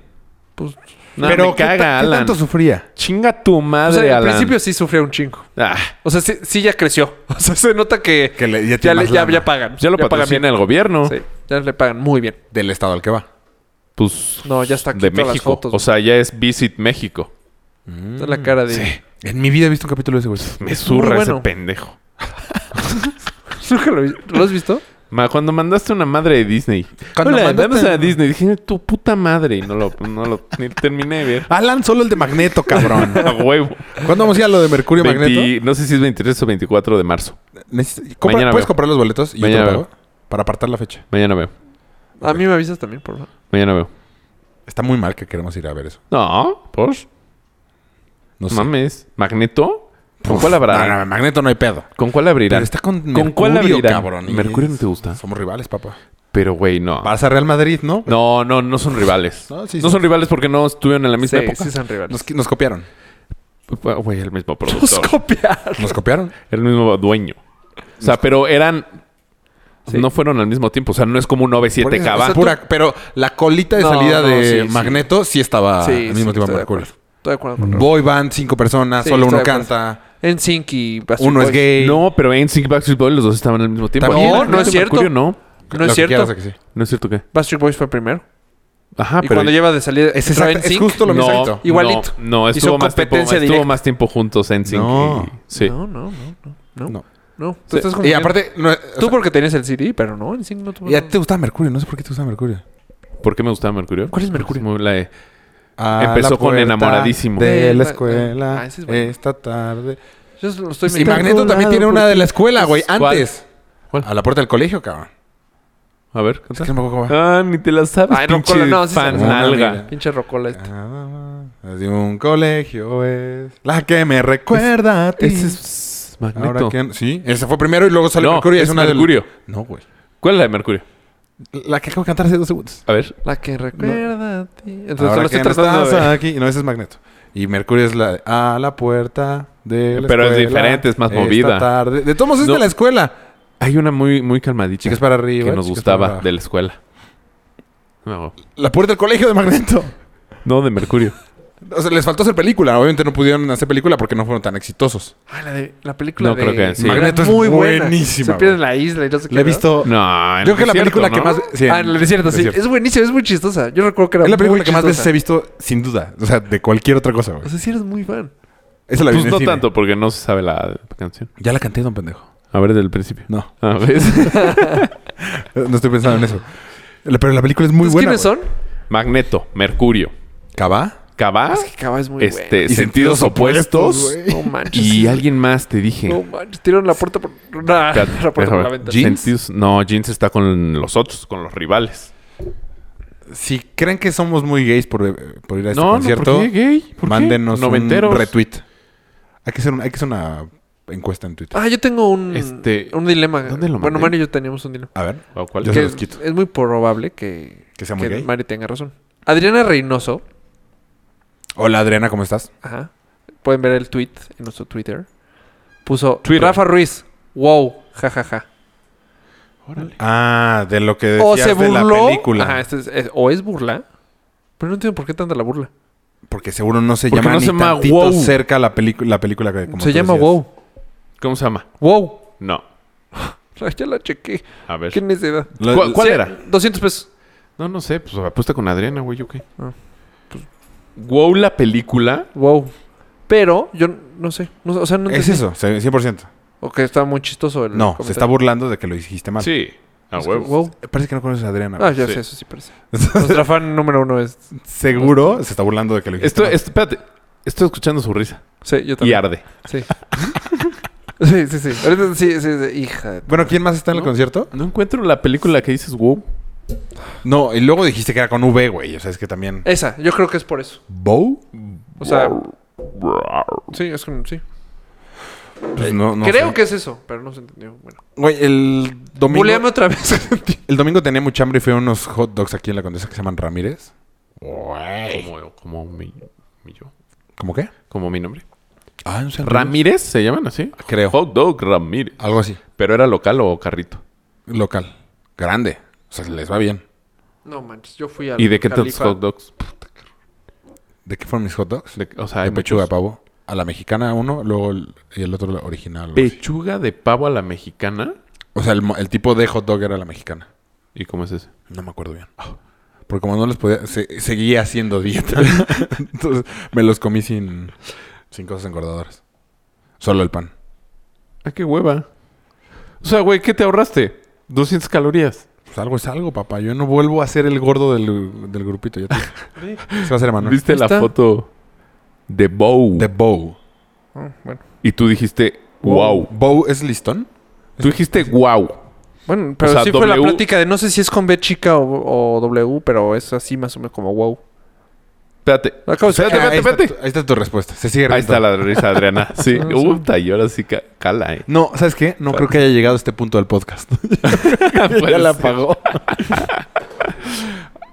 [SPEAKER 1] Pues,
[SPEAKER 3] No,
[SPEAKER 2] Pero,
[SPEAKER 3] me
[SPEAKER 2] ¿qué
[SPEAKER 3] caga,
[SPEAKER 2] ta- ¿qué,
[SPEAKER 3] Alan.
[SPEAKER 2] tanto sufría?
[SPEAKER 3] Chinga tu
[SPEAKER 1] o
[SPEAKER 3] madre,
[SPEAKER 1] sea, al
[SPEAKER 3] Alan.
[SPEAKER 1] principio sí sufrió un chingo.
[SPEAKER 3] Ah,
[SPEAKER 1] O sea, sí, sí ya creció. O sea, se nota que,
[SPEAKER 2] Que le- ya
[SPEAKER 1] ya,
[SPEAKER 2] tiene
[SPEAKER 1] le-
[SPEAKER 2] más
[SPEAKER 1] ya-
[SPEAKER 2] lana.
[SPEAKER 1] ya pagan.
[SPEAKER 3] ya lo
[SPEAKER 1] pagan bien.
[SPEAKER 3] patrocina el gobierno.
[SPEAKER 1] Sí, ya le pagan muy bien.
[SPEAKER 2] Del estado al que va.
[SPEAKER 3] Pues
[SPEAKER 1] No, ya está aquí
[SPEAKER 3] de
[SPEAKER 1] todas las
[SPEAKER 3] México.
[SPEAKER 1] fotos,
[SPEAKER 3] o sea, ya es Visit México.
[SPEAKER 1] Está la cara de...
[SPEAKER 2] En mi vida he visto un capítulo de ese, güey.
[SPEAKER 3] Me zurra
[SPEAKER 1] Muy
[SPEAKER 3] ese
[SPEAKER 1] bueno.
[SPEAKER 3] pendejo.
[SPEAKER 1] Nunca lo, vi- ¿Lo has visto?
[SPEAKER 3] Ma, cuando mandaste una madre de Disney.
[SPEAKER 2] Cuando
[SPEAKER 3] Hola,
[SPEAKER 2] mandaste-
[SPEAKER 3] vamos a Disney. Dije, tu puta madre. Y no lo, no lo ni terminé de ver.
[SPEAKER 2] Alan, solo el de Magneto, cabrón.
[SPEAKER 3] A huevo.
[SPEAKER 2] ¿Cuándo vamos a ir a lo de Mercurio y
[SPEAKER 3] 20 no sé si es 23 o 24 de marzo.
[SPEAKER 2] Magneto? Necesito- compra-
[SPEAKER 3] Mañana
[SPEAKER 2] ¿Puedes
[SPEAKER 3] veo.
[SPEAKER 2] comprar los boletos y yo te
[SPEAKER 3] Mañana
[SPEAKER 2] lo
[SPEAKER 3] veo.
[SPEAKER 2] pago? Para apartar la fecha.
[SPEAKER 3] Mañana veo.
[SPEAKER 1] A mí me avisas también, por favor.
[SPEAKER 3] Mañana veo.
[SPEAKER 2] Está muy mal que queremos ir a ver eso.
[SPEAKER 3] No, pues.
[SPEAKER 2] No sé.
[SPEAKER 3] Mames. ¿Magneto? ¿Con
[SPEAKER 2] Uf,
[SPEAKER 3] cuál habrá?
[SPEAKER 2] no, no, Magneto no hay pedo.
[SPEAKER 3] ¿Con cuál abrirán?
[SPEAKER 2] Pero está con Mercurio,
[SPEAKER 3] ¿Con cuál abrirán?
[SPEAKER 2] cabrón. Y
[SPEAKER 3] Mercurio
[SPEAKER 2] es-
[SPEAKER 3] no te gusta.
[SPEAKER 2] Somos rivales, papá.
[SPEAKER 3] Pero, güey, no.
[SPEAKER 2] Vas a Real Madrid, ¿no?
[SPEAKER 3] No, no, no son rivales. No,
[SPEAKER 2] No, sí, sí.
[SPEAKER 3] son rivales porque no estuvieron en la misma
[SPEAKER 1] sí,
[SPEAKER 3] época.
[SPEAKER 1] sí son rivales.
[SPEAKER 2] Nos, qui- nos copiaron.
[SPEAKER 3] Ah, Güey, el mismo
[SPEAKER 1] Nos
[SPEAKER 3] productor.
[SPEAKER 1] copiar.
[SPEAKER 2] Nos copiaron.
[SPEAKER 3] El mismo dueño. O sea, pero eran...
[SPEAKER 1] Sí.
[SPEAKER 3] No fueron al mismo tiempo. O sea, no es como un
[SPEAKER 2] Por
[SPEAKER 3] OV7
[SPEAKER 2] eso,
[SPEAKER 3] Cava.
[SPEAKER 2] o sea, pura- pero la colita de
[SPEAKER 1] No,
[SPEAKER 2] salida
[SPEAKER 1] no,
[SPEAKER 2] de
[SPEAKER 1] sí, sí.
[SPEAKER 2] Magneto sí
[SPEAKER 3] Ah,
[SPEAKER 2] estaba al mismo tiempo
[SPEAKER 1] estoy de
[SPEAKER 2] Mercurio.
[SPEAKER 1] acuerdo. Estoy de acuerdo con Raúl.
[SPEAKER 2] Boy band, cinco personas,
[SPEAKER 1] Sí,
[SPEAKER 2] solo
[SPEAKER 1] estoy
[SPEAKER 2] uno
[SPEAKER 1] de acuerdo.
[SPEAKER 2] canta.
[SPEAKER 1] NSYNC y Backstreet
[SPEAKER 2] Uno es
[SPEAKER 1] Boys.
[SPEAKER 2] gay.
[SPEAKER 3] No, pero en Sync Backstreet Boys los dos estaban al mismo tiempo.
[SPEAKER 2] También,
[SPEAKER 3] No,
[SPEAKER 2] ¿no?
[SPEAKER 3] no es
[SPEAKER 1] ¿De
[SPEAKER 3] cierto.
[SPEAKER 1] Mercurio?
[SPEAKER 3] no.
[SPEAKER 1] No
[SPEAKER 2] Lo
[SPEAKER 1] es
[SPEAKER 2] que quieras,
[SPEAKER 1] cierto.
[SPEAKER 2] ¿a que sí?
[SPEAKER 3] No es cierto que...
[SPEAKER 1] Backstreet Boys fue primero.
[SPEAKER 3] Ajá,
[SPEAKER 1] y
[SPEAKER 3] pero...
[SPEAKER 1] cuando lleva de salida
[SPEAKER 2] Es exacto-
[SPEAKER 1] entró
[SPEAKER 2] es
[SPEAKER 1] NSYNC.
[SPEAKER 2] justo lo
[SPEAKER 3] no,
[SPEAKER 2] mismo.
[SPEAKER 3] no,
[SPEAKER 1] Igualito.
[SPEAKER 3] No,
[SPEAKER 1] Y
[SPEAKER 3] estuvo
[SPEAKER 1] son
[SPEAKER 3] más tiempo,
[SPEAKER 1] competencia
[SPEAKER 3] estuvo
[SPEAKER 1] directa.
[SPEAKER 3] más tiempo juntos en Sync.
[SPEAKER 2] No.
[SPEAKER 3] Sí.
[SPEAKER 1] No, no, no, no, no.
[SPEAKER 2] No.
[SPEAKER 1] No, tú estás
[SPEAKER 2] Y
[SPEAKER 1] confundiendo.
[SPEAKER 2] aparte, no, o
[SPEAKER 1] Tú
[SPEAKER 2] sea,
[SPEAKER 1] porque tenías el CD, pero no, NSYNC no tuvo...
[SPEAKER 2] y a ti te gustaba Mercurio, no sé por qué te gustaba Mercurio.
[SPEAKER 3] ¿Por qué me gustaba Mercurio?
[SPEAKER 1] ¿Cuál es Mercurio?
[SPEAKER 3] Muy la E. de-
[SPEAKER 2] A
[SPEAKER 3] Empezó
[SPEAKER 2] la
[SPEAKER 3] con
[SPEAKER 2] puerta
[SPEAKER 3] Enamoradísimo.
[SPEAKER 2] De la
[SPEAKER 1] Eh,
[SPEAKER 2] escuela
[SPEAKER 1] ah, ese es bueno.
[SPEAKER 2] esta tarde.
[SPEAKER 1] Yo lo estoy
[SPEAKER 2] y
[SPEAKER 1] metiendo.
[SPEAKER 2] Magneto también tiene una de la escuela, güey.
[SPEAKER 3] ¿Cuál?
[SPEAKER 2] Antes.
[SPEAKER 3] ¿Cuál?
[SPEAKER 2] A la puerta del colegio, cabrón.
[SPEAKER 3] A ver,
[SPEAKER 2] Es
[SPEAKER 3] canta.
[SPEAKER 2] que no me acuerdo cómo va.
[SPEAKER 3] Ah, ni te la sabes,
[SPEAKER 1] Ay, no,
[SPEAKER 3] pinche
[SPEAKER 1] cola, no, sí se la
[SPEAKER 3] fan
[SPEAKER 2] sabe.
[SPEAKER 3] nalga.
[SPEAKER 2] Una, mira.
[SPEAKER 1] Pinche rocola este.
[SPEAKER 2] Ah, De un colegio es la que me recuerda a ti.
[SPEAKER 3] Ese es Magneto.
[SPEAKER 2] Ahora que- sí, ese fue primero y luego sale
[SPEAKER 3] No,
[SPEAKER 2] Mercurio. y
[SPEAKER 3] es
[SPEAKER 2] una del-
[SPEAKER 3] Mercurio.
[SPEAKER 2] No, güey.
[SPEAKER 3] ¿Cuál es la de Mercurio?
[SPEAKER 2] La que acabo de cantar hace dos segundos.
[SPEAKER 3] A ver.
[SPEAKER 1] La que recuerda a ti. Entonces
[SPEAKER 2] Ahora
[SPEAKER 1] lo
[SPEAKER 2] que
[SPEAKER 1] estoy
[SPEAKER 2] no
[SPEAKER 1] tratando
[SPEAKER 2] estás
[SPEAKER 1] de...
[SPEAKER 2] aquí. No, ese es Magneto. Y Mercurio es la de, a la puerta de la
[SPEAKER 3] Pero es
[SPEAKER 2] escuela
[SPEAKER 3] diferente, es más
[SPEAKER 2] esta
[SPEAKER 3] movida.
[SPEAKER 2] tarde". De todos modos es
[SPEAKER 3] No.
[SPEAKER 2] de la escuela.
[SPEAKER 3] Hay una muy, muy calmadita.
[SPEAKER 2] Chicas para arriba,
[SPEAKER 3] Que nos
[SPEAKER 2] chicas para
[SPEAKER 3] gustaba
[SPEAKER 2] abajo.
[SPEAKER 3] de la escuela. No,
[SPEAKER 2] La puerta del colegio de Magneto.
[SPEAKER 3] no, de Mercurio.
[SPEAKER 2] O sea, les faltó hacer película. Obviamente no pudieron hacer película porque no fueron tan exitosos.
[SPEAKER 1] Ah, la de... La película
[SPEAKER 3] No,
[SPEAKER 1] de...
[SPEAKER 3] creo que sí.
[SPEAKER 1] era
[SPEAKER 2] Magneto es
[SPEAKER 1] muy
[SPEAKER 2] buenísima,
[SPEAKER 1] buena. Se pierde
[SPEAKER 2] güey.
[SPEAKER 1] la isla y no sé qué.
[SPEAKER 2] La he
[SPEAKER 1] ¿no?
[SPEAKER 2] visto...
[SPEAKER 3] No, no
[SPEAKER 2] Yo creo que
[SPEAKER 3] es
[SPEAKER 2] la
[SPEAKER 3] cierto,
[SPEAKER 2] película
[SPEAKER 3] ¿no?
[SPEAKER 2] que más... sí,
[SPEAKER 1] ah, en el desierto, sí.
[SPEAKER 2] desierto.
[SPEAKER 1] Es buenísima, es muy chistosa. Yo recuerdo que era
[SPEAKER 2] Es la película
[SPEAKER 1] muy
[SPEAKER 2] que más veces
[SPEAKER 1] chistosa.
[SPEAKER 2] he visto, sin duda. O sea, de cualquier otra cosa, güey.
[SPEAKER 1] O sea, sí eres muy fan.
[SPEAKER 2] Esa la vi
[SPEAKER 3] Pues
[SPEAKER 2] en el
[SPEAKER 3] no
[SPEAKER 2] cine.
[SPEAKER 3] tanto, porque no se sabe la canción.
[SPEAKER 2] Ya la canté, don pendejo.
[SPEAKER 3] A ver, del principio.
[SPEAKER 2] No,
[SPEAKER 3] Ah, ¿ves?
[SPEAKER 2] eh, no estoy pensando en eso. La- Pero la película es muy
[SPEAKER 1] Entonces,
[SPEAKER 2] buena.
[SPEAKER 1] ¿Quiénes
[SPEAKER 2] güey.
[SPEAKER 1] son?
[SPEAKER 3] Magneto, Mercurio,
[SPEAKER 2] Cabá.
[SPEAKER 3] Cabá,
[SPEAKER 1] Es que Cava es muy
[SPEAKER 2] Y
[SPEAKER 3] este, sentidos
[SPEAKER 2] sentidos opuestos,
[SPEAKER 3] opuestos
[SPEAKER 1] bueno. No manches.
[SPEAKER 3] y alguien más, te dije.
[SPEAKER 1] No manches. Tiraron la puerta por... Nah,
[SPEAKER 3] Espérate,
[SPEAKER 1] la puerta por la
[SPEAKER 3] déjame.
[SPEAKER 1] ventana.
[SPEAKER 2] Jeans.
[SPEAKER 3] Sentidos- no, Jeans está con los otros, con los rivales.
[SPEAKER 2] Si creen que somos muy gays por, eh, por ir a este
[SPEAKER 3] no, no,
[SPEAKER 2] concierto,
[SPEAKER 3] ¿por qué gay? ¿Por qué?
[SPEAKER 2] mándenos
[SPEAKER 3] Noventeros.
[SPEAKER 2] un retweet. Hay que, hacer un- hay que hacer una encuesta en Twitter.
[SPEAKER 1] Ah, yo tengo un,
[SPEAKER 3] Este,
[SPEAKER 1] un dilema.
[SPEAKER 3] ¿dónde lo
[SPEAKER 1] bueno,
[SPEAKER 3] mandé?
[SPEAKER 1] Mario y yo teníamos un dilema.
[SPEAKER 2] A ver.
[SPEAKER 3] ¿O cuál?
[SPEAKER 2] Yo
[SPEAKER 1] Que
[SPEAKER 2] se los
[SPEAKER 1] es,
[SPEAKER 2] quito.
[SPEAKER 1] es muy probable que,
[SPEAKER 2] Que sea muy gay.
[SPEAKER 1] Mario tenga razón. Adriana Reynoso,
[SPEAKER 2] Hola, Adriana, ¿cómo estás?
[SPEAKER 1] ajá, pueden ver el tweet en nuestro Twitter, puso
[SPEAKER 3] Twitter.
[SPEAKER 1] Rafa Ruiz, wow, jajaja.
[SPEAKER 2] Ah, de lo que decías
[SPEAKER 1] O se burló.
[SPEAKER 2] de la película.
[SPEAKER 1] Ajá, este es- es- o es burla. Pero no entiendo por qué tanta la burla.
[SPEAKER 2] Porque seguro no se
[SPEAKER 3] Porque
[SPEAKER 2] llama
[SPEAKER 3] no
[SPEAKER 2] ni
[SPEAKER 3] se llama
[SPEAKER 2] tantito
[SPEAKER 3] Wow.
[SPEAKER 2] cerca la, película la película que como
[SPEAKER 1] Se
[SPEAKER 2] tú
[SPEAKER 1] llama
[SPEAKER 2] decías.
[SPEAKER 1] wow.
[SPEAKER 3] ¿Cómo se llama?
[SPEAKER 1] Wow.
[SPEAKER 3] No.
[SPEAKER 1] Ay, Ya la chequé.
[SPEAKER 3] A
[SPEAKER 2] Pues,
[SPEAKER 3] ver.
[SPEAKER 1] ¿Qué necesidad?
[SPEAKER 2] Lo-
[SPEAKER 3] ¿Cuál, cuál
[SPEAKER 1] Sí,
[SPEAKER 3] era?
[SPEAKER 1] 200 pesos.
[SPEAKER 3] No, no sé. Pues apuesta con Adriana, güey. ¿Yo qué?
[SPEAKER 1] Ah,
[SPEAKER 3] Pues, Wow, la película.
[SPEAKER 1] Wow. Pero yo no sé. no sé, o sea, no
[SPEAKER 2] Es
[SPEAKER 1] entendí. Mm,
[SPEAKER 2] eso, se- 100%.
[SPEAKER 1] O que está muy chistoso el
[SPEAKER 2] No, se está
[SPEAKER 1] comentario.
[SPEAKER 2] burlando de que lo dijiste mal.
[SPEAKER 3] Sí. A
[SPEAKER 1] Es
[SPEAKER 3] huevo.
[SPEAKER 1] como, Wow.
[SPEAKER 2] Parece que no conoces a Adriana.
[SPEAKER 1] Ah, ya
[SPEAKER 3] Ah, Sí.
[SPEAKER 1] sé, eso sí parece. Nuestra fan número uno es.
[SPEAKER 2] Seguro se está burlando de que lo dijiste
[SPEAKER 3] Esto,
[SPEAKER 2] mal.
[SPEAKER 3] esto- espérate. Estoy escuchando su risa.
[SPEAKER 1] Sí, yo
[SPEAKER 3] Y
[SPEAKER 1] también.
[SPEAKER 3] arde.
[SPEAKER 1] Sí. sí, sí, sí. Ahorita sí, sí, sí. Hija. de-
[SPEAKER 2] Bueno, ¿quién más está en el
[SPEAKER 3] ¿No?
[SPEAKER 2] concierto?
[SPEAKER 3] No encuentro la película que dices wow.
[SPEAKER 2] No, y luego dijiste que era con V, güey. O sea, es que también...
[SPEAKER 1] Esa, yo
[SPEAKER 2] eh,
[SPEAKER 1] creo que es por eso.
[SPEAKER 2] ¿Bow?
[SPEAKER 1] O sea. Sí, es que sí.
[SPEAKER 2] Pues no, no
[SPEAKER 1] Creo
[SPEAKER 2] sé.
[SPEAKER 1] que es eso, pero no se entendió. Bueno.
[SPEAKER 2] Güey, el domingo...
[SPEAKER 1] Buleame otra vez.
[SPEAKER 2] El domingo tenía mucha hambre y fui a unos hot dogs aquí en la Condesa que se llaman Ramírez. Güey.
[SPEAKER 3] Como, como mi, mi yo.
[SPEAKER 2] ¿Cómo qué?
[SPEAKER 3] Como mi nombre.
[SPEAKER 2] Ah, no sé.
[SPEAKER 3] Ramírez se llaman así.
[SPEAKER 2] Creo.
[SPEAKER 3] Hot dog Ramírez.
[SPEAKER 2] Algo así.
[SPEAKER 3] Pero era local o carrito.
[SPEAKER 2] Local. Grande. O sea, les va bien.
[SPEAKER 1] no manches, yo fui al
[SPEAKER 3] ¿Y de qué tantos
[SPEAKER 1] Khalifa.
[SPEAKER 3] hot dogs?
[SPEAKER 2] ¿De qué fueron mis hot dogs?
[SPEAKER 3] De- o sea,
[SPEAKER 2] De
[SPEAKER 3] hay
[SPEAKER 2] pechuga de
[SPEAKER 3] muchos.
[SPEAKER 2] pavo. A la mexicana uno, luego el, y el otro la original. algo así.
[SPEAKER 3] Pechuga de pavo a la mexicana.
[SPEAKER 2] O sea, el, mo- el tipo de hot dog era la mexicana.
[SPEAKER 3] ¿Y cómo es ese?
[SPEAKER 2] No me acuerdo bien. Porque como no les podía... se- seguía haciendo dieta. Entonces me los comí sin, sin cosas engordadoras. Solo el pan.
[SPEAKER 3] Ah, qué hueva. O sea, güey, ¿qué te ahorraste? 200 calorías.
[SPEAKER 2] Pues algo es algo, papá. Yo no vuelvo a ser el gordo del, del grupito. Ya te dije.
[SPEAKER 1] Ve.
[SPEAKER 2] Se va a ser Manuel.
[SPEAKER 3] ¿Viste
[SPEAKER 1] ahí
[SPEAKER 3] la
[SPEAKER 1] está.
[SPEAKER 3] foto de Bow?
[SPEAKER 2] The Bow.
[SPEAKER 1] Ah, bueno.
[SPEAKER 3] Y tú dijiste, wow.
[SPEAKER 2] ¿Bow es listón?
[SPEAKER 3] Tú dijiste, wow.
[SPEAKER 1] Bueno, pero
[SPEAKER 3] O sea,
[SPEAKER 1] sí fue la
[SPEAKER 3] W.
[SPEAKER 1] plática de no sé si es con B chica o, o W, pero es así más o menos como wow.
[SPEAKER 3] Espérate.
[SPEAKER 1] Lo acabo de
[SPEAKER 3] Espérate,
[SPEAKER 1] escuchar.
[SPEAKER 2] Ah, ahí, está
[SPEAKER 3] espérate, espérate.
[SPEAKER 2] tu, ahí está tu respuesta. Se sigue
[SPEAKER 3] Ahí
[SPEAKER 2] riendo.
[SPEAKER 3] está la risa, Adriana. Sí. Uta, y ahora sí ca- cala, ¿eh?
[SPEAKER 2] No, ¿sabes qué? No creo que haya llegado a este punto del podcast. ya la apagó.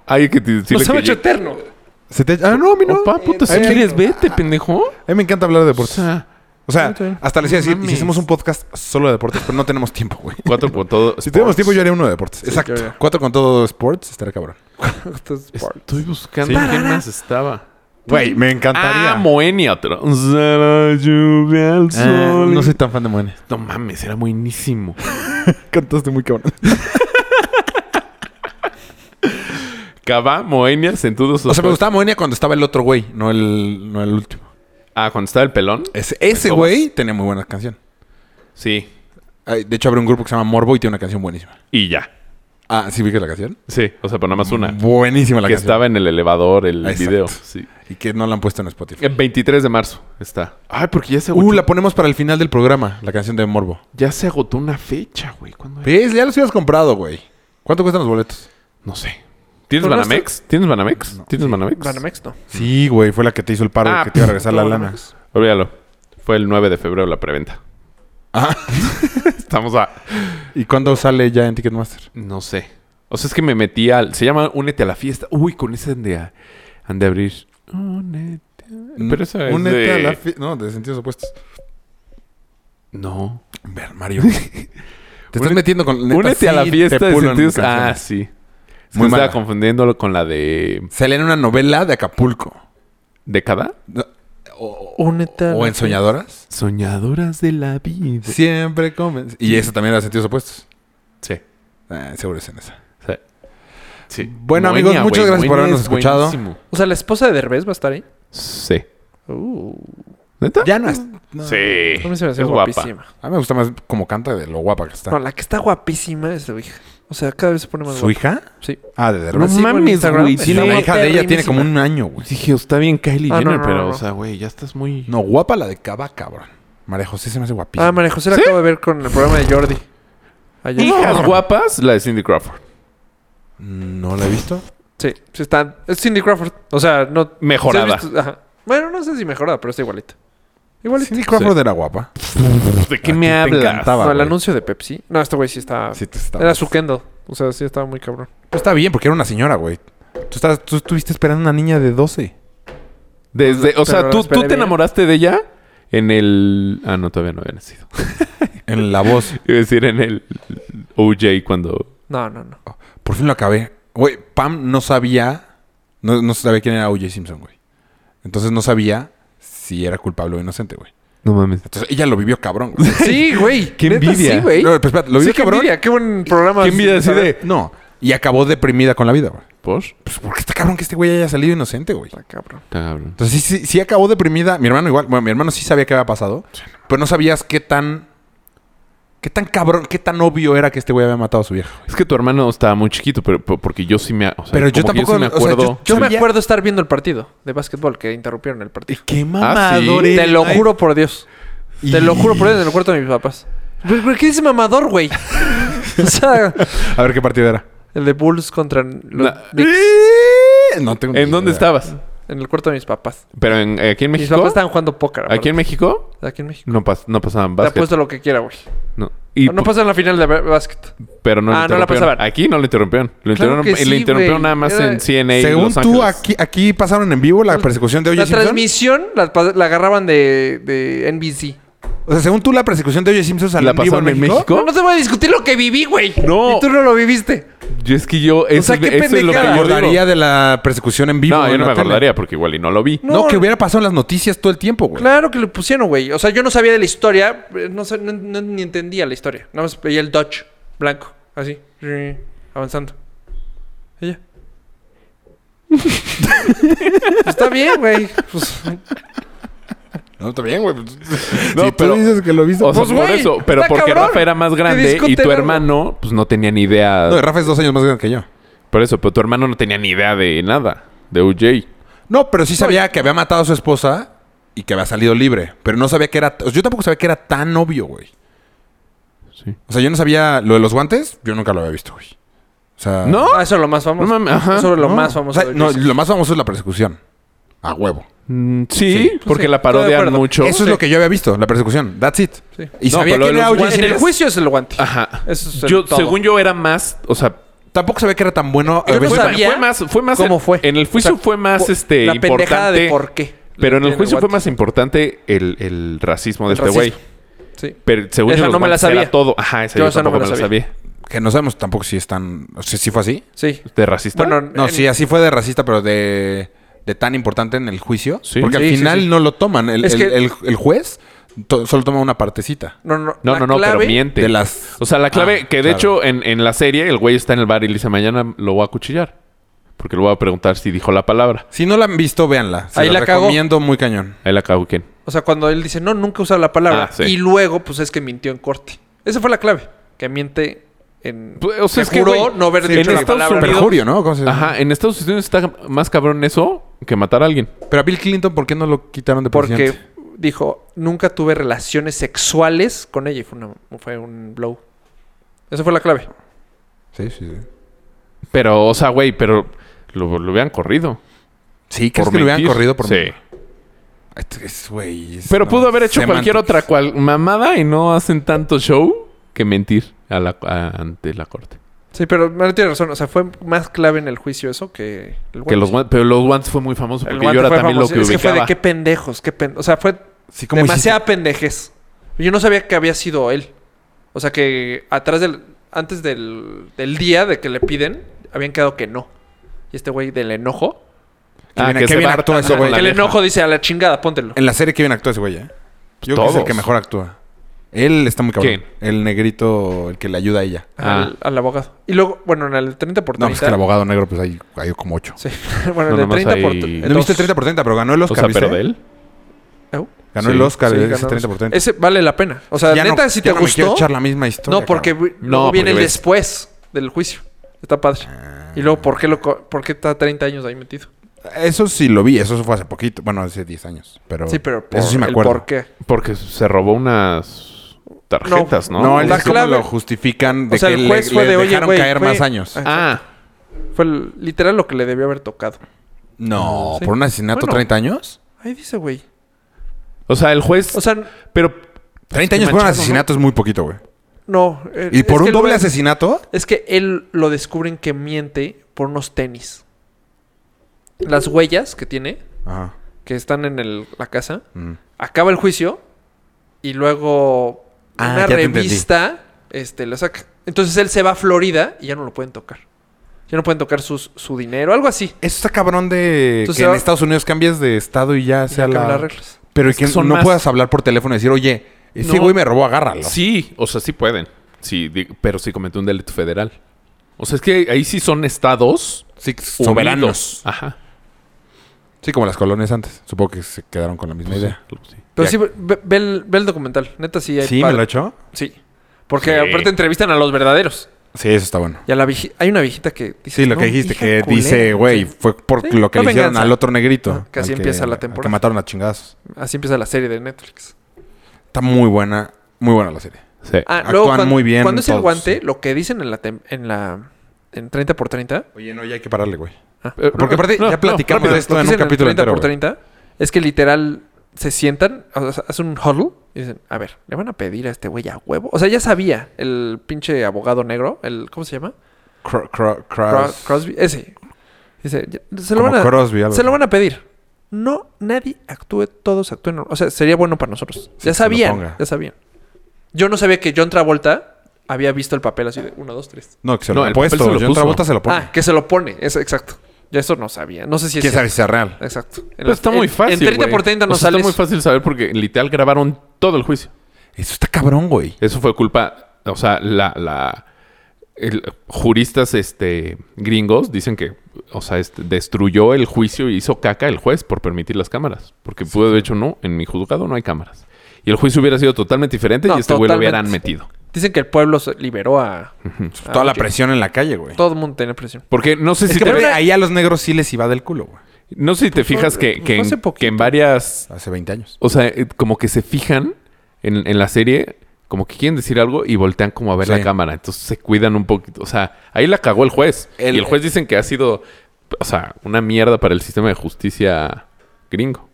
[SPEAKER 3] Ay, Pues que te
[SPEAKER 1] Nos
[SPEAKER 3] decirle
[SPEAKER 1] hemos
[SPEAKER 3] que
[SPEAKER 1] hecho
[SPEAKER 3] yo-
[SPEAKER 1] eterno.
[SPEAKER 2] Se te- Ah, no, a mí no.
[SPEAKER 3] Opa, puto, si
[SPEAKER 2] Ay,
[SPEAKER 3] quieres, vete, pendejo.
[SPEAKER 2] A mí me encanta hablar de
[SPEAKER 3] O
[SPEAKER 2] deportes.
[SPEAKER 3] sea,
[SPEAKER 2] O sea,
[SPEAKER 1] Está bien.
[SPEAKER 2] hasta les iba a decir,
[SPEAKER 3] No
[SPEAKER 2] y si
[SPEAKER 3] mames.
[SPEAKER 2] hacemos un podcast solo de deportes, pero no tenemos tiempo, güey.
[SPEAKER 3] cuatro por todo.
[SPEAKER 2] Si tenemos tiempo, yo haría uno de deportes. Exacto.
[SPEAKER 1] yo haría.
[SPEAKER 2] Cuatro con todo sports, estaría cabrón.
[SPEAKER 1] Estos parts.
[SPEAKER 3] Estoy buscando
[SPEAKER 2] Sí.
[SPEAKER 3] quién más estaba.
[SPEAKER 2] Güey, me
[SPEAKER 3] Ah, Moenia. Tranza la lluvia al
[SPEAKER 2] Ah,
[SPEAKER 3] sol.
[SPEAKER 2] no soy tan fan de Moene.
[SPEAKER 3] No mames, era buenísimo.
[SPEAKER 2] Cantaste muy cabrón.
[SPEAKER 3] Cabá, Moenia, Centudos.
[SPEAKER 2] O sea, me
[SPEAKER 3] Los-
[SPEAKER 2] gustaba Moenia cuando estaba el otro güey, no el, no el último.
[SPEAKER 3] Ah, cuando estaba el pelón.
[SPEAKER 2] Ese, ese
[SPEAKER 3] Cobos.
[SPEAKER 2] güey tenía muy buenas canciones.
[SPEAKER 3] Sí.
[SPEAKER 2] Ay, De hecho, abre un grupo que se llama Morbo y tiene una canción buenísima.
[SPEAKER 3] Y ya.
[SPEAKER 2] Ah, ¿sí viste la canción?
[SPEAKER 3] Sí, o sea, pero nada más una.
[SPEAKER 2] Buenísima Mm, la
[SPEAKER 3] que
[SPEAKER 2] canción.
[SPEAKER 3] estaba en el elevador, el
[SPEAKER 2] Exacto.
[SPEAKER 3] video. Sí.
[SPEAKER 2] Y que no la han puesto en Spotify.
[SPEAKER 3] El 23 de marzo está. Ay, porque ya se agotó.
[SPEAKER 2] Uh, la ponemos para el final del programa, la canción de Morbo.
[SPEAKER 3] Ya se agotó una fecha, güey. ¿Cuándo era?
[SPEAKER 2] ¿Ves? Ya los hubieras comprado, güey. ¿Cuánto cuestan los boletos?
[SPEAKER 3] No sé. ¿Tienes
[SPEAKER 1] Pero no
[SPEAKER 3] Banamex? ¿Tienes Banamex? ¿Tienes Banamex?
[SPEAKER 1] Banamex no.
[SPEAKER 2] Sí, güey, fue la que te hizo el paro
[SPEAKER 3] Ah,
[SPEAKER 2] que te iba a regresar la lana.
[SPEAKER 1] Banamex.
[SPEAKER 3] Olvídalo. Fue el 9 de febrero la preventa.
[SPEAKER 2] Ah,
[SPEAKER 3] Estamos a...
[SPEAKER 2] ¿y cuándo sale ya en Ticketmaster?
[SPEAKER 3] No sé. O sea, es que me metí al... Se llama Únete a la fiesta. Uy, con ese han de, a- han de abrir. Únete...
[SPEAKER 2] Mm,
[SPEAKER 3] a- Pero esa es
[SPEAKER 2] Únete
[SPEAKER 3] de...
[SPEAKER 2] E a la fi- No, de sentidos opuestos.
[SPEAKER 3] No.
[SPEAKER 2] Ver, Mario. te estás
[SPEAKER 3] Únete-
[SPEAKER 2] metiendo con... neta,
[SPEAKER 3] Únete a
[SPEAKER 2] sí
[SPEAKER 3] la fiesta
[SPEAKER 2] te
[SPEAKER 3] de
[SPEAKER 2] pulo en
[SPEAKER 3] sentidos... Ah,
[SPEAKER 2] canciones.
[SPEAKER 3] sí. Es que
[SPEAKER 2] Muy
[SPEAKER 3] me
[SPEAKER 2] mala.
[SPEAKER 3] estaba confundiéndolo con la de...
[SPEAKER 2] Sale en una novela de Acapulco.
[SPEAKER 3] ¿Década?
[SPEAKER 2] No, O,
[SPEAKER 1] Únete a
[SPEAKER 2] o
[SPEAKER 1] la
[SPEAKER 2] en Soñadoras.
[SPEAKER 3] Soñadoras de la vida.
[SPEAKER 2] Siempre comen. Y esa también era sentidos opuestos.
[SPEAKER 3] Sí.
[SPEAKER 2] Ah, seguro es en esa.
[SPEAKER 3] Sí. Sí.
[SPEAKER 2] Bueno, amigos, muchas gracias por habernos
[SPEAKER 3] es
[SPEAKER 2] escuchado.
[SPEAKER 3] buenísimo.
[SPEAKER 1] O sea, la esposa de Derbez va a estar ahí.
[SPEAKER 3] Sí.
[SPEAKER 1] Uh,
[SPEAKER 3] ¿Neta?
[SPEAKER 2] Ya no es... no.
[SPEAKER 3] Sí.
[SPEAKER 1] a mí se me hace
[SPEAKER 3] Es guapa.
[SPEAKER 1] guapísima.
[SPEAKER 2] A mí me gusta más como canta de lo guapa que está.
[SPEAKER 1] No, la que está guapísima es su hija. O sea, cada vez se pone más
[SPEAKER 2] ¿Su
[SPEAKER 1] guapa.
[SPEAKER 2] hija?
[SPEAKER 1] Sí.
[SPEAKER 2] Ah, de
[SPEAKER 1] La
[SPEAKER 2] Derbez.
[SPEAKER 1] sigo en
[SPEAKER 3] mames,
[SPEAKER 1] Instagram,
[SPEAKER 3] güey,
[SPEAKER 1] está
[SPEAKER 2] Sí, la
[SPEAKER 3] tiene-
[SPEAKER 2] hija de ella tiene
[SPEAKER 1] guapérrimísima.
[SPEAKER 2] como un año, güey.
[SPEAKER 3] Dije, "Oh, está bien Kylie
[SPEAKER 1] Ah, no,
[SPEAKER 3] Jenner,
[SPEAKER 1] no,
[SPEAKER 3] pero,
[SPEAKER 1] no, no.
[SPEAKER 3] o sea, güey, ya estás muy...
[SPEAKER 2] No, guapa la de Cava, cabrón. María José se me hace guapísima.
[SPEAKER 1] Ah, María José la
[SPEAKER 3] ¿Sí?
[SPEAKER 1] acabo de ver con el programa de Jordi. Ayer.
[SPEAKER 3] Hijas guapas, la de Cindy Crawford.
[SPEAKER 2] Mm, No la he visto.
[SPEAKER 1] Sí, sí están. Es Cindy Crawford. O sea, no.
[SPEAKER 3] Mejorada.
[SPEAKER 1] ¿sí has visto? Ajá. Bueno, no sé si mejorada, pero está igualita. Igualita.
[SPEAKER 2] Cindy Crawford era guapa.
[SPEAKER 3] ¿De qué
[SPEAKER 2] A ti
[SPEAKER 3] me
[SPEAKER 2] te
[SPEAKER 3] hablas?
[SPEAKER 2] encantaba,
[SPEAKER 1] no, el
[SPEAKER 2] güey.
[SPEAKER 1] anuncio de Pepsi. No, este güey sí está.
[SPEAKER 2] Sí, te estaba-
[SPEAKER 1] era su Kendall. O sea, sí estaba muy cabrón.
[SPEAKER 2] Pero Está bien, porque era una señora, güey. Tú, estás, tú estuviste esperando a una niña de 12.
[SPEAKER 3] Desde, o sea,
[SPEAKER 1] Pero
[SPEAKER 3] tú,
[SPEAKER 1] la esperé
[SPEAKER 3] tú te
[SPEAKER 1] bien.
[SPEAKER 3] enamoraste de ella en el... Ah, no, todavía no había nacido.
[SPEAKER 2] En la voz.
[SPEAKER 3] Iba a decir en el OJ cuando...
[SPEAKER 1] No, no, no.
[SPEAKER 2] Por fin lo acabé. Güey, Pam no sabía. No, no sabía quién era O.J. Simpson, güey. Entonces no sabía si era culpable o inocente, güey.
[SPEAKER 3] No mames.
[SPEAKER 2] Entonces ella lo vivió cabrón, güey.
[SPEAKER 1] Sí, güey.
[SPEAKER 3] Qué
[SPEAKER 1] Neta,
[SPEAKER 3] envidia.
[SPEAKER 1] Sí, güey.
[SPEAKER 2] No, pero espérate, lo
[SPEAKER 1] Sí,
[SPEAKER 2] vivió
[SPEAKER 1] qué
[SPEAKER 2] cabrón.
[SPEAKER 1] envidia. Qué buen programa.
[SPEAKER 3] Qué envidia así de-
[SPEAKER 2] No. Y acabó deprimida con la vida, güey.
[SPEAKER 3] ¿Por?
[SPEAKER 2] Pues porque está cabrón que este güey haya salido inocente, güey.
[SPEAKER 1] Ah, cabrón.
[SPEAKER 3] Cabrón.
[SPEAKER 2] Entonces sí, sí, sí acabó deprimida. Mi hermano igual. Bueno, mi hermano sí sabía qué había pasado. Pero no sabías qué tan... Qué tan cabrón, qué tan obvio era que este güey había matado a su vieja. güey.
[SPEAKER 3] Es que tu hermano estaba muy chiquito, pero pero- porque yo sí me... o sea,
[SPEAKER 2] Pero yo
[SPEAKER 3] como que
[SPEAKER 2] tampoco-
[SPEAKER 3] sí me
[SPEAKER 2] o sea, yo-
[SPEAKER 3] acuerdo...
[SPEAKER 1] Yo me
[SPEAKER 2] Sabía-
[SPEAKER 1] acuerdo estar viendo el partido de básquetbol que interrumpieron el partido.
[SPEAKER 2] ¡Qué
[SPEAKER 3] mamador
[SPEAKER 1] Te lo juro por Dios. Te lo juro por Dios en el cuarto de mis papás. ¿Pero, pero qué dice mamador, güey? o sea,
[SPEAKER 2] A ver qué partido era.
[SPEAKER 1] el de Bulls contra los
[SPEAKER 3] Na-
[SPEAKER 1] Knicks.
[SPEAKER 2] No tengo ni
[SPEAKER 3] ¿En dónde
[SPEAKER 2] idea.
[SPEAKER 3] estabas?
[SPEAKER 1] En el cuarto de mis papás.
[SPEAKER 3] Pero en- aquí en
[SPEAKER 1] Mis papás
[SPEAKER 3] México.
[SPEAKER 1] estaban jugando póker. aparte.
[SPEAKER 3] Aquí en México
[SPEAKER 1] Aquí en México.
[SPEAKER 3] no, pas- no pasaban
[SPEAKER 1] Te
[SPEAKER 3] básquet.
[SPEAKER 1] apuesto lo que quiera, güey.
[SPEAKER 3] No. Y
[SPEAKER 1] No
[SPEAKER 3] po-
[SPEAKER 1] pasa en la final de ba- básquet.
[SPEAKER 3] Pero no
[SPEAKER 1] Ah,
[SPEAKER 3] lo
[SPEAKER 1] no la
[SPEAKER 3] interrumpieron.
[SPEAKER 1] pasaban.
[SPEAKER 3] Aquí no lo interrumpieron.
[SPEAKER 1] Claro
[SPEAKER 3] Lo interrumpieron,
[SPEAKER 1] que
[SPEAKER 3] y lo
[SPEAKER 1] sí,
[SPEAKER 3] interrumpieron
[SPEAKER 1] güey.
[SPEAKER 3] nada más
[SPEAKER 1] Era-
[SPEAKER 3] en CNA.
[SPEAKER 2] Según
[SPEAKER 3] Los
[SPEAKER 2] tú,
[SPEAKER 3] Ángeles.
[SPEAKER 2] aquí, aquí pasaron en vivo la persecución de
[SPEAKER 1] la
[SPEAKER 2] O.J. Simpson.
[SPEAKER 1] transmisión la, pa- la agarraban de, de NBC.
[SPEAKER 2] O sea, según tú, la persecución de O.J. Simpson salió
[SPEAKER 3] ¿La
[SPEAKER 2] en vivo en
[SPEAKER 3] pasaron en
[SPEAKER 2] México.
[SPEAKER 3] ¿Cómo?
[SPEAKER 1] No, no te voy a discutir lo que viví, güey.
[SPEAKER 3] No.
[SPEAKER 1] Y tú no lo viviste.
[SPEAKER 3] Yo es que yo. Eso,
[SPEAKER 1] sea,
[SPEAKER 3] es de-
[SPEAKER 1] qué
[SPEAKER 3] eso es lo que
[SPEAKER 1] pendejada.
[SPEAKER 2] Me
[SPEAKER 3] yo digo.
[SPEAKER 2] acordaría de la persecución en vivo.
[SPEAKER 3] No, yo
[SPEAKER 2] en
[SPEAKER 3] no me
[SPEAKER 2] la tele.
[SPEAKER 3] acordaría porque igual y no lo vi.
[SPEAKER 2] No, que hubiera pasado en las noticias todo el tiempo, güey.
[SPEAKER 1] Claro que lo pusieron, güey. O sea, yo no sabía de la historia. eh, No, sé- no- no- ni entendía la historia. Nada más veía el Dodge blanco. Así. sí, Avanzando. Ella. Está bien, güey. Pues,
[SPEAKER 2] No, está bien, güey.
[SPEAKER 3] No,
[SPEAKER 2] si
[SPEAKER 3] pero-
[SPEAKER 2] tú dices que lo viste.
[SPEAKER 3] O sea,
[SPEAKER 1] Pues,
[SPEAKER 3] por
[SPEAKER 1] güey,
[SPEAKER 3] eso. Pero
[SPEAKER 1] está
[SPEAKER 3] porque
[SPEAKER 1] cabrón.
[SPEAKER 3] Rafa era más
[SPEAKER 1] Te
[SPEAKER 3] grande y
[SPEAKER 1] discuten
[SPEAKER 3] tu
[SPEAKER 1] algo.
[SPEAKER 3] hermano, pues no tenía ni idea.
[SPEAKER 2] No, Rafa es dos años más grande que yo.
[SPEAKER 3] Por eso, pero tu hermano no tenía ni idea de nada. De UJ.
[SPEAKER 2] No, pero sí sabía que había matado a su esposa y que había salido libre. Pero no sabía que era. o sea, Yo tampoco sabía que era tan obvio, güey.
[SPEAKER 3] Sí.
[SPEAKER 2] O sea, yo no sabía lo de los guantes. Yo nunca lo había visto, güey. O sea.
[SPEAKER 3] ¿No?
[SPEAKER 1] ah, eso es lo más famoso.
[SPEAKER 3] Ah, No mames, ajá.
[SPEAKER 1] Eso es lo
[SPEAKER 2] no.
[SPEAKER 1] más
[SPEAKER 2] O
[SPEAKER 1] famoso.
[SPEAKER 2] sea,
[SPEAKER 1] de
[SPEAKER 2] no,
[SPEAKER 1] Jason.
[SPEAKER 2] lo más famoso es la persecución. A huevo.
[SPEAKER 3] Mm, sí,
[SPEAKER 2] Sí.
[SPEAKER 3] porque
[SPEAKER 1] Pues sí, estoy
[SPEAKER 3] la
[SPEAKER 1] de
[SPEAKER 3] parodian
[SPEAKER 1] acuerdo.
[SPEAKER 3] mucho.
[SPEAKER 2] Eso es lo que yo había visto, la persecución. That's it.
[SPEAKER 1] Sí.
[SPEAKER 2] Y
[SPEAKER 3] No,
[SPEAKER 2] sabía
[SPEAKER 3] pero lo
[SPEAKER 2] quién
[SPEAKER 3] de
[SPEAKER 2] era
[SPEAKER 3] los
[SPEAKER 1] En
[SPEAKER 2] O.J.
[SPEAKER 1] el
[SPEAKER 2] Simpson.
[SPEAKER 1] juicio es el guante.
[SPEAKER 3] Ajá.
[SPEAKER 1] Eso es el
[SPEAKER 3] yo,
[SPEAKER 1] todo.
[SPEAKER 3] según yo, era más. O sea,
[SPEAKER 2] Tampoco sabía que era tan bueno.
[SPEAKER 1] Yo
[SPEAKER 2] a
[SPEAKER 1] no
[SPEAKER 2] veces-
[SPEAKER 3] fue,
[SPEAKER 1] sabía.
[SPEAKER 3] fue más. Fue más
[SPEAKER 1] ¿Cómo fue?
[SPEAKER 3] En el juicio
[SPEAKER 1] O sea,
[SPEAKER 3] fue más
[SPEAKER 1] po-
[SPEAKER 3] este,
[SPEAKER 1] La pendejada
[SPEAKER 3] importante.
[SPEAKER 1] de por qué.
[SPEAKER 3] Pero en el juicio fue
[SPEAKER 1] guante.
[SPEAKER 3] más importante el, el racismo de
[SPEAKER 1] El
[SPEAKER 3] este güey.
[SPEAKER 1] racismo. Sí.
[SPEAKER 3] Pero según
[SPEAKER 1] Esa
[SPEAKER 3] yo, los
[SPEAKER 1] no me la
[SPEAKER 3] guantes era
[SPEAKER 1] sabía.
[SPEAKER 3] todo. Ajá, esa
[SPEAKER 1] Yo
[SPEAKER 3] yo,
[SPEAKER 1] esa no
[SPEAKER 3] tampoco
[SPEAKER 1] me
[SPEAKER 3] me
[SPEAKER 1] la
[SPEAKER 3] la
[SPEAKER 1] sabía.
[SPEAKER 3] sabía.
[SPEAKER 2] Que no sabemos tampoco si es tan. O sea, si fue así.
[SPEAKER 1] Sí.
[SPEAKER 3] ¿De racista?
[SPEAKER 1] Bueno,
[SPEAKER 2] No,
[SPEAKER 1] en-
[SPEAKER 2] sí, así fue de racista, pero de, de tan importante en el juicio.
[SPEAKER 3] Sí.
[SPEAKER 2] Porque
[SPEAKER 1] Sí,
[SPEAKER 2] al
[SPEAKER 1] sí,
[SPEAKER 2] final
[SPEAKER 1] sí.
[SPEAKER 2] no lo toman. El,
[SPEAKER 1] Es
[SPEAKER 2] el-
[SPEAKER 1] que-
[SPEAKER 2] el- el juez to- solo toma una partecita.
[SPEAKER 1] No, no,
[SPEAKER 3] no,
[SPEAKER 1] la
[SPEAKER 3] no, no,
[SPEAKER 1] clave-
[SPEAKER 3] pero miente.
[SPEAKER 2] de las-
[SPEAKER 3] O sea, la clave
[SPEAKER 2] Ah,
[SPEAKER 3] que de
[SPEAKER 2] claro.
[SPEAKER 3] hecho en, en la serie el güey está en el bar y le dice mañana lo voy a cuchillar. Porque le voy a preguntar si dijo la palabra.
[SPEAKER 2] Si no la han visto, véanla. Se
[SPEAKER 1] Ahí la cagó.
[SPEAKER 2] recomiendo muy cañón.
[SPEAKER 3] Ahí la cago quién.
[SPEAKER 1] O sea, cuando él dice, no, nunca usaba la palabra.
[SPEAKER 3] Ah, sí.
[SPEAKER 1] Y luego, pues es que mintió en corte. Esa fue la clave. Que miente en.
[SPEAKER 3] Pues, o sea, es que,
[SPEAKER 1] juró
[SPEAKER 3] güey,
[SPEAKER 1] no haber
[SPEAKER 3] en
[SPEAKER 1] dicho la
[SPEAKER 3] Estados
[SPEAKER 1] palabra.
[SPEAKER 3] Unidos-
[SPEAKER 2] Perjurio, ¿no? ¿Cómo se dice?
[SPEAKER 3] Ajá, en Estados Unidos está más cabrón eso que matar a alguien.
[SPEAKER 2] Pero a Bill Clinton, ¿por qué no lo quitaron de
[SPEAKER 1] Porque
[SPEAKER 2] presidente?
[SPEAKER 1] dijo, nunca tuve relaciones sexuales con ella. Y fue, una- fue un blow. Esa fue la clave.
[SPEAKER 2] Sí, sí, sí.
[SPEAKER 3] Pero, o sea, güey, pero lo, lo hubieran corrido.
[SPEAKER 2] Sí,
[SPEAKER 3] Por
[SPEAKER 2] ¿crees que lo hubieran
[SPEAKER 3] mentir.
[SPEAKER 2] corrido por
[SPEAKER 3] Sí.
[SPEAKER 2] mí? Este es, güey, es-
[SPEAKER 3] Pero
[SPEAKER 2] no,
[SPEAKER 3] pudo haber hecho
[SPEAKER 2] semántica.
[SPEAKER 3] cualquier otra cual- mamada y no hacen tanto show que mentir a la- a- ante la corte.
[SPEAKER 1] Sí, pero Mario tiene razón. O sea, fue más clave en el juicio eso que el guante.
[SPEAKER 3] Que los guantes, pero los guantes fue muy famoso
[SPEAKER 1] El
[SPEAKER 3] porque
[SPEAKER 1] guante
[SPEAKER 3] yo era
[SPEAKER 1] fue
[SPEAKER 3] también
[SPEAKER 1] famoso.
[SPEAKER 3] lo que
[SPEAKER 1] Es que fue de
[SPEAKER 3] ubicaba.
[SPEAKER 1] qué pendejos. Qué pen- O sea, fue
[SPEAKER 2] Sí, ¿cómo
[SPEAKER 1] demasiada pendejez. Yo no sabía que había sido él. O sea, que atrás del. Antes del, del día de que le piden, habían quedado que no. Y este güey del enojo.
[SPEAKER 2] Qué bien- qué
[SPEAKER 3] Ah, se
[SPEAKER 2] bien
[SPEAKER 3] va
[SPEAKER 2] actuó ese
[SPEAKER 3] hartando
[SPEAKER 2] güey.
[SPEAKER 3] la
[SPEAKER 1] el
[SPEAKER 3] vieja.
[SPEAKER 1] enojo dice a la chingada, póntelo.
[SPEAKER 2] En la serie que bien actúa ese güey, ¿eh? Yo creo que es el
[SPEAKER 3] todos.
[SPEAKER 2] que mejor actúa. Él está muy cabrón.
[SPEAKER 3] ¿Quién?
[SPEAKER 2] El negrito, el que le ayuda a ella.
[SPEAKER 1] Al, al abogado. Y luego, bueno, en el 30 por
[SPEAKER 2] Ah. No,
[SPEAKER 1] 30.
[SPEAKER 2] pues que el abogado negro, pues hay, hay como ocho.
[SPEAKER 1] Sí. bueno, en
[SPEAKER 3] No,
[SPEAKER 1] el
[SPEAKER 3] nomás
[SPEAKER 1] 30 por
[SPEAKER 3] hay-
[SPEAKER 1] tre-
[SPEAKER 2] ¿No
[SPEAKER 3] ¿No
[SPEAKER 1] dos.
[SPEAKER 2] viste el 30 por 30? Pero ganó el
[SPEAKER 3] O
[SPEAKER 2] Oscar,
[SPEAKER 3] sea,
[SPEAKER 2] ¿viste?
[SPEAKER 3] pero de él.
[SPEAKER 1] ¿Eh?
[SPEAKER 2] Ganó
[SPEAKER 3] Sí.
[SPEAKER 2] el Oscar,
[SPEAKER 1] Sí,
[SPEAKER 2] ese
[SPEAKER 1] ganamos.
[SPEAKER 2] 30 por 30.
[SPEAKER 1] Ese vale la pena. O sea,
[SPEAKER 2] Ya no-
[SPEAKER 1] neta, si
[SPEAKER 2] ya
[SPEAKER 1] te
[SPEAKER 2] no me quiero
[SPEAKER 1] gustó.
[SPEAKER 2] echar la misma historia.
[SPEAKER 1] no, porque
[SPEAKER 2] cabrón.
[SPEAKER 1] vi- luego viene
[SPEAKER 3] porque
[SPEAKER 1] el
[SPEAKER 3] ves.
[SPEAKER 1] después del juicio. Está padre.
[SPEAKER 2] Ah.
[SPEAKER 1] Y luego, ¿por qué, lo, co- ¿por qué está 30 años ahí metido?
[SPEAKER 2] Eso sí lo vi, eso fue hace poquito. Bueno, hace 10 años. Pero
[SPEAKER 1] Sí, pero por
[SPEAKER 2] eso sí me
[SPEAKER 1] el
[SPEAKER 2] acuerdo.
[SPEAKER 1] por qué.
[SPEAKER 3] Porque se robó unas tarjetas, ¿no?
[SPEAKER 2] No, él
[SPEAKER 1] La
[SPEAKER 2] es como
[SPEAKER 1] clave-
[SPEAKER 2] lo justifican de
[SPEAKER 1] o sea,
[SPEAKER 2] que
[SPEAKER 1] el juez
[SPEAKER 2] le,
[SPEAKER 1] fue
[SPEAKER 2] le
[SPEAKER 1] de, "Oye,
[SPEAKER 2] dejaron
[SPEAKER 1] güey,
[SPEAKER 2] caer
[SPEAKER 1] fue-
[SPEAKER 2] más años.
[SPEAKER 1] Ah.
[SPEAKER 3] Ah,
[SPEAKER 1] Fue el- literal lo que le debió haber tocado.
[SPEAKER 2] No,
[SPEAKER 1] Sí.
[SPEAKER 2] por un asesinato
[SPEAKER 1] Bueno.
[SPEAKER 2] 30 años.
[SPEAKER 1] Ahí dice, güey.
[SPEAKER 3] o sea, el juez.
[SPEAKER 1] O sea,
[SPEAKER 3] pero
[SPEAKER 2] 30
[SPEAKER 3] Es que
[SPEAKER 2] años por un
[SPEAKER 3] manchado, ¿no?
[SPEAKER 2] asesinato es muy poquito, güey.
[SPEAKER 1] no. eh,
[SPEAKER 2] Y
[SPEAKER 1] es
[SPEAKER 2] por
[SPEAKER 1] que
[SPEAKER 2] un doble
[SPEAKER 1] lo-
[SPEAKER 2] asesinato,
[SPEAKER 1] Es que él lo descubren que miente por unos tenis. Las huellas que tiene,
[SPEAKER 2] Ajá.
[SPEAKER 1] que están en el- la casa,
[SPEAKER 2] Mm.
[SPEAKER 1] acaba el juicio y luego
[SPEAKER 2] Ah,
[SPEAKER 1] una
[SPEAKER 2] ya te entendí.
[SPEAKER 1] revista este, la saca. Entonces él se va a Florida y ya no lo pueden tocar. Ya no pueden tocar sus, su dinero, algo así.
[SPEAKER 2] Eso está cabrón de
[SPEAKER 1] Entonces,
[SPEAKER 2] que en
[SPEAKER 1] ahora-
[SPEAKER 2] Estados Unidos cambies de estado y ya
[SPEAKER 1] Y
[SPEAKER 2] sea
[SPEAKER 1] acaban
[SPEAKER 2] la...
[SPEAKER 1] las reglas.
[SPEAKER 2] Pero
[SPEAKER 3] Es
[SPEAKER 2] que,
[SPEAKER 3] que son
[SPEAKER 2] no
[SPEAKER 3] más.
[SPEAKER 2] puedas hablar por teléfono y decir, oye, ese
[SPEAKER 3] No.
[SPEAKER 2] güey me robó, agárralo.
[SPEAKER 3] sí, o sea, sí pueden. Sí, di- pero sí cometió un delito federal. O sea, es que ahí sí son estados
[SPEAKER 2] Sí,
[SPEAKER 3] soberanos.
[SPEAKER 2] soberanos.
[SPEAKER 3] Ajá.
[SPEAKER 2] Sí, como las colonias antes. Supongo que se quedaron con la misma idea.
[SPEAKER 3] Sí.
[SPEAKER 1] Pero
[SPEAKER 3] Ya-
[SPEAKER 1] sí, ve, ve el, ve el documental. Neta, sí hay
[SPEAKER 2] Sí,
[SPEAKER 1] padre.
[SPEAKER 2] me lo echó.
[SPEAKER 1] Sí. Porque
[SPEAKER 3] Sí.
[SPEAKER 1] aparte entrevistan a los verdaderos.
[SPEAKER 2] Sí, eso está bueno.
[SPEAKER 1] Y a la vieji- hay una viejita que dice...
[SPEAKER 2] Sí, lo
[SPEAKER 1] "No,
[SPEAKER 2] que dijiste,
[SPEAKER 1] hija
[SPEAKER 2] que
[SPEAKER 1] culera".
[SPEAKER 2] dice, güey,
[SPEAKER 1] Sí.
[SPEAKER 2] fue por
[SPEAKER 1] Sí,
[SPEAKER 2] lo que
[SPEAKER 1] no
[SPEAKER 2] le hicieron
[SPEAKER 1] venganza.
[SPEAKER 2] al otro negrito.
[SPEAKER 1] Ah, que así
[SPEAKER 2] al
[SPEAKER 1] empieza la
[SPEAKER 2] al Que
[SPEAKER 1] temporada.
[SPEAKER 2] mataron a chingazos.
[SPEAKER 1] Así empieza la serie de Netflix.
[SPEAKER 2] Está muy buena, muy buena la serie.
[SPEAKER 3] Sí.
[SPEAKER 1] Ah,
[SPEAKER 2] Actúan
[SPEAKER 1] luego cuando,
[SPEAKER 2] muy bien
[SPEAKER 1] Cuando es el
[SPEAKER 2] todos,
[SPEAKER 1] guante,
[SPEAKER 2] sí.
[SPEAKER 1] lo que dicen en la... tem- en la en 30 por 30...
[SPEAKER 2] Oye, no, ya hay que pararle, güey.
[SPEAKER 1] Ah.
[SPEAKER 3] Eh,
[SPEAKER 2] Porque aparte,
[SPEAKER 3] no,
[SPEAKER 2] ya
[SPEAKER 3] no,
[SPEAKER 2] platicamos
[SPEAKER 3] rápido.
[SPEAKER 2] de esto
[SPEAKER 1] Lo que
[SPEAKER 2] en un
[SPEAKER 1] dicen
[SPEAKER 2] capítulo
[SPEAKER 1] 30
[SPEAKER 2] entero.
[SPEAKER 1] por 30 es que literal se sientan, o sea, hacen un huddle y dicen, a ver, ¿le van a pedir a este güey a huevo? O sea, ya sabía el pinche abogado negro, el ¿cómo se llama?
[SPEAKER 2] Cro- cro-
[SPEAKER 1] Cro-
[SPEAKER 2] cross-
[SPEAKER 1] Crosby, ese. Dice, "Ya- se lo
[SPEAKER 2] como
[SPEAKER 1] van a
[SPEAKER 2] Crosby, algo
[SPEAKER 1] se lo
[SPEAKER 2] así.
[SPEAKER 1] van a pedir. No, nadie actúe, todos actúen. O sea, sería bueno para nosotros.
[SPEAKER 2] Sí,
[SPEAKER 1] ya
[SPEAKER 2] que se lo
[SPEAKER 1] sabían,
[SPEAKER 2] ponga.
[SPEAKER 1] ya sabían. Yo no sabía que John Travolta había visto el papel así de 1, 2, 3.
[SPEAKER 2] No, que se
[SPEAKER 3] No,
[SPEAKER 2] lo ha
[SPEAKER 3] el papel se
[SPEAKER 2] puesto.
[SPEAKER 3] lo
[SPEAKER 2] John
[SPEAKER 3] puso.
[SPEAKER 2] Travolta se lo pone.
[SPEAKER 1] Ah, que se lo pone, es exacto. Ya eso no sabía. No sé si es
[SPEAKER 2] ¿Quién sabe si
[SPEAKER 1] cierto.
[SPEAKER 2] sea real?
[SPEAKER 1] Exacto. En
[SPEAKER 3] Pero
[SPEAKER 1] la-
[SPEAKER 3] está
[SPEAKER 1] en-
[SPEAKER 3] muy fácil.
[SPEAKER 1] En 30
[SPEAKER 3] güey.
[SPEAKER 1] por 30 no
[SPEAKER 3] O sea,
[SPEAKER 1] sales.
[SPEAKER 3] Está muy fácil saber porque literal grabaron todo el juicio.
[SPEAKER 2] Eso está cabrón, güey.
[SPEAKER 3] Eso fue culpa, o sea, la, la el- juristas este gringos dicen que, o sea, este, destruyó el juicio y hizo caca el juez por permitir las cámaras, porque pudo haber hecho no, en mi juzgado no hay cámaras. Y el juicio hubiera sido totalmente diferente
[SPEAKER 1] No,
[SPEAKER 3] y este güey lo
[SPEAKER 1] totalmente.
[SPEAKER 3] hubieran metido.
[SPEAKER 1] Dicen que el pueblo se liberó a. a
[SPEAKER 2] Toda la
[SPEAKER 1] Oye.
[SPEAKER 2] presión en la calle, güey.
[SPEAKER 1] Todo el mundo tenía presión.
[SPEAKER 3] Porque no sé
[SPEAKER 2] Es
[SPEAKER 3] si
[SPEAKER 2] que
[SPEAKER 3] te,
[SPEAKER 2] aparte, ahí a los negros sí les iba del culo, güey.
[SPEAKER 3] no sé si te fijas que,
[SPEAKER 1] pues,
[SPEAKER 3] que
[SPEAKER 1] hace
[SPEAKER 3] en,
[SPEAKER 1] poquito.
[SPEAKER 3] que en varias,
[SPEAKER 2] Hace 20 años.
[SPEAKER 3] o sea, eh, como que se fijan en, en la serie como que quieren decir algo y voltean como a ver
[SPEAKER 2] Sí.
[SPEAKER 3] la cámara, entonces se cuidan un poquito, o sea, ahí la cagó el juez.
[SPEAKER 2] El-
[SPEAKER 3] y el juez dicen que ha sido o sea, una mierda para el sistema de justicia gringo.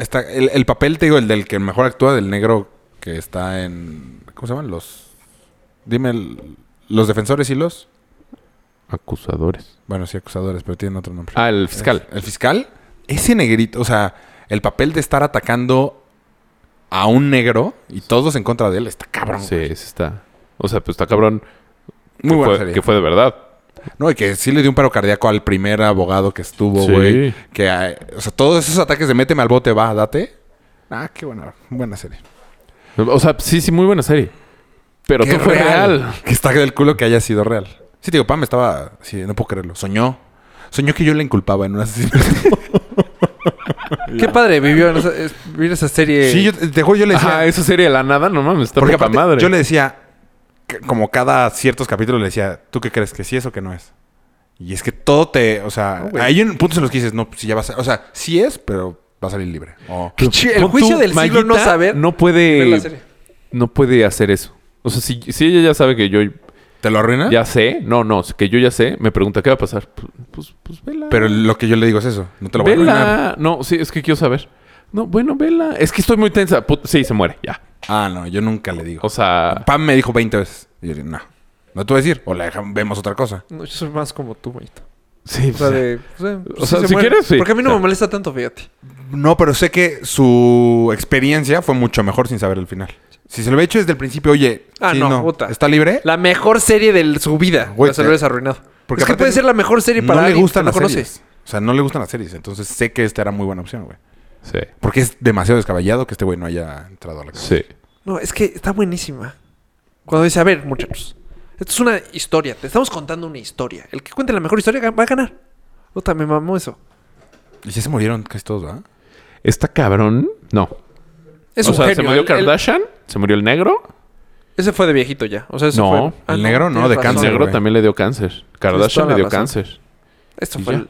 [SPEAKER 2] Está, el, el papel, te digo, el del que mejor actúa, del negro que está en. ¿Cómo se llaman? Los. Dime, el- los defensores y los.
[SPEAKER 3] Acusadores.
[SPEAKER 2] Bueno, sí, acusadores, pero tienen otro nombre.
[SPEAKER 3] Ah, el fiscal.
[SPEAKER 2] El fiscal, ese negrito, o sea, el papel de estar atacando a un negro y todos en contra de él está cabrón.
[SPEAKER 3] sí,
[SPEAKER 2] güey.
[SPEAKER 3] sí está. O sea, pues está cabrón.
[SPEAKER 2] Muy
[SPEAKER 3] que,
[SPEAKER 2] buena
[SPEAKER 3] fue,
[SPEAKER 2] serie.
[SPEAKER 3] que fue de verdad.
[SPEAKER 2] No, y que sí le dio un paro cardíaco al primer abogado que estuvo,
[SPEAKER 3] Sí.
[SPEAKER 2] güey. Que, eh, o sea, todos esos ataques de méteme al bote, va, date. Ah, qué buena, buena serie.
[SPEAKER 3] O sea, sí, sí, muy buena serie. Pero
[SPEAKER 2] Qué
[SPEAKER 3] todo fue real.
[SPEAKER 2] Que está del culo que haya sido real. Sí, te digo, Pam estaba... Sí, no puedo creerlo. Soñó. Soñó que yo le inculpaba en un asesinato.
[SPEAKER 1] Qué padre vivió en esa, es- vivir esa serie.
[SPEAKER 2] sí, yo, te juro, yo le decía...
[SPEAKER 3] Ajá, esa serie de la nada, no mames, está
[SPEAKER 2] Porque
[SPEAKER 3] poca
[SPEAKER 2] aparte,
[SPEAKER 3] madre.
[SPEAKER 2] yo le decía, que- como cada ciertos capítulos le decía, ¿tú qué crees? ¿Que sí es o que no es? Y es que todo te, o sea,
[SPEAKER 1] No, güey.
[SPEAKER 2] hay un puntos en los que dices, no, pues, si ya vas a, o sea, sí es, pero va a salir libre. O-
[SPEAKER 1] Qué chi- el
[SPEAKER 3] Pon
[SPEAKER 1] juicio
[SPEAKER 3] tú,
[SPEAKER 1] del siglo no
[SPEAKER 3] Mayita
[SPEAKER 1] saber.
[SPEAKER 3] No
[SPEAKER 1] ver la
[SPEAKER 3] puede.
[SPEAKER 1] serie.
[SPEAKER 3] No puede hacer eso. O sea, si, si ella ya sabe que yo
[SPEAKER 2] ¿Te lo
[SPEAKER 1] ¿Ah?
[SPEAKER 2] arruina?
[SPEAKER 3] ya sé, no, no, que yo ya sé, me pregunta qué va a pasar. Pues, pues, pues vela.
[SPEAKER 2] Pero lo que yo le digo es eso, no te lo voy a arruinar.
[SPEAKER 3] Vela. No, sí, es que quiero saber. No, bueno, vela. Es que estoy muy tensa. Put- sí, se muere, ya.
[SPEAKER 2] Ah, no, yo nunca le digo.
[SPEAKER 3] O sea,
[SPEAKER 2] Pam me dijo 20 veces. Y yo le dije, no, no te voy a decir. O la dejamos, vemos otra cosa.
[SPEAKER 1] No, yo soy más como tú, Mayito.
[SPEAKER 3] sí,
[SPEAKER 1] O sea, de. O sea, pues,
[SPEAKER 3] sea,
[SPEAKER 1] se
[SPEAKER 3] si
[SPEAKER 1] muere.
[SPEAKER 3] quieres, sí.
[SPEAKER 1] Porque a mí no
[SPEAKER 3] O sea.
[SPEAKER 1] me molesta tanto, fíjate.
[SPEAKER 2] No, pero sé que su experiencia fue mucho mejor sin saber el final. Si se lo hubiera hecho desde el principio, oye,
[SPEAKER 1] Ah,
[SPEAKER 2] sí,
[SPEAKER 1] no, puta.
[SPEAKER 2] ¿está libre?
[SPEAKER 1] La mejor serie de su vida.
[SPEAKER 2] Güey,
[SPEAKER 1] la se
[SPEAKER 2] te-
[SPEAKER 1] lo hubieras arruinado.
[SPEAKER 2] porque
[SPEAKER 1] es que
[SPEAKER 2] aparte
[SPEAKER 1] puede ser la mejor serie para
[SPEAKER 2] no le
[SPEAKER 1] alguien
[SPEAKER 2] gustan
[SPEAKER 1] que no
[SPEAKER 2] las
[SPEAKER 1] conoce.
[SPEAKER 2] series. O sea, no le gustan las series. Entonces sé que esta era muy buena opción, güey.
[SPEAKER 3] sí,
[SPEAKER 2] Porque es demasiado descabellado que este güey no haya entrado a la casa.
[SPEAKER 3] sí.
[SPEAKER 1] No, es que está buenísima. Cuando dice, a ver, muchachos, esto es una historia, te estamos contando una historia. El que cuente la mejor historia gan- va a ganar. Puta, me mamó eso.
[SPEAKER 2] Y sí se murieron casi todos, ¿verdad?
[SPEAKER 3] ¿Está cabrón? No.
[SPEAKER 1] Es
[SPEAKER 3] o
[SPEAKER 1] un
[SPEAKER 3] sea, se
[SPEAKER 1] genio.
[SPEAKER 3] murió
[SPEAKER 1] Él- él-
[SPEAKER 3] Kardashian, se murió el negro.
[SPEAKER 1] ese fue de viejito ya. O sea, ese
[SPEAKER 3] No,
[SPEAKER 1] fue.
[SPEAKER 3] el
[SPEAKER 1] Ah,
[SPEAKER 2] negro no,
[SPEAKER 1] tienes
[SPEAKER 2] de
[SPEAKER 1] razón.
[SPEAKER 2] cáncer,
[SPEAKER 3] el negro
[SPEAKER 2] güey.
[SPEAKER 3] también le dio cáncer.
[SPEAKER 1] Tienes toda
[SPEAKER 3] Kardashian
[SPEAKER 1] la
[SPEAKER 3] le dio
[SPEAKER 1] razón.
[SPEAKER 3] cáncer.
[SPEAKER 1] Esto
[SPEAKER 3] Y
[SPEAKER 1] fue.
[SPEAKER 3] ya.
[SPEAKER 1] el-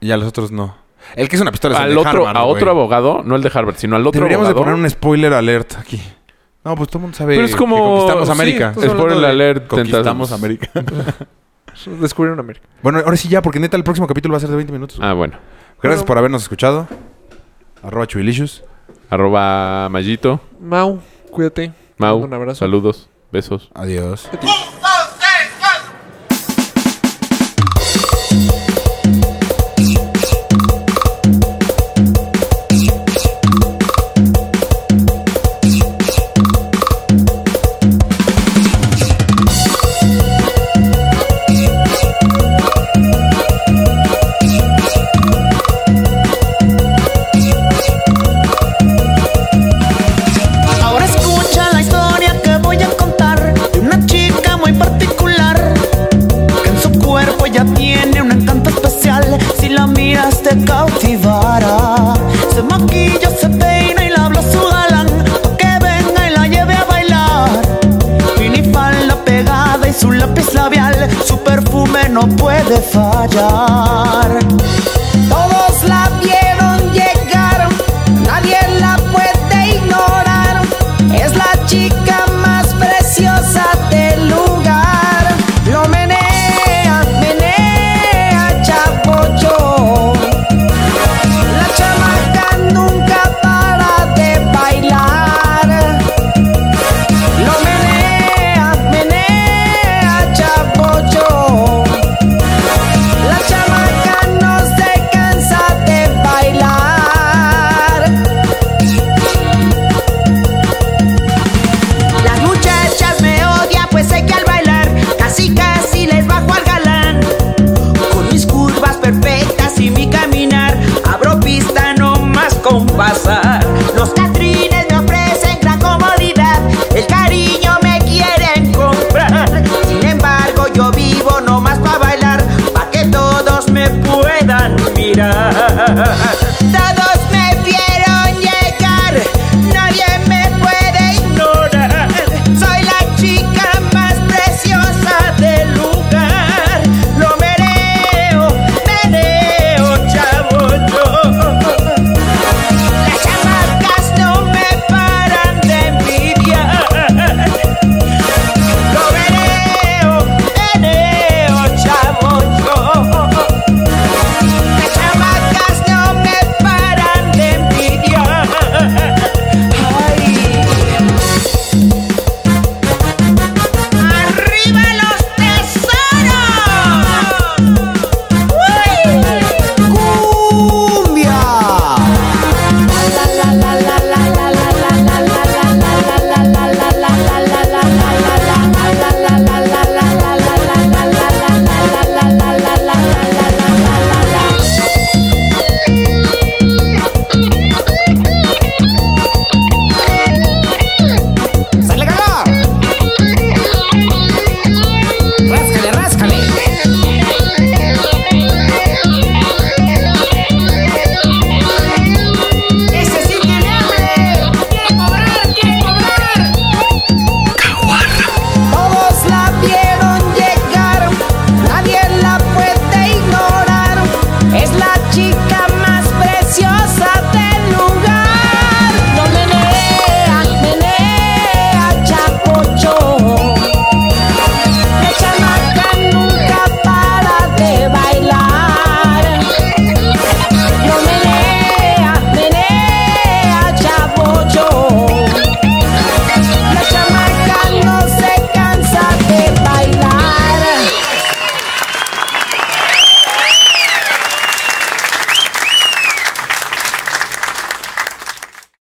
[SPEAKER 2] Y a los otros no. El que es una pistola es el
[SPEAKER 3] Al
[SPEAKER 2] de
[SPEAKER 3] otro,
[SPEAKER 2] Harvard,
[SPEAKER 3] a
[SPEAKER 2] güey.
[SPEAKER 3] otro abogado, no el de Harvard, sino al otro
[SPEAKER 2] Deberíamos de
[SPEAKER 3] abogado.
[SPEAKER 2] poner un spoiler alert aquí. No, pues todo el mundo sabe
[SPEAKER 3] Pero es como-
[SPEAKER 2] que conquistamos
[SPEAKER 3] sí,
[SPEAKER 2] América.
[SPEAKER 1] Estás hablando
[SPEAKER 3] Spoiler
[SPEAKER 1] de
[SPEAKER 3] alert.
[SPEAKER 2] Conquistamos
[SPEAKER 3] tentas-
[SPEAKER 2] América.
[SPEAKER 1] Descubrieron América.
[SPEAKER 2] bueno, ahora sí ya, porque neta el próximo capítulo va a ser de 20 minutos.
[SPEAKER 3] Ah, bueno.
[SPEAKER 2] Gracias
[SPEAKER 1] bueno.
[SPEAKER 2] por habernos escuchado. Arroba Chubilicious.
[SPEAKER 3] Arroba Mayito.
[SPEAKER 1] Mau, cuídate. Te
[SPEAKER 3] Mau.
[SPEAKER 1] mando Un abrazo.
[SPEAKER 3] Saludos. Besos.
[SPEAKER 2] Adiós.
[SPEAKER 5] Ahora escucha la historia que voy a contar de una chica muy particular. Que en su cuerpo ya tiene un encanto especial. Si la miras te cautivará. Se maquilla, se peina y la habla su galán. Pa' que venga y la lleve a bailar. Minifalda pegada y su lápiz labial. Su perfume no puede fallar.
[SPEAKER 6] Todos la vieron llegar, nadie la puede ignorar. Es la chica más preciosa del lugar. Lo menea, menea, cha
[SPEAKER 5] pues llorar.